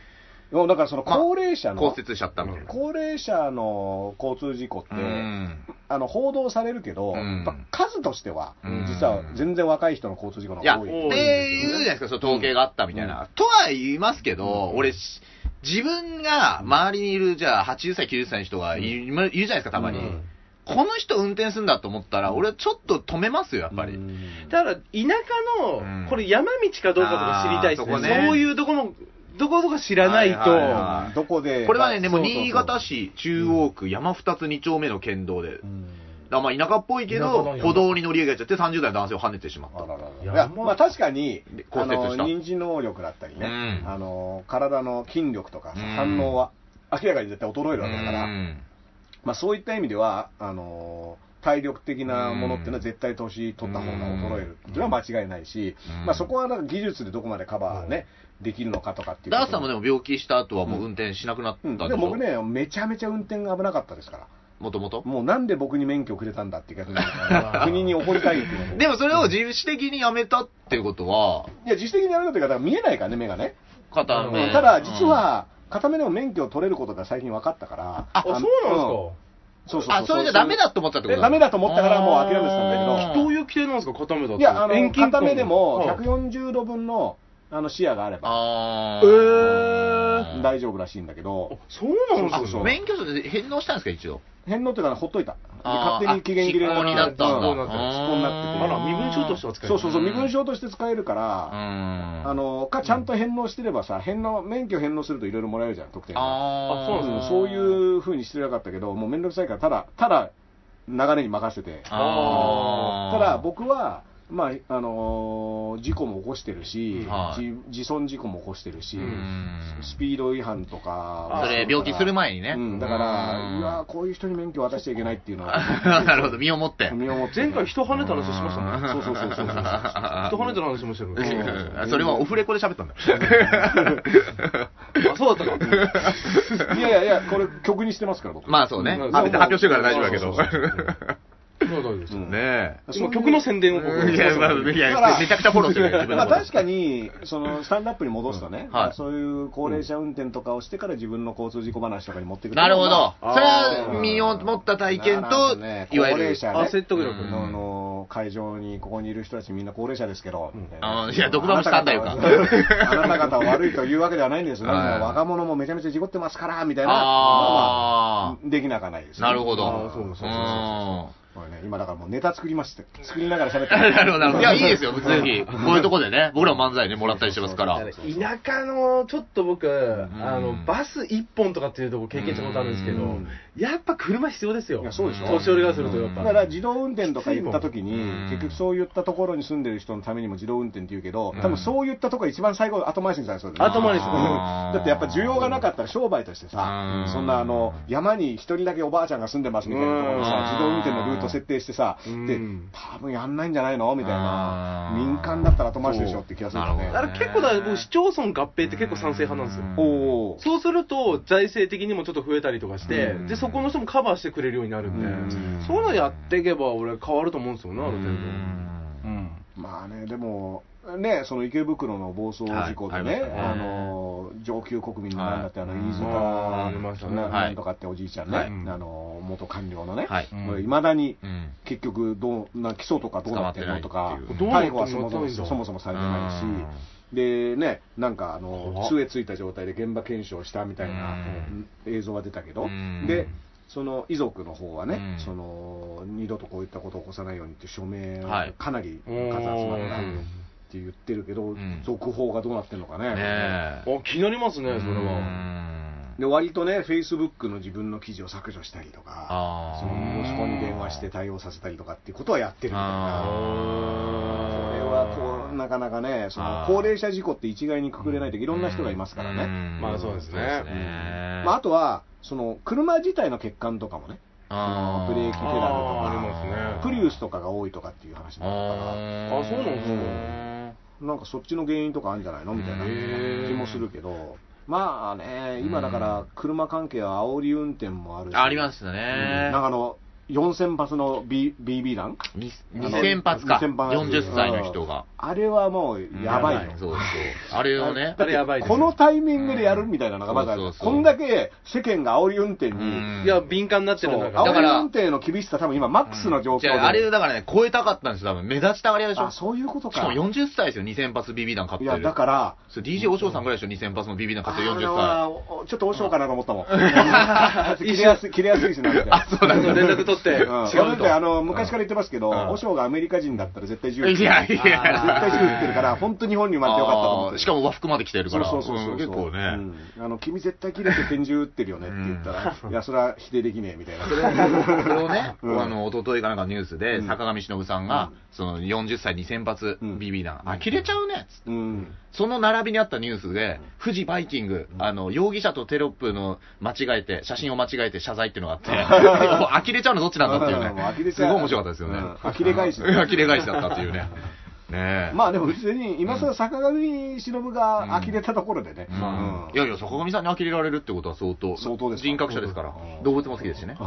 [SPEAKER 1] もだからその高齢者の、
[SPEAKER 2] 骨折しちゃったみたいな。
[SPEAKER 1] 高齢者の交通事故って、
[SPEAKER 2] うん
[SPEAKER 1] あの報道されるけど、
[SPEAKER 2] うん
[SPEAKER 1] やっぱ数としては、
[SPEAKER 2] うん
[SPEAKER 1] 実は全然若い人の交通事故の
[SPEAKER 2] いや、
[SPEAKER 1] 方が
[SPEAKER 2] って
[SPEAKER 1] 多い。
[SPEAKER 2] 言うじゃないですか、その統計があったみたいな。とは言いますけど、俺、し自分が周りにいる、じゃあ、80歳、90歳の人がいる,、いるじゃないですか、たまに。
[SPEAKER 1] うん
[SPEAKER 2] この人運転するんだと思ったら、俺、ちょっと止めますよ、やっぱり。
[SPEAKER 1] うん
[SPEAKER 3] だから、田舎
[SPEAKER 2] うん
[SPEAKER 3] の、これ山道かどうかとか知りたいですね。
[SPEAKER 2] あーそこ
[SPEAKER 3] そ
[SPEAKER 2] ね
[SPEAKER 3] ういうとこも、どことか知らないと、
[SPEAKER 2] はいはいはあー
[SPEAKER 1] どこで。
[SPEAKER 2] これはね、でも、
[SPEAKER 1] そうそうそう
[SPEAKER 2] 新潟市中央区山二つ2丁目の県道で。
[SPEAKER 1] うん
[SPEAKER 2] だからまあ、田舎っぽいけ
[SPEAKER 3] 田舎だ
[SPEAKER 2] ど
[SPEAKER 3] ね、
[SPEAKER 2] 歩道に乗り上げちゃって30代の男性を跳ねてしまっ
[SPEAKER 1] あ
[SPEAKER 2] た。
[SPEAKER 1] らららい
[SPEAKER 3] や
[SPEAKER 1] や
[SPEAKER 3] もう
[SPEAKER 1] まあ確かに
[SPEAKER 2] で、
[SPEAKER 1] あ
[SPEAKER 2] 骨折
[SPEAKER 1] の
[SPEAKER 2] した
[SPEAKER 1] 認知能力だったりね、
[SPEAKER 2] うん
[SPEAKER 1] あの体の筋力とか
[SPEAKER 2] うん
[SPEAKER 1] 反応は明らかに絶対衰えるわけだから、
[SPEAKER 2] うん
[SPEAKER 1] まあ、そういった意味ではあの体力的なものっていうのは絶対年取った方が衰えるっていうのは間違いないし、
[SPEAKER 2] うん
[SPEAKER 1] まあ、そこはなんか技術でどこまでカバー、ねできるのかとかっていう
[SPEAKER 2] ダースさんもで
[SPEAKER 1] ね、
[SPEAKER 2] も病気した後はもう運転しなくなった
[SPEAKER 1] うんん、
[SPEAKER 2] で
[SPEAKER 1] で
[SPEAKER 2] し
[SPEAKER 1] も
[SPEAKER 2] ょ
[SPEAKER 1] 僕ねめちゃめちゃ運転が危なかったですから
[SPEAKER 2] もともと
[SPEAKER 1] もうなんで僕に免許くれたんだって逆に 国に怒りたいっていうのも
[SPEAKER 2] でもそれを自主的にやめたっていうことは、
[SPEAKER 1] いや自主的にやめたというかだから見えないからね目がね
[SPEAKER 2] 片
[SPEAKER 3] うん
[SPEAKER 2] 目。
[SPEAKER 1] ただ、実は、片目でも免許を取れることが最近分かったから。
[SPEAKER 3] あ、そうなんですか。
[SPEAKER 1] そうそう
[SPEAKER 2] うん、あ、それじゃダメだと思ったってこと
[SPEAKER 1] えダメだと思ったからもう諦めてたんだけど
[SPEAKER 2] あー
[SPEAKER 3] どういう規定なんですか、片目だと。
[SPEAKER 1] いや、あの、
[SPEAKER 3] 遠近
[SPEAKER 1] 片
[SPEAKER 3] 感
[SPEAKER 1] 目でも
[SPEAKER 3] はい
[SPEAKER 1] 140度分の、あの、視野があれば、
[SPEAKER 2] あ
[SPEAKER 3] え
[SPEAKER 2] ー。
[SPEAKER 1] 大丈夫らしいんだけ
[SPEAKER 3] あ
[SPEAKER 1] ど、
[SPEAKER 3] そうなん
[SPEAKER 2] あ
[SPEAKER 3] ですか。
[SPEAKER 2] 免許証で返納したんですか、一応。
[SPEAKER 1] 返納というか、ほっといた。で
[SPEAKER 2] あー
[SPEAKER 1] 勝手に期限切れ
[SPEAKER 2] あ執行になったんだ
[SPEAKER 1] うん執行になって
[SPEAKER 3] あ
[SPEAKER 1] て。
[SPEAKER 3] ら、身分証として扱い
[SPEAKER 1] そうそうそう、
[SPEAKER 2] うん
[SPEAKER 1] 身分証として使えるから、あ
[SPEAKER 2] あ、
[SPEAKER 1] の、か、ちゃんと返納してればさ、返納、免許返納するといろいろもらえるじゃん、特典が。
[SPEAKER 2] あー
[SPEAKER 3] あそう
[SPEAKER 1] う
[SPEAKER 3] なん
[SPEAKER 1] ん
[SPEAKER 3] ですね
[SPEAKER 1] そういうふうにしてなかったけど、もう面倒くさいから、ただ、ただ、流れに任せて、
[SPEAKER 2] あー
[SPEAKER 1] ただ、僕は、まああのー事故も起こしてるし、
[SPEAKER 2] はい
[SPEAKER 1] 自自損事故も起こしてるし、
[SPEAKER 2] うん
[SPEAKER 1] スピード違反とか、
[SPEAKER 2] それ、病気する前にね。
[SPEAKER 1] うんだから、
[SPEAKER 2] うん
[SPEAKER 1] うわーこういう人に免許渡しちゃいけないっていうの は、
[SPEAKER 2] なるほど、身をもって。
[SPEAKER 1] 身をもって
[SPEAKER 3] 前回人跳ねた話しましたね。
[SPEAKER 1] そうそうそうそうそう
[SPEAKER 3] 人跳ねた話しましたけ ど。
[SPEAKER 2] あそれはオフレコで喋ったん だ。
[SPEAKER 3] あ、そうだったか。
[SPEAKER 1] いやいやいや、これ、曲にしてますから、僕。
[SPEAKER 2] まあそうね。
[SPEAKER 3] うん
[SPEAKER 2] まあ別に発表してるから大丈夫だけど
[SPEAKER 1] そうそうそう。
[SPEAKER 3] そうだです
[SPEAKER 1] う。ん
[SPEAKER 2] ね
[SPEAKER 1] そういう
[SPEAKER 3] 今、曲の宣伝を僕
[SPEAKER 2] え。いや、まあ、い
[SPEAKER 1] だから
[SPEAKER 2] や、めちゃくちゃフォローしてるよ。自分
[SPEAKER 1] ま
[SPEAKER 2] の
[SPEAKER 1] あ、
[SPEAKER 2] こと
[SPEAKER 1] 確かに、そのスタンダップに戻すとね、
[SPEAKER 2] ん
[SPEAKER 1] ま
[SPEAKER 2] は
[SPEAKER 1] あ
[SPEAKER 2] い
[SPEAKER 1] そういう高齢者運転とかをしてから自分の交通事故話とかに持っていく
[SPEAKER 2] なるほど。
[SPEAKER 1] ま
[SPEAKER 2] それは身を持った体験
[SPEAKER 1] なるほ
[SPEAKER 2] と
[SPEAKER 1] どね、
[SPEAKER 2] いわゆ
[SPEAKER 1] 高齢
[SPEAKER 2] る。
[SPEAKER 1] 者
[SPEAKER 3] あ、説得力。
[SPEAKER 1] あのあの会場にここにいる人たちみんな高齢者ですけど、みたな
[SPEAKER 2] あいや独断したんだよか
[SPEAKER 1] あなた方はあなた方は悪いというわけではないんですよ、
[SPEAKER 2] はい
[SPEAKER 1] なんか若者もめちゃめちゃ事故ってますからみたいな、
[SPEAKER 2] あー
[SPEAKER 1] まあできなかないですね、
[SPEAKER 2] なるほど。
[SPEAKER 1] あーそうそうそうそうこれね、今だからもうネタ作りまして、作りながら喋って
[SPEAKER 2] うん なるほど、なるほど。いや、いいですよ、別に。こういうとこでね、僕らも漫才ね、もらったりしてますから。
[SPEAKER 3] 田舎の、ちょっと僕、あの、バス一本とかっていうとこ経験したことあるんですけ
[SPEAKER 1] う
[SPEAKER 3] ど
[SPEAKER 1] ん、
[SPEAKER 3] やっぱ車必要ですよ。
[SPEAKER 1] いやそうでしょ
[SPEAKER 3] 年寄りがすると、やっ
[SPEAKER 1] だ
[SPEAKER 3] ぱ。
[SPEAKER 1] から自動運転とか言ったときに
[SPEAKER 2] うん、
[SPEAKER 1] 結局そういったところに住んでる人のためにも自動運転って言うけど、多分そういったところが一番最後、後回しにされそうだよね
[SPEAKER 3] 後回し
[SPEAKER 2] あー
[SPEAKER 1] だってやっぱ需要がなかったら商売としてさ
[SPEAKER 2] う、ん
[SPEAKER 1] そんなあの山に一人だけおばあちゃんが住んでますみたいなところに
[SPEAKER 2] うん
[SPEAKER 1] さ、自動運転のルート設定してさ、
[SPEAKER 3] うん
[SPEAKER 1] で多分やんないんじゃないのみたいな、
[SPEAKER 2] うん
[SPEAKER 1] 民間だったら後回しでしょって気がするよ
[SPEAKER 2] そう
[SPEAKER 1] ね
[SPEAKER 3] だ。から結構だ、僕、市町村合併って結構賛成派なんですよ。
[SPEAKER 1] おおー、
[SPEAKER 3] そうすると、財政的にもちょっと増えたりとかして、
[SPEAKER 2] うん
[SPEAKER 3] で、そこの人もカバーしてくれるようになるんで、
[SPEAKER 1] ん
[SPEAKER 3] そういうのやっていけば、俺、変わると思うんですよね、ある程度。
[SPEAKER 2] うん
[SPEAKER 1] まあね、でも、ね、その池袋の暴走事故で
[SPEAKER 2] はいあ
[SPEAKER 1] ね
[SPEAKER 2] りました、ね
[SPEAKER 1] あの上級国民のなんだって、あの
[SPEAKER 2] はい
[SPEAKER 1] 飯
[SPEAKER 3] うんありまし
[SPEAKER 1] 塚
[SPEAKER 3] たね
[SPEAKER 1] な
[SPEAKER 2] はい
[SPEAKER 1] なんとかっておじいちゃんね、
[SPEAKER 2] はい
[SPEAKER 1] あの元官僚のね、
[SPEAKER 2] はい。
[SPEAKER 3] うん
[SPEAKER 1] これいまだに
[SPEAKER 2] うん
[SPEAKER 1] 結局どうな、起訴とかどうなってるのと
[SPEAKER 2] 捕まっ
[SPEAKER 1] か
[SPEAKER 2] てないってい、
[SPEAKER 3] うどうなっ
[SPEAKER 1] 逮
[SPEAKER 3] てん
[SPEAKER 1] 捕
[SPEAKER 3] の
[SPEAKER 1] はそもそもそもそもされてな
[SPEAKER 2] う
[SPEAKER 1] い
[SPEAKER 2] ん
[SPEAKER 1] し。でね、なんかあの
[SPEAKER 3] 怖っ
[SPEAKER 1] 杖ついた状態で現場検証したみたいな映像が出たけ
[SPEAKER 2] う
[SPEAKER 1] ど
[SPEAKER 2] ん、
[SPEAKER 1] でその遺族の方はね、
[SPEAKER 2] うん
[SPEAKER 1] その二度とこういったことを起こさないようにって署名
[SPEAKER 2] は
[SPEAKER 1] が
[SPEAKER 2] い
[SPEAKER 1] かなり数
[SPEAKER 3] お
[SPEAKER 1] 集まっ
[SPEAKER 3] ー
[SPEAKER 1] たって言ってるけど、
[SPEAKER 2] ん
[SPEAKER 1] 続報がどうなってるのかね。
[SPEAKER 2] ねえ。
[SPEAKER 3] あ、気になりますね、それ
[SPEAKER 2] う
[SPEAKER 3] は。
[SPEAKER 2] ん
[SPEAKER 1] で割とね、フェイスブックの自分の記事を削除したりと
[SPEAKER 2] あ
[SPEAKER 1] か、
[SPEAKER 2] ー
[SPEAKER 1] その申し込みに電話して対応させたりとかっていうことはやってるみたいな、こ
[SPEAKER 2] あー
[SPEAKER 1] れはこうなかなかね、その
[SPEAKER 2] あー
[SPEAKER 1] 高齢者事故って一概にくくれないといろんな人がいますからね。
[SPEAKER 2] うん
[SPEAKER 3] まあそうですね
[SPEAKER 1] まあ、あとは、その車自体の欠陥とかもね、
[SPEAKER 2] あ
[SPEAKER 1] ブレーキペダルと
[SPEAKER 3] あーありますね
[SPEAKER 1] プリウスとかが多いとかっていう話もあったか
[SPEAKER 2] あ
[SPEAKER 3] あそうなんですね
[SPEAKER 1] ら、なんかそっちの原因とかあるんじゃないのみたいな気もするけど、まあね、今だから車関係は煽り運転もあるし、
[SPEAKER 2] ありますね。
[SPEAKER 1] うんなんかあの、 4000発の、B、BB 弾
[SPEAKER 2] に2000発か。
[SPEAKER 1] 2000発
[SPEAKER 2] 40歳の人が。
[SPEAKER 1] あれはもう、やばいよ。
[SPEAKER 2] そうそう。あれをね
[SPEAKER 3] あ。れやばいです
[SPEAKER 1] このタイミングでやるみたいなのがまだある、
[SPEAKER 2] うんそうそうそう
[SPEAKER 1] こんだけ世間が煽り運転に、
[SPEAKER 2] うん
[SPEAKER 3] いや、敏感になって
[SPEAKER 1] そう
[SPEAKER 3] る
[SPEAKER 1] 煽
[SPEAKER 3] 中
[SPEAKER 1] り
[SPEAKER 3] で
[SPEAKER 2] だから
[SPEAKER 1] 運転の厳しさ、多分今、マックスの状況
[SPEAKER 2] じ
[SPEAKER 1] で、
[SPEAKER 2] ゃあ、あれだからね、超えたかったんですよ、多分。目立ちたがり屋でしょ。
[SPEAKER 1] あ
[SPEAKER 2] し
[SPEAKER 1] そういうことか、
[SPEAKER 2] かも40歳ですよ、2000発 BB 弾買っ
[SPEAKER 1] い
[SPEAKER 2] て
[SPEAKER 1] や
[SPEAKER 2] る。
[SPEAKER 1] だから、
[SPEAKER 2] そう DJ お尚さんぐらいでしょ、2000発の BB 弾買ってる40歳。
[SPEAKER 1] あのちょっとおしようかなと思ったもん、 切れやすい切れやすいしなみたいな。
[SPEAKER 2] そうだね。
[SPEAKER 3] 連絡取って、違う
[SPEAKER 1] うん、
[SPEAKER 3] と。
[SPEAKER 1] 俺だってあの昔から言ってますけど、
[SPEAKER 2] ん
[SPEAKER 1] おしょうがアメリカ人だったら絶対銃撃つ
[SPEAKER 2] いやいや。
[SPEAKER 1] 絶対銃撃ってるから、本当に日本に生まれてよかったと思っ
[SPEAKER 2] あー
[SPEAKER 1] て
[SPEAKER 2] しかも和服まで着てるか
[SPEAKER 1] そう
[SPEAKER 2] ら。
[SPEAKER 1] そうそうそう、
[SPEAKER 2] ん結構ね。
[SPEAKER 1] うんあの君絶対切れて拳銃撃ってるよねって言ったら、いやそれは否定できねえみたいな
[SPEAKER 2] それをそれをね、
[SPEAKER 1] うん
[SPEAKER 2] あの、一昨日かなんかのニュースで、
[SPEAKER 1] うん
[SPEAKER 2] 坂上忍さんが、その40歳2000発
[SPEAKER 1] うん
[SPEAKER 2] BB 弾、あ、切れちゃうねっつって
[SPEAKER 1] うん
[SPEAKER 2] その並びにあったニュースで、富士バイキング、あの、容疑者とテロップの間違えて、写真を間違えて謝罪っていうのがあって、もう呆れちゃうのどっちなんだっていう
[SPEAKER 1] うんもう呆
[SPEAKER 2] ね。
[SPEAKER 1] れ
[SPEAKER 2] す
[SPEAKER 1] ちゃ
[SPEAKER 2] ご
[SPEAKER 1] う
[SPEAKER 2] い面白かったですよね。
[SPEAKER 1] うん呆れ返し
[SPEAKER 2] うん呆れ返しだったっていうね。ねえ。
[SPEAKER 1] まあでも別に今更坂上忍が呆れたところでね、
[SPEAKER 2] う
[SPEAKER 1] うん
[SPEAKER 2] んいやいや、坂上さんに呆れられるってことは相当、
[SPEAKER 1] 相当ですか
[SPEAKER 2] 人格者ですから
[SPEAKER 1] う、ん
[SPEAKER 2] 動物も好きですしね。
[SPEAKER 1] ど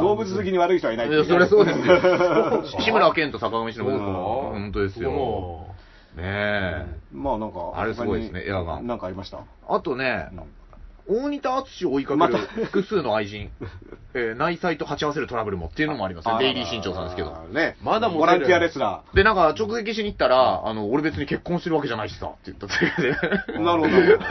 [SPEAKER 1] 動物好きに悪い人はいないってい
[SPEAKER 2] いや、
[SPEAKER 1] う
[SPEAKER 2] そりゃそうです よ。志村けんと坂上忍
[SPEAKER 1] そう
[SPEAKER 2] の
[SPEAKER 1] だ
[SPEAKER 2] 本当ですよ。
[SPEAKER 3] も
[SPEAKER 2] ねえ。
[SPEAKER 1] まあなんか、
[SPEAKER 2] あれすごいですね
[SPEAKER 1] 他に
[SPEAKER 2] エアガン
[SPEAKER 1] なんかありました。
[SPEAKER 2] あとね、大仁田淳を追いか
[SPEAKER 1] ま
[SPEAKER 2] け
[SPEAKER 1] た
[SPEAKER 2] る複数の愛人、 えー内妻と鉢合わせるトラブルもっていうのもありますね。デイリー新潮さんですけど。
[SPEAKER 1] あー。ね、
[SPEAKER 3] まだ持てる
[SPEAKER 1] ボランティアレスラ
[SPEAKER 2] で、なんか、直撃しに行ったら、あの、俺別に結婚してるわけじゃないしさ、って言ったっていう
[SPEAKER 1] ー。
[SPEAKER 2] ね
[SPEAKER 1] なるほ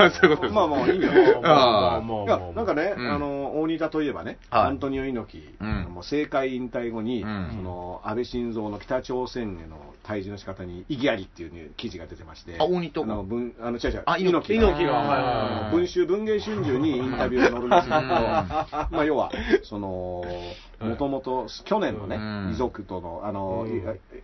[SPEAKER 2] そういうこと
[SPEAKER 1] ど。
[SPEAKER 2] です。
[SPEAKER 1] まあまあいいよ。
[SPEAKER 3] う、
[SPEAKER 2] あー
[SPEAKER 3] も
[SPEAKER 1] い
[SPEAKER 3] う、もう
[SPEAKER 1] や
[SPEAKER 3] もう、
[SPEAKER 1] なんかね、
[SPEAKER 2] うん
[SPEAKER 1] あの大仁田といえばね、
[SPEAKER 2] はい
[SPEAKER 1] アントニオ猪木、
[SPEAKER 2] うん
[SPEAKER 1] もう政界引退後に、
[SPEAKER 2] うん
[SPEAKER 1] その安倍晋三の北朝鮮への対峙の仕方に異議ありっていう、ね、記事が出てまして、
[SPEAKER 2] あ大仁田
[SPEAKER 1] あの文あの違う違う、
[SPEAKER 2] あ猪
[SPEAKER 1] 猪
[SPEAKER 2] 木
[SPEAKER 3] 猪木がはい
[SPEAKER 1] あ
[SPEAKER 3] は
[SPEAKER 1] の文春文藝春秋にインタビューが載るんですけど、
[SPEAKER 2] う ん
[SPEAKER 1] まあ要はそのもともと去年のね、
[SPEAKER 2] うん
[SPEAKER 1] 遺族とのあの、
[SPEAKER 3] うん
[SPEAKER 1] い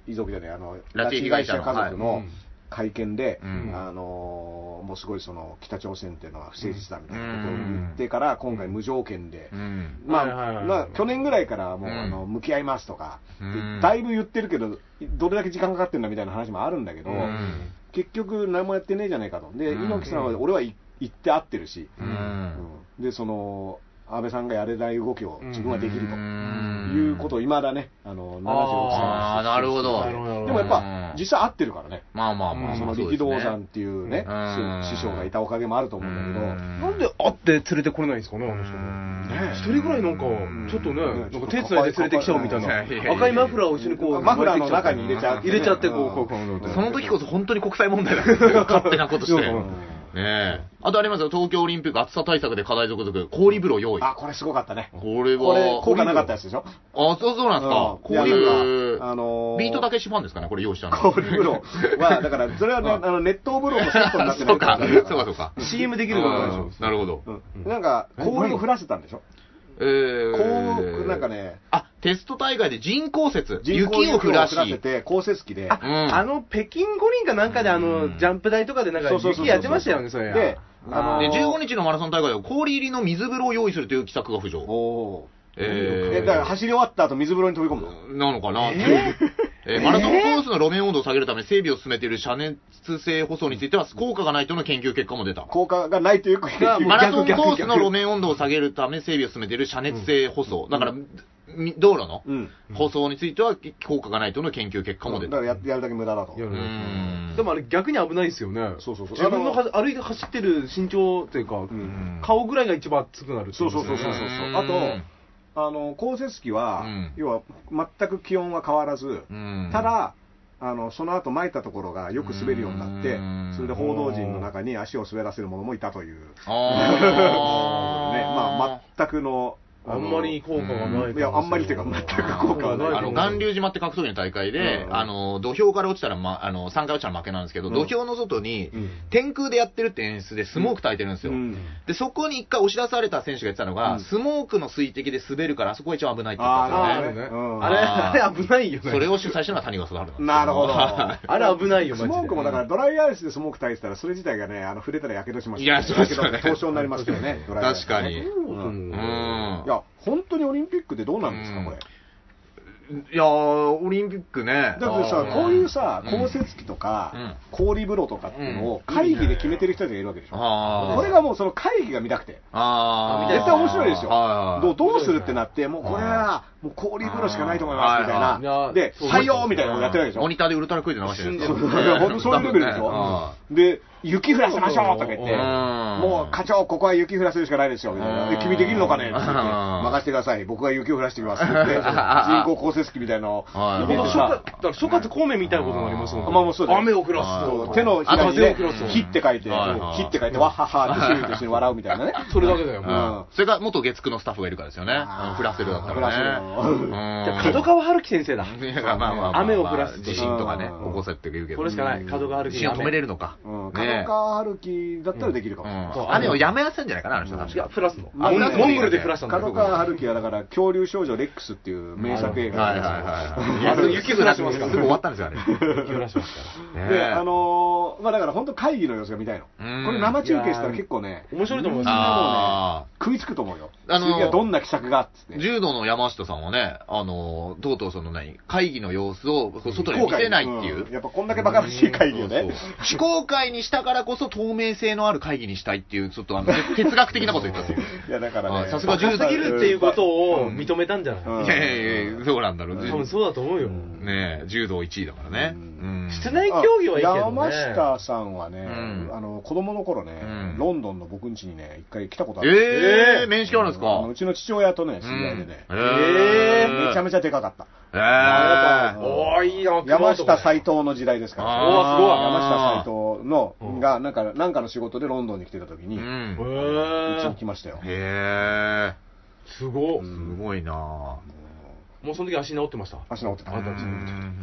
[SPEAKER 1] 遺族じゃないあの
[SPEAKER 2] 拉致被害者の
[SPEAKER 1] 拉致家族
[SPEAKER 2] はい
[SPEAKER 1] の会見で、
[SPEAKER 2] うん
[SPEAKER 1] あのもうすごいその北朝鮮っていうのは不誠実だみたいなことを
[SPEAKER 2] うん
[SPEAKER 1] 言ってから、今回無条件で。
[SPEAKER 2] うん。
[SPEAKER 1] まあ
[SPEAKER 3] はいはいはい
[SPEAKER 1] まあ去年ぐらいからもう、
[SPEAKER 2] うん
[SPEAKER 1] あの向き合いますとか、
[SPEAKER 2] うん
[SPEAKER 1] だいぶ言ってるけど、どれだけ時間かかってるんだみたいな話もあるんだけど、
[SPEAKER 2] うん
[SPEAKER 1] 結局、何もやってねえじゃないかと、で
[SPEAKER 2] うん
[SPEAKER 1] 猪木さんは俺はい言って合ってるし、う
[SPEAKER 2] う
[SPEAKER 1] んでその安倍さんがやれない動きを自分はできると。
[SPEAKER 2] ん
[SPEAKER 1] いうことをいまだね、あの76歳
[SPEAKER 2] あーなるほど
[SPEAKER 3] なるほど
[SPEAKER 1] でもやっぱ
[SPEAKER 2] う、ん
[SPEAKER 1] 実際合ってるからね、
[SPEAKER 2] まあまあまあまあ、
[SPEAKER 1] その
[SPEAKER 2] そう
[SPEAKER 1] 力
[SPEAKER 2] ですね
[SPEAKER 1] 道山っていうね、
[SPEAKER 2] うん
[SPEAKER 1] 師匠がいたおかげもあると思うんだけど、
[SPEAKER 3] なんで会って連れてこれないんですかね、あの人も。
[SPEAKER 2] ね
[SPEAKER 3] 一人ぐらいなんか、ちょっとね、なんか手つないで連れてきちゃうみたい
[SPEAKER 2] いやいやいやい
[SPEAKER 3] な。
[SPEAKER 2] や
[SPEAKER 3] 赤いマフラーを一緒にこう、
[SPEAKER 1] マフラーの中に入れちゃう
[SPEAKER 3] 入れちゃって、こ
[SPEAKER 1] うん
[SPEAKER 3] う、こう、こう、こう
[SPEAKER 2] その時こそ本当に国際問題だ よ勝手なことして。
[SPEAKER 3] そう
[SPEAKER 2] ねえ。あとありますよ、東京オリンピック暑さ対策で課題続々、氷風呂用意。
[SPEAKER 1] あ、これすごかったね。
[SPEAKER 2] これ
[SPEAKER 1] これ
[SPEAKER 2] は、、
[SPEAKER 1] 効果なかったやつ でしょ
[SPEAKER 2] あ、そうそうなんですか。
[SPEAKER 1] うんいや
[SPEAKER 2] 氷
[SPEAKER 1] な
[SPEAKER 2] 風
[SPEAKER 1] ん
[SPEAKER 2] 呂、
[SPEAKER 1] かあのー
[SPEAKER 2] ビートたけしファンですかね、これ用意したの。
[SPEAKER 1] 氷風呂は、だから、それはね、あの、熱湯風呂もセットになって
[SPEAKER 2] そうか、そうか、そう
[SPEAKER 1] う
[SPEAKER 2] か。
[SPEAKER 3] CM できるのかな
[SPEAKER 2] なるほど。
[SPEAKER 1] うんなんか、氷を降らせたんでしょ
[SPEAKER 2] え
[SPEAKER 1] こ
[SPEAKER 2] ー
[SPEAKER 1] う、なんか。ね、
[SPEAKER 2] あ、テスト大会で人工雪。
[SPEAKER 1] 人工
[SPEAKER 2] 雪を降らし。
[SPEAKER 1] 雪せて、降雪機で、
[SPEAKER 3] あ、
[SPEAKER 2] うん
[SPEAKER 3] あの、北京五輪かなんかで、あ
[SPEAKER 2] う
[SPEAKER 3] の、
[SPEAKER 2] ん
[SPEAKER 3] ジャンプ台とかでなんか、
[SPEAKER 1] そうそうそうそう
[SPEAKER 3] 雪やってましたよね、それ。
[SPEAKER 1] で、あの
[SPEAKER 2] で、
[SPEAKER 1] ー、
[SPEAKER 2] 15日のマラソン大会では氷入りの水風呂を用意するという企画が浮上。
[SPEAKER 1] おー
[SPEAKER 2] えー
[SPEAKER 1] えだから走り終わった後水風呂に飛び込むの
[SPEAKER 2] なのかなっていうえーマラソンコースの路面温度を下げるため整備を進めている遮熱性舗装については効果がないとの研究結果も出た。
[SPEAKER 1] 効果がないというか、
[SPEAKER 2] マラソンコースの路面温度を下げるため整備を進めている遮熱性舗装。だから、み道路の
[SPEAKER 1] うん。
[SPEAKER 2] 舗装については効果がないとの研究結果も出
[SPEAKER 1] だ
[SPEAKER 2] た。
[SPEAKER 1] か
[SPEAKER 2] う
[SPEAKER 1] らややるだけ無駄だと。
[SPEAKER 3] や
[SPEAKER 2] ーん
[SPEAKER 3] でもあれ逆に危ないですよね。
[SPEAKER 1] そうそうそう
[SPEAKER 3] 自分のは歩いて走ってる身長っていうか、
[SPEAKER 1] ん
[SPEAKER 3] 顔ぐらいが一番熱くなるってい
[SPEAKER 1] そうそうそうそうそう
[SPEAKER 2] う。ん
[SPEAKER 1] あと、あの、降雪機は、
[SPEAKER 2] うん
[SPEAKER 1] 要は全く気温は変わらず、
[SPEAKER 2] うん
[SPEAKER 1] ただ、あのその後撒いたところがよく滑るようになって、
[SPEAKER 2] うん
[SPEAKER 1] それで報道陣の中に足を滑らせる者もいたという、ね
[SPEAKER 2] あー
[SPEAKER 1] まあ、全くの、
[SPEAKER 3] あ
[SPEAKER 1] の
[SPEAKER 3] んまり効果がないかもしれない
[SPEAKER 1] いや、あんまりっていうか、全く効果はない。
[SPEAKER 2] あの、巌流島って格闘技の大会で、
[SPEAKER 1] うん
[SPEAKER 2] あの、土俵から落ちたら、ま、あの、3回落ちたら負けなんですけど、
[SPEAKER 1] うん
[SPEAKER 2] 土俵の外に
[SPEAKER 1] うん、
[SPEAKER 2] 天空でやってるって演出でスモーク焚いてるんですよ。
[SPEAKER 1] うん
[SPEAKER 2] で、そこに一回押し出された選手が言ってたのが、
[SPEAKER 1] うん
[SPEAKER 2] スモークの水滴で滑るから、あそこが一番危ないって言って
[SPEAKER 1] あ
[SPEAKER 2] た
[SPEAKER 1] ー
[SPEAKER 2] んで
[SPEAKER 1] な
[SPEAKER 3] あ
[SPEAKER 1] る
[SPEAKER 3] る
[SPEAKER 1] ほど
[SPEAKER 3] ね
[SPEAKER 1] ね。うん
[SPEAKER 3] あれ、あれ危ないよ
[SPEAKER 2] すよね。
[SPEAKER 3] ね。
[SPEAKER 2] それを主催したのは谷川貞治なんですよ
[SPEAKER 1] なるほど。
[SPEAKER 3] あれ危ないよ、マジ
[SPEAKER 1] ス
[SPEAKER 3] で。
[SPEAKER 1] モークもだからドライアイスでスモーク焚いてたら、それ自体がね、あの触れたらやけどします
[SPEAKER 2] いやそうですよね
[SPEAKER 1] だけど凍傷になりますけど ね、ドライアイス、
[SPEAKER 2] 確かに。う
[SPEAKER 1] うん
[SPEAKER 2] ん。
[SPEAKER 1] いや、本当にオリンピックでどうなんですか、これ。
[SPEAKER 2] いやー、オリンピックね。
[SPEAKER 1] だって
[SPEAKER 2] あ
[SPEAKER 1] さ
[SPEAKER 2] ー、
[SPEAKER 1] こういうさ、
[SPEAKER 2] うん
[SPEAKER 1] 降雪機とか、
[SPEAKER 2] う
[SPEAKER 1] 氷風呂とかっていうのを会議で決めてる人たちがいるわけでしょ。
[SPEAKER 2] ああ。
[SPEAKER 1] これがもうその会議が見たくて。
[SPEAKER 2] ああ。
[SPEAKER 1] 絶対面白いでしょ、
[SPEAKER 2] はい
[SPEAKER 1] どうどうするってなって、もうこれはもう氷風呂しかないと思いますみたい
[SPEAKER 2] はい
[SPEAKER 4] はい
[SPEAKER 1] な、で、
[SPEAKER 4] そう
[SPEAKER 1] 採用みたいなのやってるでしょ
[SPEAKER 2] モ、ニターでウルトラクイズ流してるんです
[SPEAKER 1] そ
[SPEAKER 2] よ
[SPEAKER 1] う本当そういうレベルでしょ、で、雪降らせましょうとか言って、
[SPEAKER 2] うん
[SPEAKER 1] もう課長、ここは雪降らせるしかないですよみたいな、で
[SPEAKER 2] うん
[SPEAKER 1] 君できるのかねって言って、
[SPEAKER 2] うん
[SPEAKER 1] 任せてください、僕が雪を降らせてきますって言って、
[SPEAKER 2] うん
[SPEAKER 1] 人工降雪機みたいなのを
[SPEAKER 2] はい
[SPEAKER 1] 入れてさ、
[SPEAKER 3] から諸葛孔明みたいなことになりますもん
[SPEAKER 1] あまあもうそうだよ
[SPEAKER 3] 雨を降らす
[SPEAKER 1] そう
[SPEAKER 3] と。
[SPEAKER 1] 手のひらに
[SPEAKER 3] あ風
[SPEAKER 1] ね
[SPEAKER 3] を降らすと、
[SPEAKER 1] 火って書いて、
[SPEAKER 2] はいはい
[SPEAKER 1] 火って書いて、わっはっはって周囲と一緒に笑うみたいな ね。
[SPEAKER 3] それだけだよ。
[SPEAKER 2] う
[SPEAKER 3] もうん
[SPEAKER 2] それが元月9のスタッフがいるからですよね。うんフラセルだった
[SPEAKER 1] フラ
[SPEAKER 2] ら
[SPEAKER 1] セル
[SPEAKER 2] ね。
[SPEAKER 3] じゃあ
[SPEAKER 2] うん
[SPEAKER 3] 角川春樹先生だ。
[SPEAKER 2] いやまあまあまあまあ
[SPEAKER 3] 雨を降らす
[SPEAKER 2] 地震とかね、起こせって言うけど。
[SPEAKER 3] これしかない。角川春
[SPEAKER 2] 地
[SPEAKER 3] 樹
[SPEAKER 2] 震
[SPEAKER 3] の
[SPEAKER 2] を
[SPEAKER 3] 雨。
[SPEAKER 2] 止めれるのか。
[SPEAKER 1] うん、
[SPEAKER 2] ね
[SPEAKER 1] 角川春樹だったらできるかもしれない。
[SPEAKER 2] うん雨をやめやすいんじゃないかな、あの人。
[SPEAKER 3] いや、降らすの。
[SPEAKER 1] あ
[SPEAKER 3] モン
[SPEAKER 1] モン
[SPEAKER 3] ゴ
[SPEAKER 1] ゴ
[SPEAKER 3] ル
[SPEAKER 1] ル
[SPEAKER 3] で
[SPEAKER 2] で
[SPEAKER 3] 降
[SPEAKER 2] 降
[SPEAKER 3] ら
[SPEAKER 2] ら
[SPEAKER 3] すの。
[SPEAKER 1] 角川春樹はだから、恐竜少女レックスっていう名作映画
[SPEAKER 2] はいはいはい。や
[SPEAKER 3] すぐ雪降らしますから
[SPEAKER 2] すぐ終わったんです よ、あれ。
[SPEAKER 3] 降らしますから。
[SPEAKER 2] ね
[SPEAKER 1] で、あのーまあだから本当会議の様子が見たいの。
[SPEAKER 2] うん
[SPEAKER 1] これ生中継したら結構ね、
[SPEAKER 3] 面白いと思い
[SPEAKER 2] あ
[SPEAKER 3] ま
[SPEAKER 1] 食いつくと思うよ。
[SPEAKER 2] あのー
[SPEAKER 1] 次はどんな奇策がっつって
[SPEAKER 2] ー。柔道の山下さんはね、あのー、とうとうその何、会議の様子をこう外に見せないっていう。
[SPEAKER 1] んやっぱこんだけバカらしい会議をね。
[SPEAKER 2] 非公開にしたからこそ透明性のある会議にしたいっていう、ちょっとあの、て哲学的なこと言ったっていう。
[SPEAKER 1] いやだからね。
[SPEAKER 2] あさす
[SPEAKER 3] すね。
[SPEAKER 2] が
[SPEAKER 3] バカすぎるっていうことを認めたんじゃ
[SPEAKER 1] う
[SPEAKER 3] なんい
[SPEAKER 2] いやいやいや、どうなんだろう。
[SPEAKER 3] 多分そうだと思うよ。
[SPEAKER 2] ねえ、柔道1位だからね。うん
[SPEAKER 3] 室内競技はいいけどね。
[SPEAKER 1] 山下さんはね、
[SPEAKER 2] ん
[SPEAKER 1] あの子供の頃ね、
[SPEAKER 2] うん
[SPEAKER 1] ロンドンの僕ん家にね、一回来たことある。
[SPEAKER 2] ええ面識あるんです
[SPEAKER 1] あの
[SPEAKER 2] か
[SPEAKER 1] うちの父親とね、知り合いでね、
[SPEAKER 2] うん
[SPEAKER 3] え
[SPEAKER 1] めちゃめちゃでかかった。
[SPEAKER 2] えー
[SPEAKER 3] おーいいな
[SPEAKER 1] 山下斎藤の時代ですから。山
[SPEAKER 2] あ
[SPEAKER 1] 下
[SPEAKER 2] ー
[SPEAKER 1] 斎藤の、が、なんか、なんかの仕事でロンドンに来てた時に、
[SPEAKER 2] う
[SPEAKER 1] うん
[SPEAKER 3] へ
[SPEAKER 2] ん。
[SPEAKER 1] ちに
[SPEAKER 3] ー
[SPEAKER 1] 来ましたよ。
[SPEAKER 2] へえ
[SPEAKER 3] すごっ
[SPEAKER 2] すごいな
[SPEAKER 3] もうその時足治ってま した。
[SPEAKER 1] 足治ってた。
[SPEAKER 3] あ
[SPEAKER 2] ぁ。うん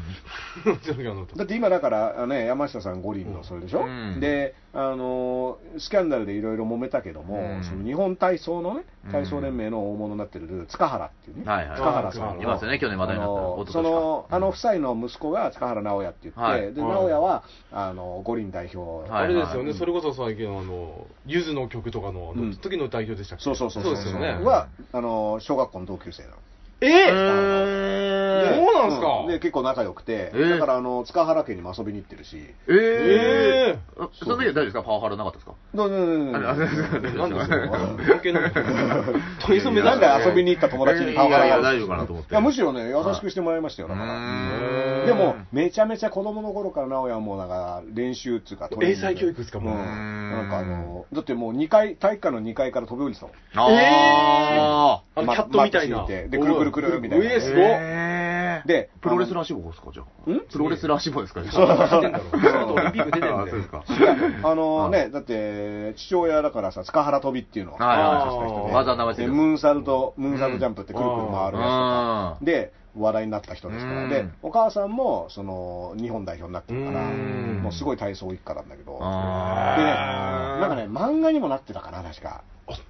[SPEAKER 3] その時は治ってた
[SPEAKER 1] だって今だから、あね、山下さん五輪のそれでしょ、
[SPEAKER 2] うん
[SPEAKER 1] で、あのースキャンダルでいろいろ揉めたけども、
[SPEAKER 2] うん
[SPEAKER 1] その日本体操のね
[SPEAKER 2] う、ん
[SPEAKER 1] 体操連盟の大物になってる塚原っていうね、
[SPEAKER 2] はいはい
[SPEAKER 1] 塚原さんの
[SPEAKER 3] います
[SPEAKER 2] よね去年話題になった
[SPEAKER 1] あのー
[SPEAKER 2] 一昨年か
[SPEAKER 1] その、あの夫妻の息子が塚原直哉って言って、
[SPEAKER 2] はい
[SPEAKER 1] で、
[SPEAKER 3] はい
[SPEAKER 1] 直哉は、あの、五輪代表、
[SPEAKER 2] はい
[SPEAKER 3] あれですよ
[SPEAKER 2] は
[SPEAKER 3] ね、それこそ最近、あの、ゆずの曲とかの、あ
[SPEAKER 1] うん
[SPEAKER 3] の時の代表でしたっけ
[SPEAKER 1] そうそうそう
[SPEAKER 3] そうですよね。
[SPEAKER 1] は、あのー小学校の同級生なの。
[SPEAKER 3] え
[SPEAKER 2] へ
[SPEAKER 3] ー
[SPEAKER 2] ー
[SPEAKER 3] そうなんすか
[SPEAKER 1] うで、結構仲良くて、
[SPEAKER 2] えー
[SPEAKER 1] だから、あの、塚原家にも遊びに行ってるし、
[SPEAKER 2] ええ
[SPEAKER 3] え
[SPEAKER 2] あその時は大丈夫ですかパワハラなかったですか
[SPEAKER 1] どうどうどうどう
[SPEAKER 2] あ
[SPEAKER 3] なんです
[SPEAKER 2] 大丈夫
[SPEAKER 3] か 関係ない。 問い染め
[SPEAKER 1] な
[SPEAKER 3] だ
[SPEAKER 1] ん
[SPEAKER 3] から
[SPEAKER 1] で遊びに行った友達に顔が
[SPEAKER 2] いやいや大丈夫かなと思って
[SPEAKER 1] いや、むしろね、優しくしてもらいましたよ、だから。
[SPEAKER 2] うん
[SPEAKER 1] でも、めちゃめちゃ子供の頃から直哉はもうなんか練習っつうか、トレーニン
[SPEAKER 3] 英
[SPEAKER 1] グ
[SPEAKER 3] 才教育ですか、
[SPEAKER 1] うん
[SPEAKER 3] もう。
[SPEAKER 1] なんかあの、だってもう2階、体育館の2階から飛び降りてたもん。
[SPEAKER 2] あ
[SPEAKER 3] あの、
[SPEAKER 1] ま
[SPEAKER 3] キャットみたいな。
[SPEAKER 1] マッチしててでくるくるくるみたいな
[SPEAKER 3] うえ、
[SPEAKER 2] ー
[SPEAKER 3] すごっ。
[SPEAKER 2] えー
[SPEAKER 1] で
[SPEAKER 2] プロレスラー志望ですかじゃあ
[SPEAKER 1] ん
[SPEAKER 2] プロレスラー志望ですかじゃ
[SPEAKER 3] 知っ
[SPEAKER 2] あ
[SPEAKER 3] てんだろ。ちゃんとオリンピック出てる
[SPEAKER 2] あ
[SPEAKER 3] んで
[SPEAKER 2] そうですか
[SPEAKER 1] いやあのね、だって、父親だからさ、塚原飛びっていうのを
[SPEAKER 2] はいはい
[SPEAKER 3] はい
[SPEAKER 1] で
[SPEAKER 2] 技名前ついて
[SPEAKER 1] で、
[SPEAKER 2] る
[SPEAKER 1] ムーンサルト、ムーンサルトジャンプってくるくる回るやつとか
[SPEAKER 2] う、ん
[SPEAKER 1] で、話題になった人ですから、
[SPEAKER 2] うん
[SPEAKER 1] で、お母さんも、その、日本代表になってるから、
[SPEAKER 3] うん
[SPEAKER 1] もうすごい体操一家なんだけど、でね、
[SPEAKER 2] あー
[SPEAKER 1] なんかね、漫画にもなってたかな、確か。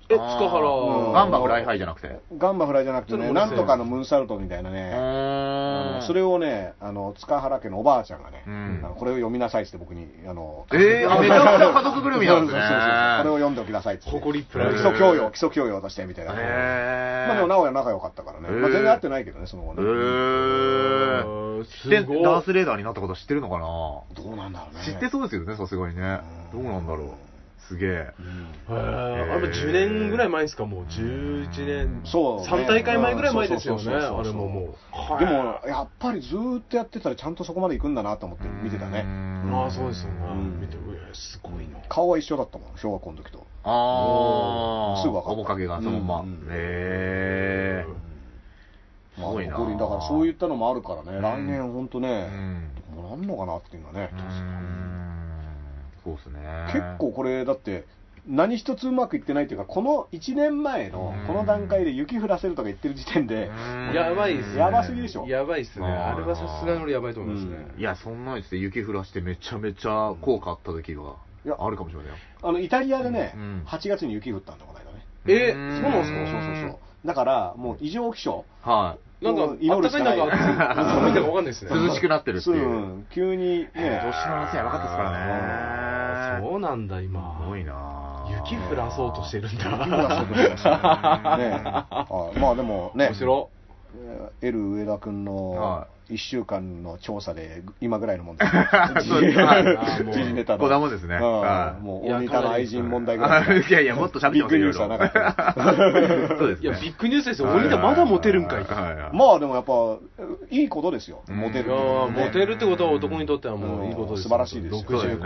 [SPEAKER 3] え、塚原。
[SPEAKER 2] ガンバフライハイじゃなくて
[SPEAKER 1] ガンバフライじゃなくてね、なんとかのムーンサルトみたいなね、あのそれをね、あの塚原家のおばあちゃんがね、
[SPEAKER 2] うん
[SPEAKER 1] あのこれを読みなさいっつって僕に、あの、
[SPEAKER 2] えー、あめちゃくちゃ家族ぐるみなんですね。
[SPEAKER 1] そうそうそうこれを読んでおきなさいっつって。
[SPEAKER 3] 誇りプ
[SPEAKER 2] ライ
[SPEAKER 1] 基
[SPEAKER 2] ド
[SPEAKER 1] 礎教養、基礎教養としてみたいな。
[SPEAKER 2] えー
[SPEAKER 1] まあでも、直哉仲良かったからね。まあ、全然会ってないけどね、その後
[SPEAKER 2] え
[SPEAKER 1] ね。
[SPEAKER 2] ー、
[SPEAKER 3] す
[SPEAKER 2] 知っ
[SPEAKER 3] ごい
[SPEAKER 2] てダースレーダーになったこと知ってるのかな
[SPEAKER 1] どうなんだろうね。
[SPEAKER 2] 知ってそうですよね、さすがにね。どうなんだろう。すげえ。
[SPEAKER 3] へーあれも10年ぐらい前ですか、もう11年、
[SPEAKER 1] そうね
[SPEAKER 3] 3大会前ぐらい前ですよ
[SPEAKER 1] そ
[SPEAKER 3] ね、
[SPEAKER 1] うそうそうそう
[SPEAKER 3] あれももう。
[SPEAKER 1] でも、やっぱりずーっとやってたら、ちゃんとそこまで行くんだなと思って見てたね。
[SPEAKER 3] ああ、そうですよね、
[SPEAKER 1] ん
[SPEAKER 3] 見て、うえすごいな。
[SPEAKER 1] 顔は一緒だったもん、小学校の時と。
[SPEAKER 2] ああ、
[SPEAKER 1] すぐ分かった
[SPEAKER 2] 面影がそのま
[SPEAKER 1] うん
[SPEAKER 2] ま
[SPEAKER 1] うん。
[SPEAKER 2] へえす
[SPEAKER 1] まあ
[SPEAKER 2] ごいな
[SPEAKER 1] 五輪だからそういったのもあるからね、来年本当
[SPEAKER 2] ー。う
[SPEAKER 1] ね、
[SPEAKER 2] ん。
[SPEAKER 1] どうなんのかなっていうのはね、
[SPEAKER 2] そうですね。
[SPEAKER 1] 結構これ、だって、何一つうまくいってないというか、この1年前の
[SPEAKER 2] うん
[SPEAKER 1] この段階で雪降らせるとか言ってる時点で、
[SPEAKER 2] うん
[SPEAKER 3] やばいっすね
[SPEAKER 1] やばすぎでしょ。
[SPEAKER 3] やばいっすね、
[SPEAKER 2] あー
[SPEAKER 3] あれはさすがに俺、やばいと思いますね。
[SPEAKER 2] いや、そんなにですね、雪降らしてめちゃめちゃ効果あった時が
[SPEAKER 1] いや
[SPEAKER 2] あるかもしれないよ。
[SPEAKER 1] あのイタリアでね、
[SPEAKER 2] うん
[SPEAKER 1] 8月に雪降ったんだ、この間ね。
[SPEAKER 3] え
[SPEAKER 2] う
[SPEAKER 3] そうなんす
[SPEAKER 1] そう
[SPEAKER 3] か
[SPEAKER 1] そうそうそう。だから、もう異常気象、
[SPEAKER 2] は
[SPEAKER 3] なん
[SPEAKER 1] もう
[SPEAKER 3] か、
[SPEAKER 1] 祈
[SPEAKER 3] あっ
[SPEAKER 1] るし
[SPEAKER 3] たか
[SPEAKER 1] か
[SPEAKER 3] い
[SPEAKER 1] ない
[SPEAKER 3] 中、寒いんだかわかんないです
[SPEAKER 2] い。
[SPEAKER 3] ね。
[SPEAKER 2] 涼しくなってるって
[SPEAKER 1] う
[SPEAKER 2] いう。
[SPEAKER 1] ん、急に
[SPEAKER 2] ね
[SPEAKER 1] ね、
[SPEAKER 2] 年の話やばかったですからね。
[SPEAKER 3] そうなんだ、
[SPEAKER 2] す
[SPEAKER 3] 今
[SPEAKER 2] ご。いな
[SPEAKER 3] 雪 降らそうとしてるん
[SPEAKER 1] 雪降らせる
[SPEAKER 3] だ。
[SPEAKER 1] とかねねあまあでもね、
[SPEAKER 3] 面白
[SPEAKER 1] えー L 上田君の
[SPEAKER 2] は
[SPEAKER 1] 1週間の調査で今ぐらいのもんです
[SPEAKER 2] そうですはい
[SPEAKER 1] 時事ネタの
[SPEAKER 2] こんなもんですね
[SPEAKER 1] うん
[SPEAKER 2] はい
[SPEAKER 1] もう大ネタの愛人問題ぐらい
[SPEAKER 2] いやいや、もっと喋ってます
[SPEAKER 1] ビッグニュ
[SPEAKER 2] よ
[SPEAKER 1] ースはなかった
[SPEAKER 2] そうです
[SPEAKER 3] いや、
[SPEAKER 2] ね。
[SPEAKER 3] ビッグニュースですよ。
[SPEAKER 2] はい
[SPEAKER 3] 鬼田まだモテるんかい。
[SPEAKER 2] はいはい
[SPEAKER 1] まあでもやっぱいいことですよ
[SPEAKER 2] うん
[SPEAKER 1] モテ
[SPEAKER 3] い
[SPEAKER 1] る
[SPEAKER 3] やーモテるってことは男にとってはもういいこと
[SPEAKER 1] もう
[SPEAKER 3] です
[SPEAKER 1] 素晴らしいですよ
[SPEAKER 3] 60超えて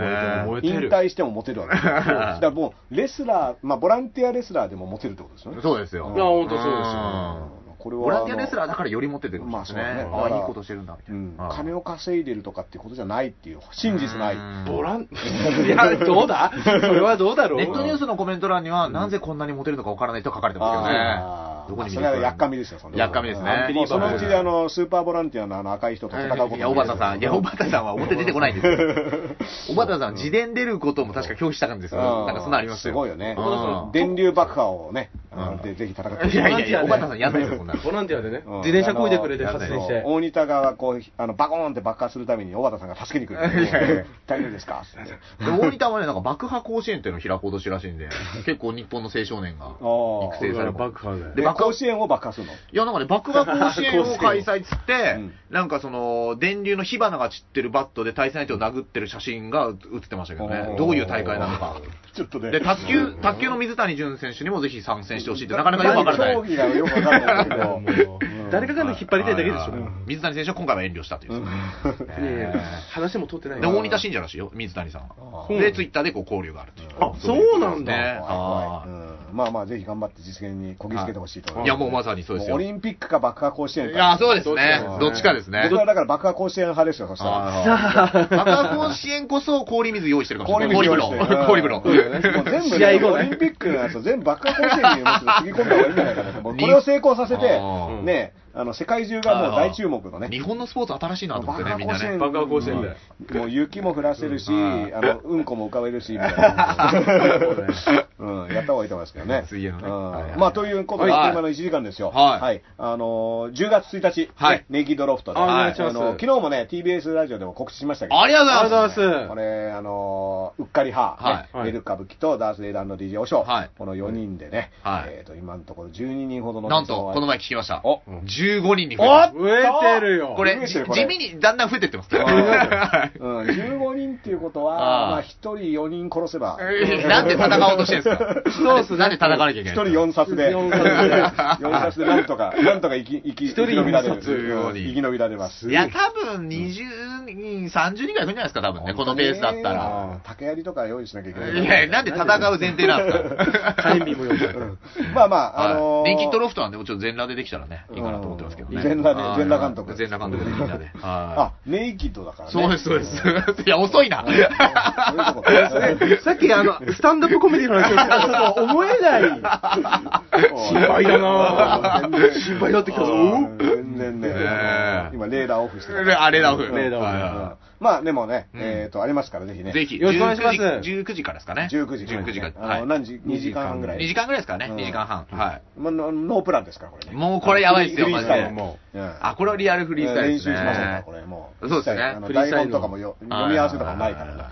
[SPEAKER 3] も燃え
[SPEAKER 1] 引
[SPEAKER 3] てる。
[SPEAKER 1] 退してもモテるわけですよだからもうレスラーまあボランティアレスラーでもモテるってことですよね
[SPEAKER 2] そうですよ。
[SPEAKER 1] い
[SPEAKER 3] や本当そうですよ
[SPEAKER 1] うんこれ
[SPEAKER 2] うん
[SPEAKER 1] は
[SPEAKER 2] ボランティアレスラーだからより持っててるん
[SPEAKER 1] ま
[SPEAKER 2] で
[SPEAKER 1] あ
[SPEAKER 2] す
[SPEAKER 1] そう
[SPEAKER 2] ね。
[SPEAKER 1] だね
[SPEAKER 2] ああ、いいことしてるんだ、みた
[SPEAKER 1] う
[SPEAKER 2] い
[SPEAKER 1] ん
[SPEAKER 2] な。ああ
[SPEAKER 1] 金を稼いでるとかってことじゃないっていう真実ない
[SPEAKER 2] うん
[SPEAKER 3] ボラン、 いや、どうだそれはどうだろう
[SPEAKER 2] ネットニュースのコメント欄には、なぜこんなにモテるのかわからないと書かれて
[SPEAKER 1] あ
[SPEAKER 2] ま
[SPEAKER 1] ー
[SPEAKER 2] すけどね。どこに見
[SPEAKER 1] そ
[SPEAKER 2] て
[SPEAKER 1] れはやっかみですよ、そんなの
[SPEAKER 2] やっかみですね
[SPEAKER 1] あのそのうちであのスーパーボランティアのあの赤い人と戦うこと
[SPEAKER 2] いや、小畑さん、いや、小畑さんは表出てこな いんですよ。小畑さん、自伝出ることも確か拒否したんですよ。なんかそんなのあります
[SPEAKER 1] すごいよね
[SPEAKER 2] うん
[SPEAKER 1] 電流爆破をね、あ
[SPEAKER 2] う
[SPEAKER 1] の
[SPEAKER 2] ん
[SPEAKER 1] でぜひ戦ってほし
[SPEAKER 2] い
[SPEAKER 1] い
[SPEAKER 2] やいやいや、小畑さんやんないですよ、そんなの
[SPEAKER 3] ボランティアでね
[SPEAKER 1] うん、
[SPEAKER 3] 自転車こいでくれて
[SPEAKER 1] あの
[SPEAKER 3] 発電
[SPEAKER 1] そう
[SPEAKER 3] して。
[SPEAKER 1] 大仁田がこうあのバコーンって爆破するために小畑さんが助けに来
[SPEAKER 2] いやいや
[SPEAKER 1] る大丈夫ですかって
[SPEAKER 2] で大分はね、なんか爆破甲子園っていうのを開こうとしてるらしいんで、結構日本の青少年が
[SPEAKER 1] あ
[SPEAKER 2] 育成されて。
[SPEAKER 3] 破だよ
[SPEAKER 1] で
[SPEAKER 2] で
[SPEAKER 1] 甲子園を爆破するの
[SPEAKER 2] いや、なんかね、爆破甲子園を開催っつって、
[SPEAKER 1] うん
[SPEAKER 2] なんかその、電流の火花が散ってるバットで対戦相手を殴ってる写真が写ってましたけど
[SPEAKER 1] お
[SPEAKER 2] ね
[SPEAKER 1] ー。
[SPEAKER 2] どういう大会なのか。
[SPEAKER 1] ちょっとね
[SPEAKER 2] で、卓球、卓球の水谷隼選手にもぜひ参戦してほしいって、なかなかよくわか らない。
[SPEAKER 1] 競技がよくわからないけ ど
[SPEAKER 3] 誰かが引っ張りたいだけでし
[SPEAKER 2] はいはいはい
[SPEAKER 3] ょ。
[SPEAKER 2] 水谷選手は今回は遠慮したという。
[SPEAKER 3] いやいや
[SPEAKER 2] ね
[SPEAKER 3] 話も通ってない
[SPEAKER 2] で、大仁田信者らしいよ、水谷さんは。
[SPEAKER 1] うん
[SPEAKER 2] で、ツイッターでこう交流があるという。
[SPEAKER 3] あ、そうなん
[SPEAKER 2] ね
[SPEAKER 3] だ。
[SPEAKER 1] は
[SPEAKER 2] はいい
[SPEAKER 1] はいうんまあまあ、ぜひ頑張って実現にこぎつけてほしいと思
[SPEAKER 2] いや、もうまさにそうです
[SPEAKER 1] も
[SPEAKER 2] よ。
[SPEAKER 1] オリ
[SPEAKER 2] い
[SPEAKER 1] ンピックか爆破甲子園か。
[SPEAKER 2] や、そうですね。どっちかですね
[SPEAKER 1] 僕。はだから爆破甲子園派ですよ、そしたら。
[SPEAKER 2] ああ赤甲子園こそ氷水用意してるかもしれない。氷
[SPEAKER 1] 用
[SPEAKER 2] 風
[SPEAKER 1] 意して
[SPEAKER 2] 呂。氷風
[SPEAKER 1] うんそう
[SPEAKER 2] 呂。
[SPEAKER 1] だねもう全部
[SPEAKER 3] 試合
[SPEAKER 1] ね、
[SPEAKER 3] 後ね
[SPEAKER 1] オリンピックのやつを全部爆破甲子園にむしろつぎ込んだ方がいいんじゃないかなと思う。これを成功させて
[SPEAKER 2] あー、
[SPEAKER 1] ね、あの、世界中がもう大注目のね。
[SPEAKER 2] 日本のスポーツ新しいなと思ってね、みんなね。
[SPEAKER 3] 爆破甲子園で
[SPEAKER 1] うんもう雪も降らせるし、
[SPEAKER 2] うん
[SPEAKER 1] あのうんこも浮かべるし、みたい な、うん、やった方がいいと思いますけどね。
[SPEAKER 2] 水泳のね
[SPEAKER 1] うん
[SPEAKER 2] はいはい
[SPEAKER 1] まあ、ということで、
[SPEAKER 2] はい
[SPEAKER 1] 今の1時間ですよ。
[SPEAKER 2] はい
[SPEAKER 1] あのー10月1日、
[SPEAKER 2] はい
[SPEAKER 1] ねネギドロフトで、
[SPEAKER 3] あお願いします
[SPEAKER 1] あの昨日もね、TBS ラジオでも告知しましたけど、
[SPEAKER 2] ありがとうございます。
[SPEAKER 3] ありがとうございます
[SPEAKER 1] これ、あのーうっかり派、ね
[SPEAKER 2] はい
[SPEAKER 3] はい
[SPEAKER 1] エル歌舞伎とダース・レイダーの DJ オショー、
[SPEAKER 2] はい
[SPEAKER 1] この4人でね、
[SPEAKER 2] はい
[SPEAKER 1] えーと今のところ12人ほどの
[SPEAKER 2] なんと、この前聞きました。
[SPEAKER 1] お
[SPEAKER 2] 15人に増え
[SPEAKER 1] お
[SPEAKER 2] た
[SPEAKER 1] っ
[SPEAKER 3] 増えてるよ。
[SPEAKER 2] こ
[SPEAKER 1] 増え
[SPEAKER 2] れ、
[SPEAKER 1] て
[SPEAKER 2] じ
[SPEAKER 1] る
[SPEAKER 2] 地
[SPEAKER 1] これ
[SPEAKER 2] 味にだんだん増えてってます。
[SPEAKER 1] うん、15人っていうことは、
[SPEAKER 2] あー
[SPEAKER 1] まあ、1人4人殺せば、
[SPEAKER 2] なんで戦おうとしてるんですかそうすなんで戦わなきゃいけ
[SPEAKER 1] 一
[SPEAKER 2] ない
[SPEAKER 1] 人4冊で、
[SPEAKER 3] 四
[SPEAKER 1] 4
[SPEAKER 3] 冊で
[SPEAKER 1] 冊でなんとか、なんとか生き、生き、
[SPEAKER 3] 一人
[SPEAKER 1] 生き延びられる。
[SPEAKER 3] 四冊
[SPEAKER 1] うん生き延びられます。
[SPEAKER 2] いや、多分20人、30人ぐらい来るんじゃないですか、多分ね。このペースだったら。
[SPEAKER 1] うん。竹槍とか用意しなきゃいけない。
[SPEAKER 2] いや、なんで戦う前提なんですか
[SPEAKER 3] タイミングも読んで。
[SPEAKER 1] まあまあ、あ
[SPEAKER 2] は
[SPEAKER 1] のー、
[SPEAKER 2] い。人気トロフトなんで、もちろん全裸でできたらね、いいかなと思ってますけどね。
[SPEAKER 1] うん全裸で
[SPEAKER 2] はい
[SPEAKER 1] 全裸監督
[SPEAKER 2] 全裸監督でみ んなで。は
[SPEAKER 1] あ、ネイキッドだから
[SPEAKER 2] い。
[SPEAKER 1] ね。
[SPEAKER 2] そうです、そうです。 いや、遅いな。
[SPEAKER 1] そういうとこだね。
[SPEAKER 3] さっきあの、スタンダップコメディの話をしたら、ちょっと思えない。
[SPEAKER 1] 心
[SPEAKER 3] 配 だなぁ心配になってきたぞ
[SPEAKER 1] 全然ね
[SPEAKER 2] ねえ。
[SPEAKER 1] 今、レーダーオフしてる。
[SPEAKER 2] あれだ、フ。
[SPEAKER 3] レーダーオフ
[SPEAKER 2] はい
[SPEAKER 1] うん
[SPEAKER 2] は
[SPEAKER 1] まあ、でもね、
[SPEAKER 2] うん
[SPEAKER 1] えっと、ありますから、ぜひ
[SPEAKER 2] い
[SPEAKER 1] ね。
[SPEAKER 2] ぜひ、
[SPEAKER 3] よろしくお願いします
[SPEAKER 2] 19時19時からですかね。
[SPEAKER 1] 19時からね。
[SPEAKER 2] 19時
[SPEAKER 1] あ
[SPEAKER 2] から。
[SPEAKER 1] の、
[SPEAKER 2] はい
[SPEAKER 1] 何時 ?2 時間半ぐらい。
[SPEAKER 2] 2時間ぐらいですからね、
[SPEAKER 1] うん
[SPEAKER 2] 2時間半。はい。
[SPEAKER 1] まあノノープランですから、これね。
[SPEAKER 2] もうこれやばいっすよ
[SPEAKER 1] フリースタイル
[SPEAKER 2] マジで
[SPEAKER 1] もう。うん
[SPEAKER 2] あ、これはリアルフリースタイルですね。
[SPEAKER 1] 練習しましたから、これもう。
[SPEAKER 2] そうですね
[SPEAKER 1] あの
[SPEAKER 3] フリー
[SPEAKER 1] 台
[SPEAKER 3] スタイ
[SPEAKER 1] 本
[SPEAKER 3] ル
[SPEAKER 1] と
[SPEAKER 3] の
[SPEAKER 1] かもよ読み合わせとかもないからね。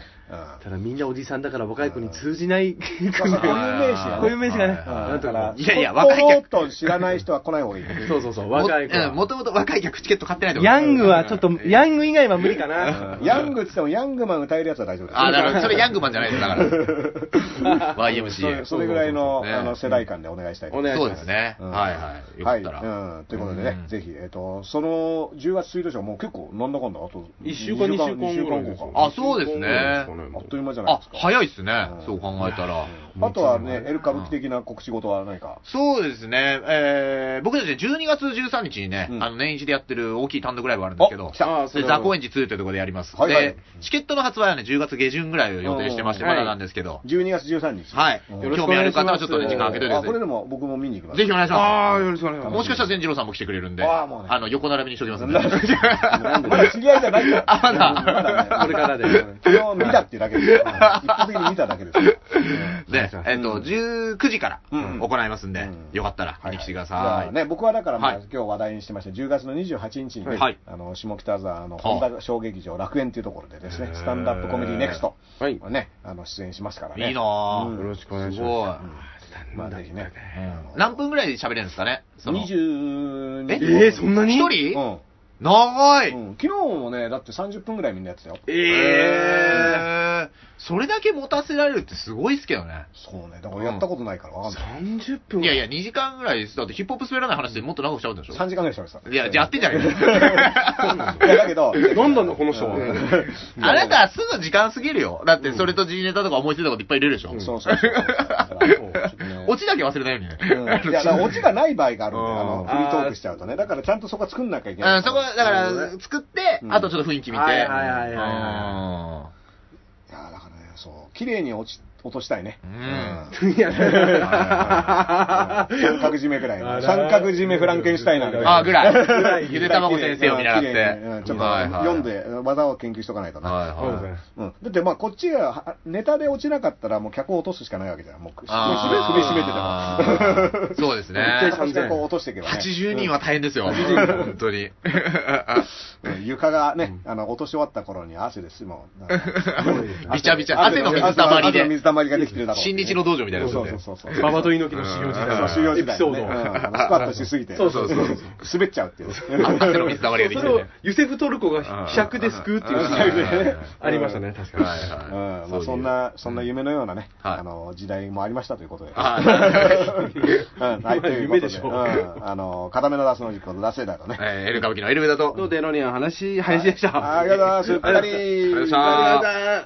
[SPEAKER 3] ただみんなおじさんだから若い子に通じない。こ
[SPEAKER 1] そうそう固有名詞がね
[SPEAKER 3] ういう名詞がね。
[SPEAKER 2] はい
[SPEAKER 3] なんと
[SPEAKER 1] だから
[SPEAKER 3] か、。
[SPEAKER 2] いやいや
[SPEAKER 1] ちょっと
[SPEAKER 2] 若いけど
[SPEAKER 1] もっと知らない人は来ない方がいい。
[SPEAKER 3] そうそうそう、若い子
[SPEAKER 2] もうんも
[SPEAKER 3] は。
[SPEAKER 2] ともと若い客チケット買ってないと思う
[SPEAKER 3] ヤングはちょっと、ヤング以外は無理かな。
[SPEAKER 1] ヤングって言っても、ヤングマン歌えるやつは大丈夫です。
[SPEAKER 2] あ、なるほど。それヤングマンじゃないです。だから。
[SPEAKER 1] それ
[SPEAKER 2] YMCA。
[SPEAKER 1] それぐらいの
[SPEAKER 2] そうそうそう
[SPEAKER 1] あの世代間でお願いしたいと
[SPEAKER 3] お
[SPEAKER 1] 思いま
[SPEAKER 3] 願いし
[SPEAKER 2] そう
[SPEAKER 3] ま。
[SPEAKER 2] ですす
[SPEAKER 1] う
[SPEAKER 2] ね。
[SPEAKER 1] ん
[SPEAKER 2] はいはい。よかったら。
[SPEAKER 1] はいうん、ということでね、
[SPEAKER 2] うん
[SPEAKER 1] ぜひ、えっ、と、その10月1日はもう結構、なんだかんだ、あと
[SPEAKER 3] 一週間
[SPEAKER 1] 二
[SPEAKER 3] 二週間
[SPEAKER 1] 二
[SPEAKER 3] ぐらいですよ
[SPEAKER 1] あ
[SPEAKER 2] あ、そうですね。
[SPEAKER 1] あっという間じゃない
[SPEAKER 2] あ
[SPEAKER 1] です、か。
[SPEAKER 2] 早いっすね
[SPEAKER 1] うん。
[SPEAKER 2] そう考えたら。
[SPEAKER 1] あとはね、エル歌舞伎的な告知事は何か。
[SPEAKER 2] そうですね。えー、僕たちね12月13日にね、
[SPEAKER 1] うん
[SPEAKER 2] あの、年一でやってる大きい単独ライブがあるんですけ
[SPEAKER 1] お
[SPEAKER 2] ど
[SPEAKER 1] 来、
[SPEAKER 3] たあそれ
[SPEAKER 2] で、
[SPEAKER 3] は
[SPEAKER 2] ザ高円寺2というところでやります。
[SPEAKER 1] はいはい
[SPEAKER 2] で、チケットの発売はね、10月下旬ぐらいを予定してまして、
[SPEAKER 3] うんう
[SPEAKER 2] まだ
[SPEAKER 3] ん
[SPEAKER 2] なんですけど、
[SPEAKER 1] 12月13日。
[SPEAKER 2] はい。
[SPEAKER 1] うん
[SPEAKER 3] よろしく
[SPEAKER 2] 興味ある方はちょっとね、
[SPEAKER 3] お願いします
[SPEAKER 2] 時間空けといて
[SPEAKER 1] あ、これ
[SPEAKER 2] く
[SPEAKER 1] で
[SPEAKER 2] だ
[SPEAKER 1] も僕も見に行きま
[SPEAKER 2] さ
[SPEAKER 1] す。
[SPEAKER 2] い。ぜひお願いし
[SPEAKER 4] あ
[SPEAKER 2] ま
[SPEAKER 4] あ、よろしくお願いし
[SPEAKER 2] す。
[SPEAKER 4] ます。
[SPEAKER 2] もしかしたら善次郎さんも来てくれるんで、
[SPEAKER 1] あーもうね
[SPEAKER 2] の、横並びにしときますんで。
[SPEAKER 1] なんで知り合いじゃ ないから。
[SPEAKER 2] あまだ
[SPEAKER 1] うんまだね
[SPEAKER 3] これからで。
[SPEAKER 1] 昨日見たっていうだけです。うん一般的に見ただけ です。
[SPEAKER 2] で、えっ
[SPEAKER 1] う
[SPEAKER 2] と、
[SPEAKER 1] ん
[SPEAKER 2] 19時から
[SPEAKER 1] うん
[SPEAKER 2] 行いますん
[SPEAKER 1] う
[SPEAKER 2] で
[SPEAKER 1] ん、
[SPEAKER 2] よかったら見に来てくだ
[SPEAKER 1] は
[SPEAKER 2] さ
[SPEAKER 1] い
[SPEAKER 2] い。
[SPEAKER 1] ね、僕はだから、まあ、
[SPEAKER 2] はい
[SPEAKER 1] 今日話題にしてました、10月の28日に、
[SPEAKER 2] はい
[SPEAKER 1] あの下北沢の
[SPEAKER 2] はあ
[SPEAKER 1] 本田小劇場楽園というところでですね、スタンダップコメディネクスト、
[SPEAKER 3] はい。
[SPEAKER 1] ね、あの出演しますからね。
[SPEAKER 2] いいなぁ。
[SPEAKER 1] うん
[SPEAKER 2] よろしくお願いし
[SPEAKER 1] う
[SPEAKER 2] ま
[SPEAKER 1] んまあ、ぜひね、
[SPEAKER 2] すごい。何分ぐらいで喋れるんですかねその
[SPEAKER 1] 20の
[SPEAKER 2] え
[SPEAKER 3] えー、そんなに
[SPEAKER 2] 一
[SPEAKER 1] う
[SPEAKER 2] 人
[SPEAKER 1] ん
[SPEAKER 2] 長い
[SPEAKER 1] うん昨日もね、だって30分ぐらいみんなやってたよ。
[SPEAKER 3] え
[SPEAKER 2] えーそれだけ持たせられるってすごいっすけどね。
[SPEAKER 1] そうね、だからやったことないからわかんない。
[SPEAKER 3] ー、30分
[SPEAKER 2] いやいや、2時間ぐらいです。だってヒップホップ滑らない話でもっと長くしちゃうんでしょ
[SPEAKER 1] 3時間ぐらいしゃべってた。
[SPEAKER 2] いや、じゃあやってんじゃね
[SPEAKER 1] いやだけ ど、
[SPEAKER 3] なんだんだこの人
[SPEAKER 1] うん
[SPEAKER 2] えか。あなたはすぐ時間過ぎるよ。だってそれと G ネタとか思いついたこといっぱい入れるでしょ。
[SPEAKER 1] そうそう そう。だからそうちょっとね
[SPEAKER 2] オチだけ忘れないようにね。
[SPEAKER 1] うんい や、だからオチがない場合があるんだよ、あ
[SPEAKER 2] う
[SPEAKER 1] の、
[SPEAKER 2] ん
[SPEAKER 1] フリートークしちゃうとね。だからちゃんとそこは作んなきゃいけ
[SPEAKER 2] う
[SPEAKER 1] ない。
[SPEAKER 2] ん、そこ、だから、作って、
[SPEAKER 1] うん
[SPEAKER 2] あとちょっと雰囲気見て。
[SPEAKER 3] はいはいはいはい
[SPEAKER 2] は
[SPEAKER 1] うんいや、だからね、そう、綺麗に落ち、落としたいね。
[SPEAKER 2] う
[SPEAKER 1] うんん
[SPEAKER 3] いや、
[SPEAKER 1] 三角締めぐらい
[SPEAKER 3] あ
[SPEAKER 1] の。
[SPEAKER 3] ら
[SPEAKER 1] 三角締めフランケンシュタイナーぐらいの。
[SPEAKER 2] ああ、ぐら
[SPEAKER 1] ぐらい
[SPEAKER 2] い。ゆで卵先生を見習っ
[SPEAKER 1] 綺麗にうん
[SPEAKER 2] て。
[SPEAKER 1] ちょっと
[SPEAKER 2] はいはい
[SPEAKER 1] 読ん。で、技を研究しとかないとな。
[SPEAKER 2] はいはい。
[SPEAKER 1] うん、だってまあこっちがはネタで落ちなかったらもう客を落とすしかないわけじゃん。もう首
[SPEAKER 2] あ
[SPEAKER 1] 首絞めて
[SPEAKER 2] あ
[SPEAKER 1] たら。
[SPEAKER 2] そうですね。
[SPEAKER 3] めっちゃ
[SPEAKER 1] 私がこう落としていけばね。
[SPEAKER 2] 80人は大変ですよ。本当 に。
[SPEAKER 1] うん床がね、あの、落とし終わった頃に汗です、もう。
[SPEAKER 2] びちゃびちゃ。汗の水たま
[SPEAKER 1] 汗
[SPEAKER 2] り
[SPEAKER 1] の
[SPEAKER 2] で。
[SPEAKER 1] 水たまりができてるだろう。
[SPEAKER 2] 新日の道場みたいな
[SPEAKER 1] そ
[SPEAKER 2] こ
[SPEAKER 1] う
[SPEAKER 2] と
[SPEAKER 1] そ
[SPEAKER 2] で
[SPEAKER 1] う。そうそう。
[SPEAKER 3] ババと猪木の修行時代
[SPEAKER 1] 修行時
[SPEAKER 3] エ
[SPEAKER 1] 代
[SPEAKER 3] ピソ
[SPEAKER 1] のね、
[SPEAKER 3] ード
[SPEAKER 1] うん
[SPEAKER 3] を。
[SPEAKER 1] スクワットしすぎて。
[SPEAKER 3] そうそうそう
[SPEAKER 1] 滑っちゃうっていう。
[SPEAKER 2] 汗の水たまりができて
[SPEAKER 3] それを
[SPEAKER 2] る。
[SPEAKER 3] ユセフトルコが飛脚ですくうっていうシーンが ありましたね、確かに。
[SPEAKER 2] はい
[SPEAKER 1] うん
[SPEAKER 2] はい
[SPEAKER 1] まあそんな、そんな夢のようなね、
[SPEAKER 2] はい
[SPEAKER 1] あの、時代もありましたということで。
[SPEAKER 2] はい
[SPEAKER 1] うん、はい、ということ
[SPEAKER 3] 夢
[SPEAKER 1] で。
[SPEAKER 3] でしょ
[SPEAKER 1] うんあの、片目の出すの実こと、出せだとね。
[SPEAKER 2] えーエル歌舞伎のエルベだと。
[SPEAKER 3] のデロリアン話、林でした。
[SPEAKER 1] ありがとうございます。
[SPEAKER 3] ありがとう
[SPEAKER 2] あ
[SPEAKER 3] ございま
[SPEAKER 2] りがとうございました
[SPEAKER 3] ありがとうございました。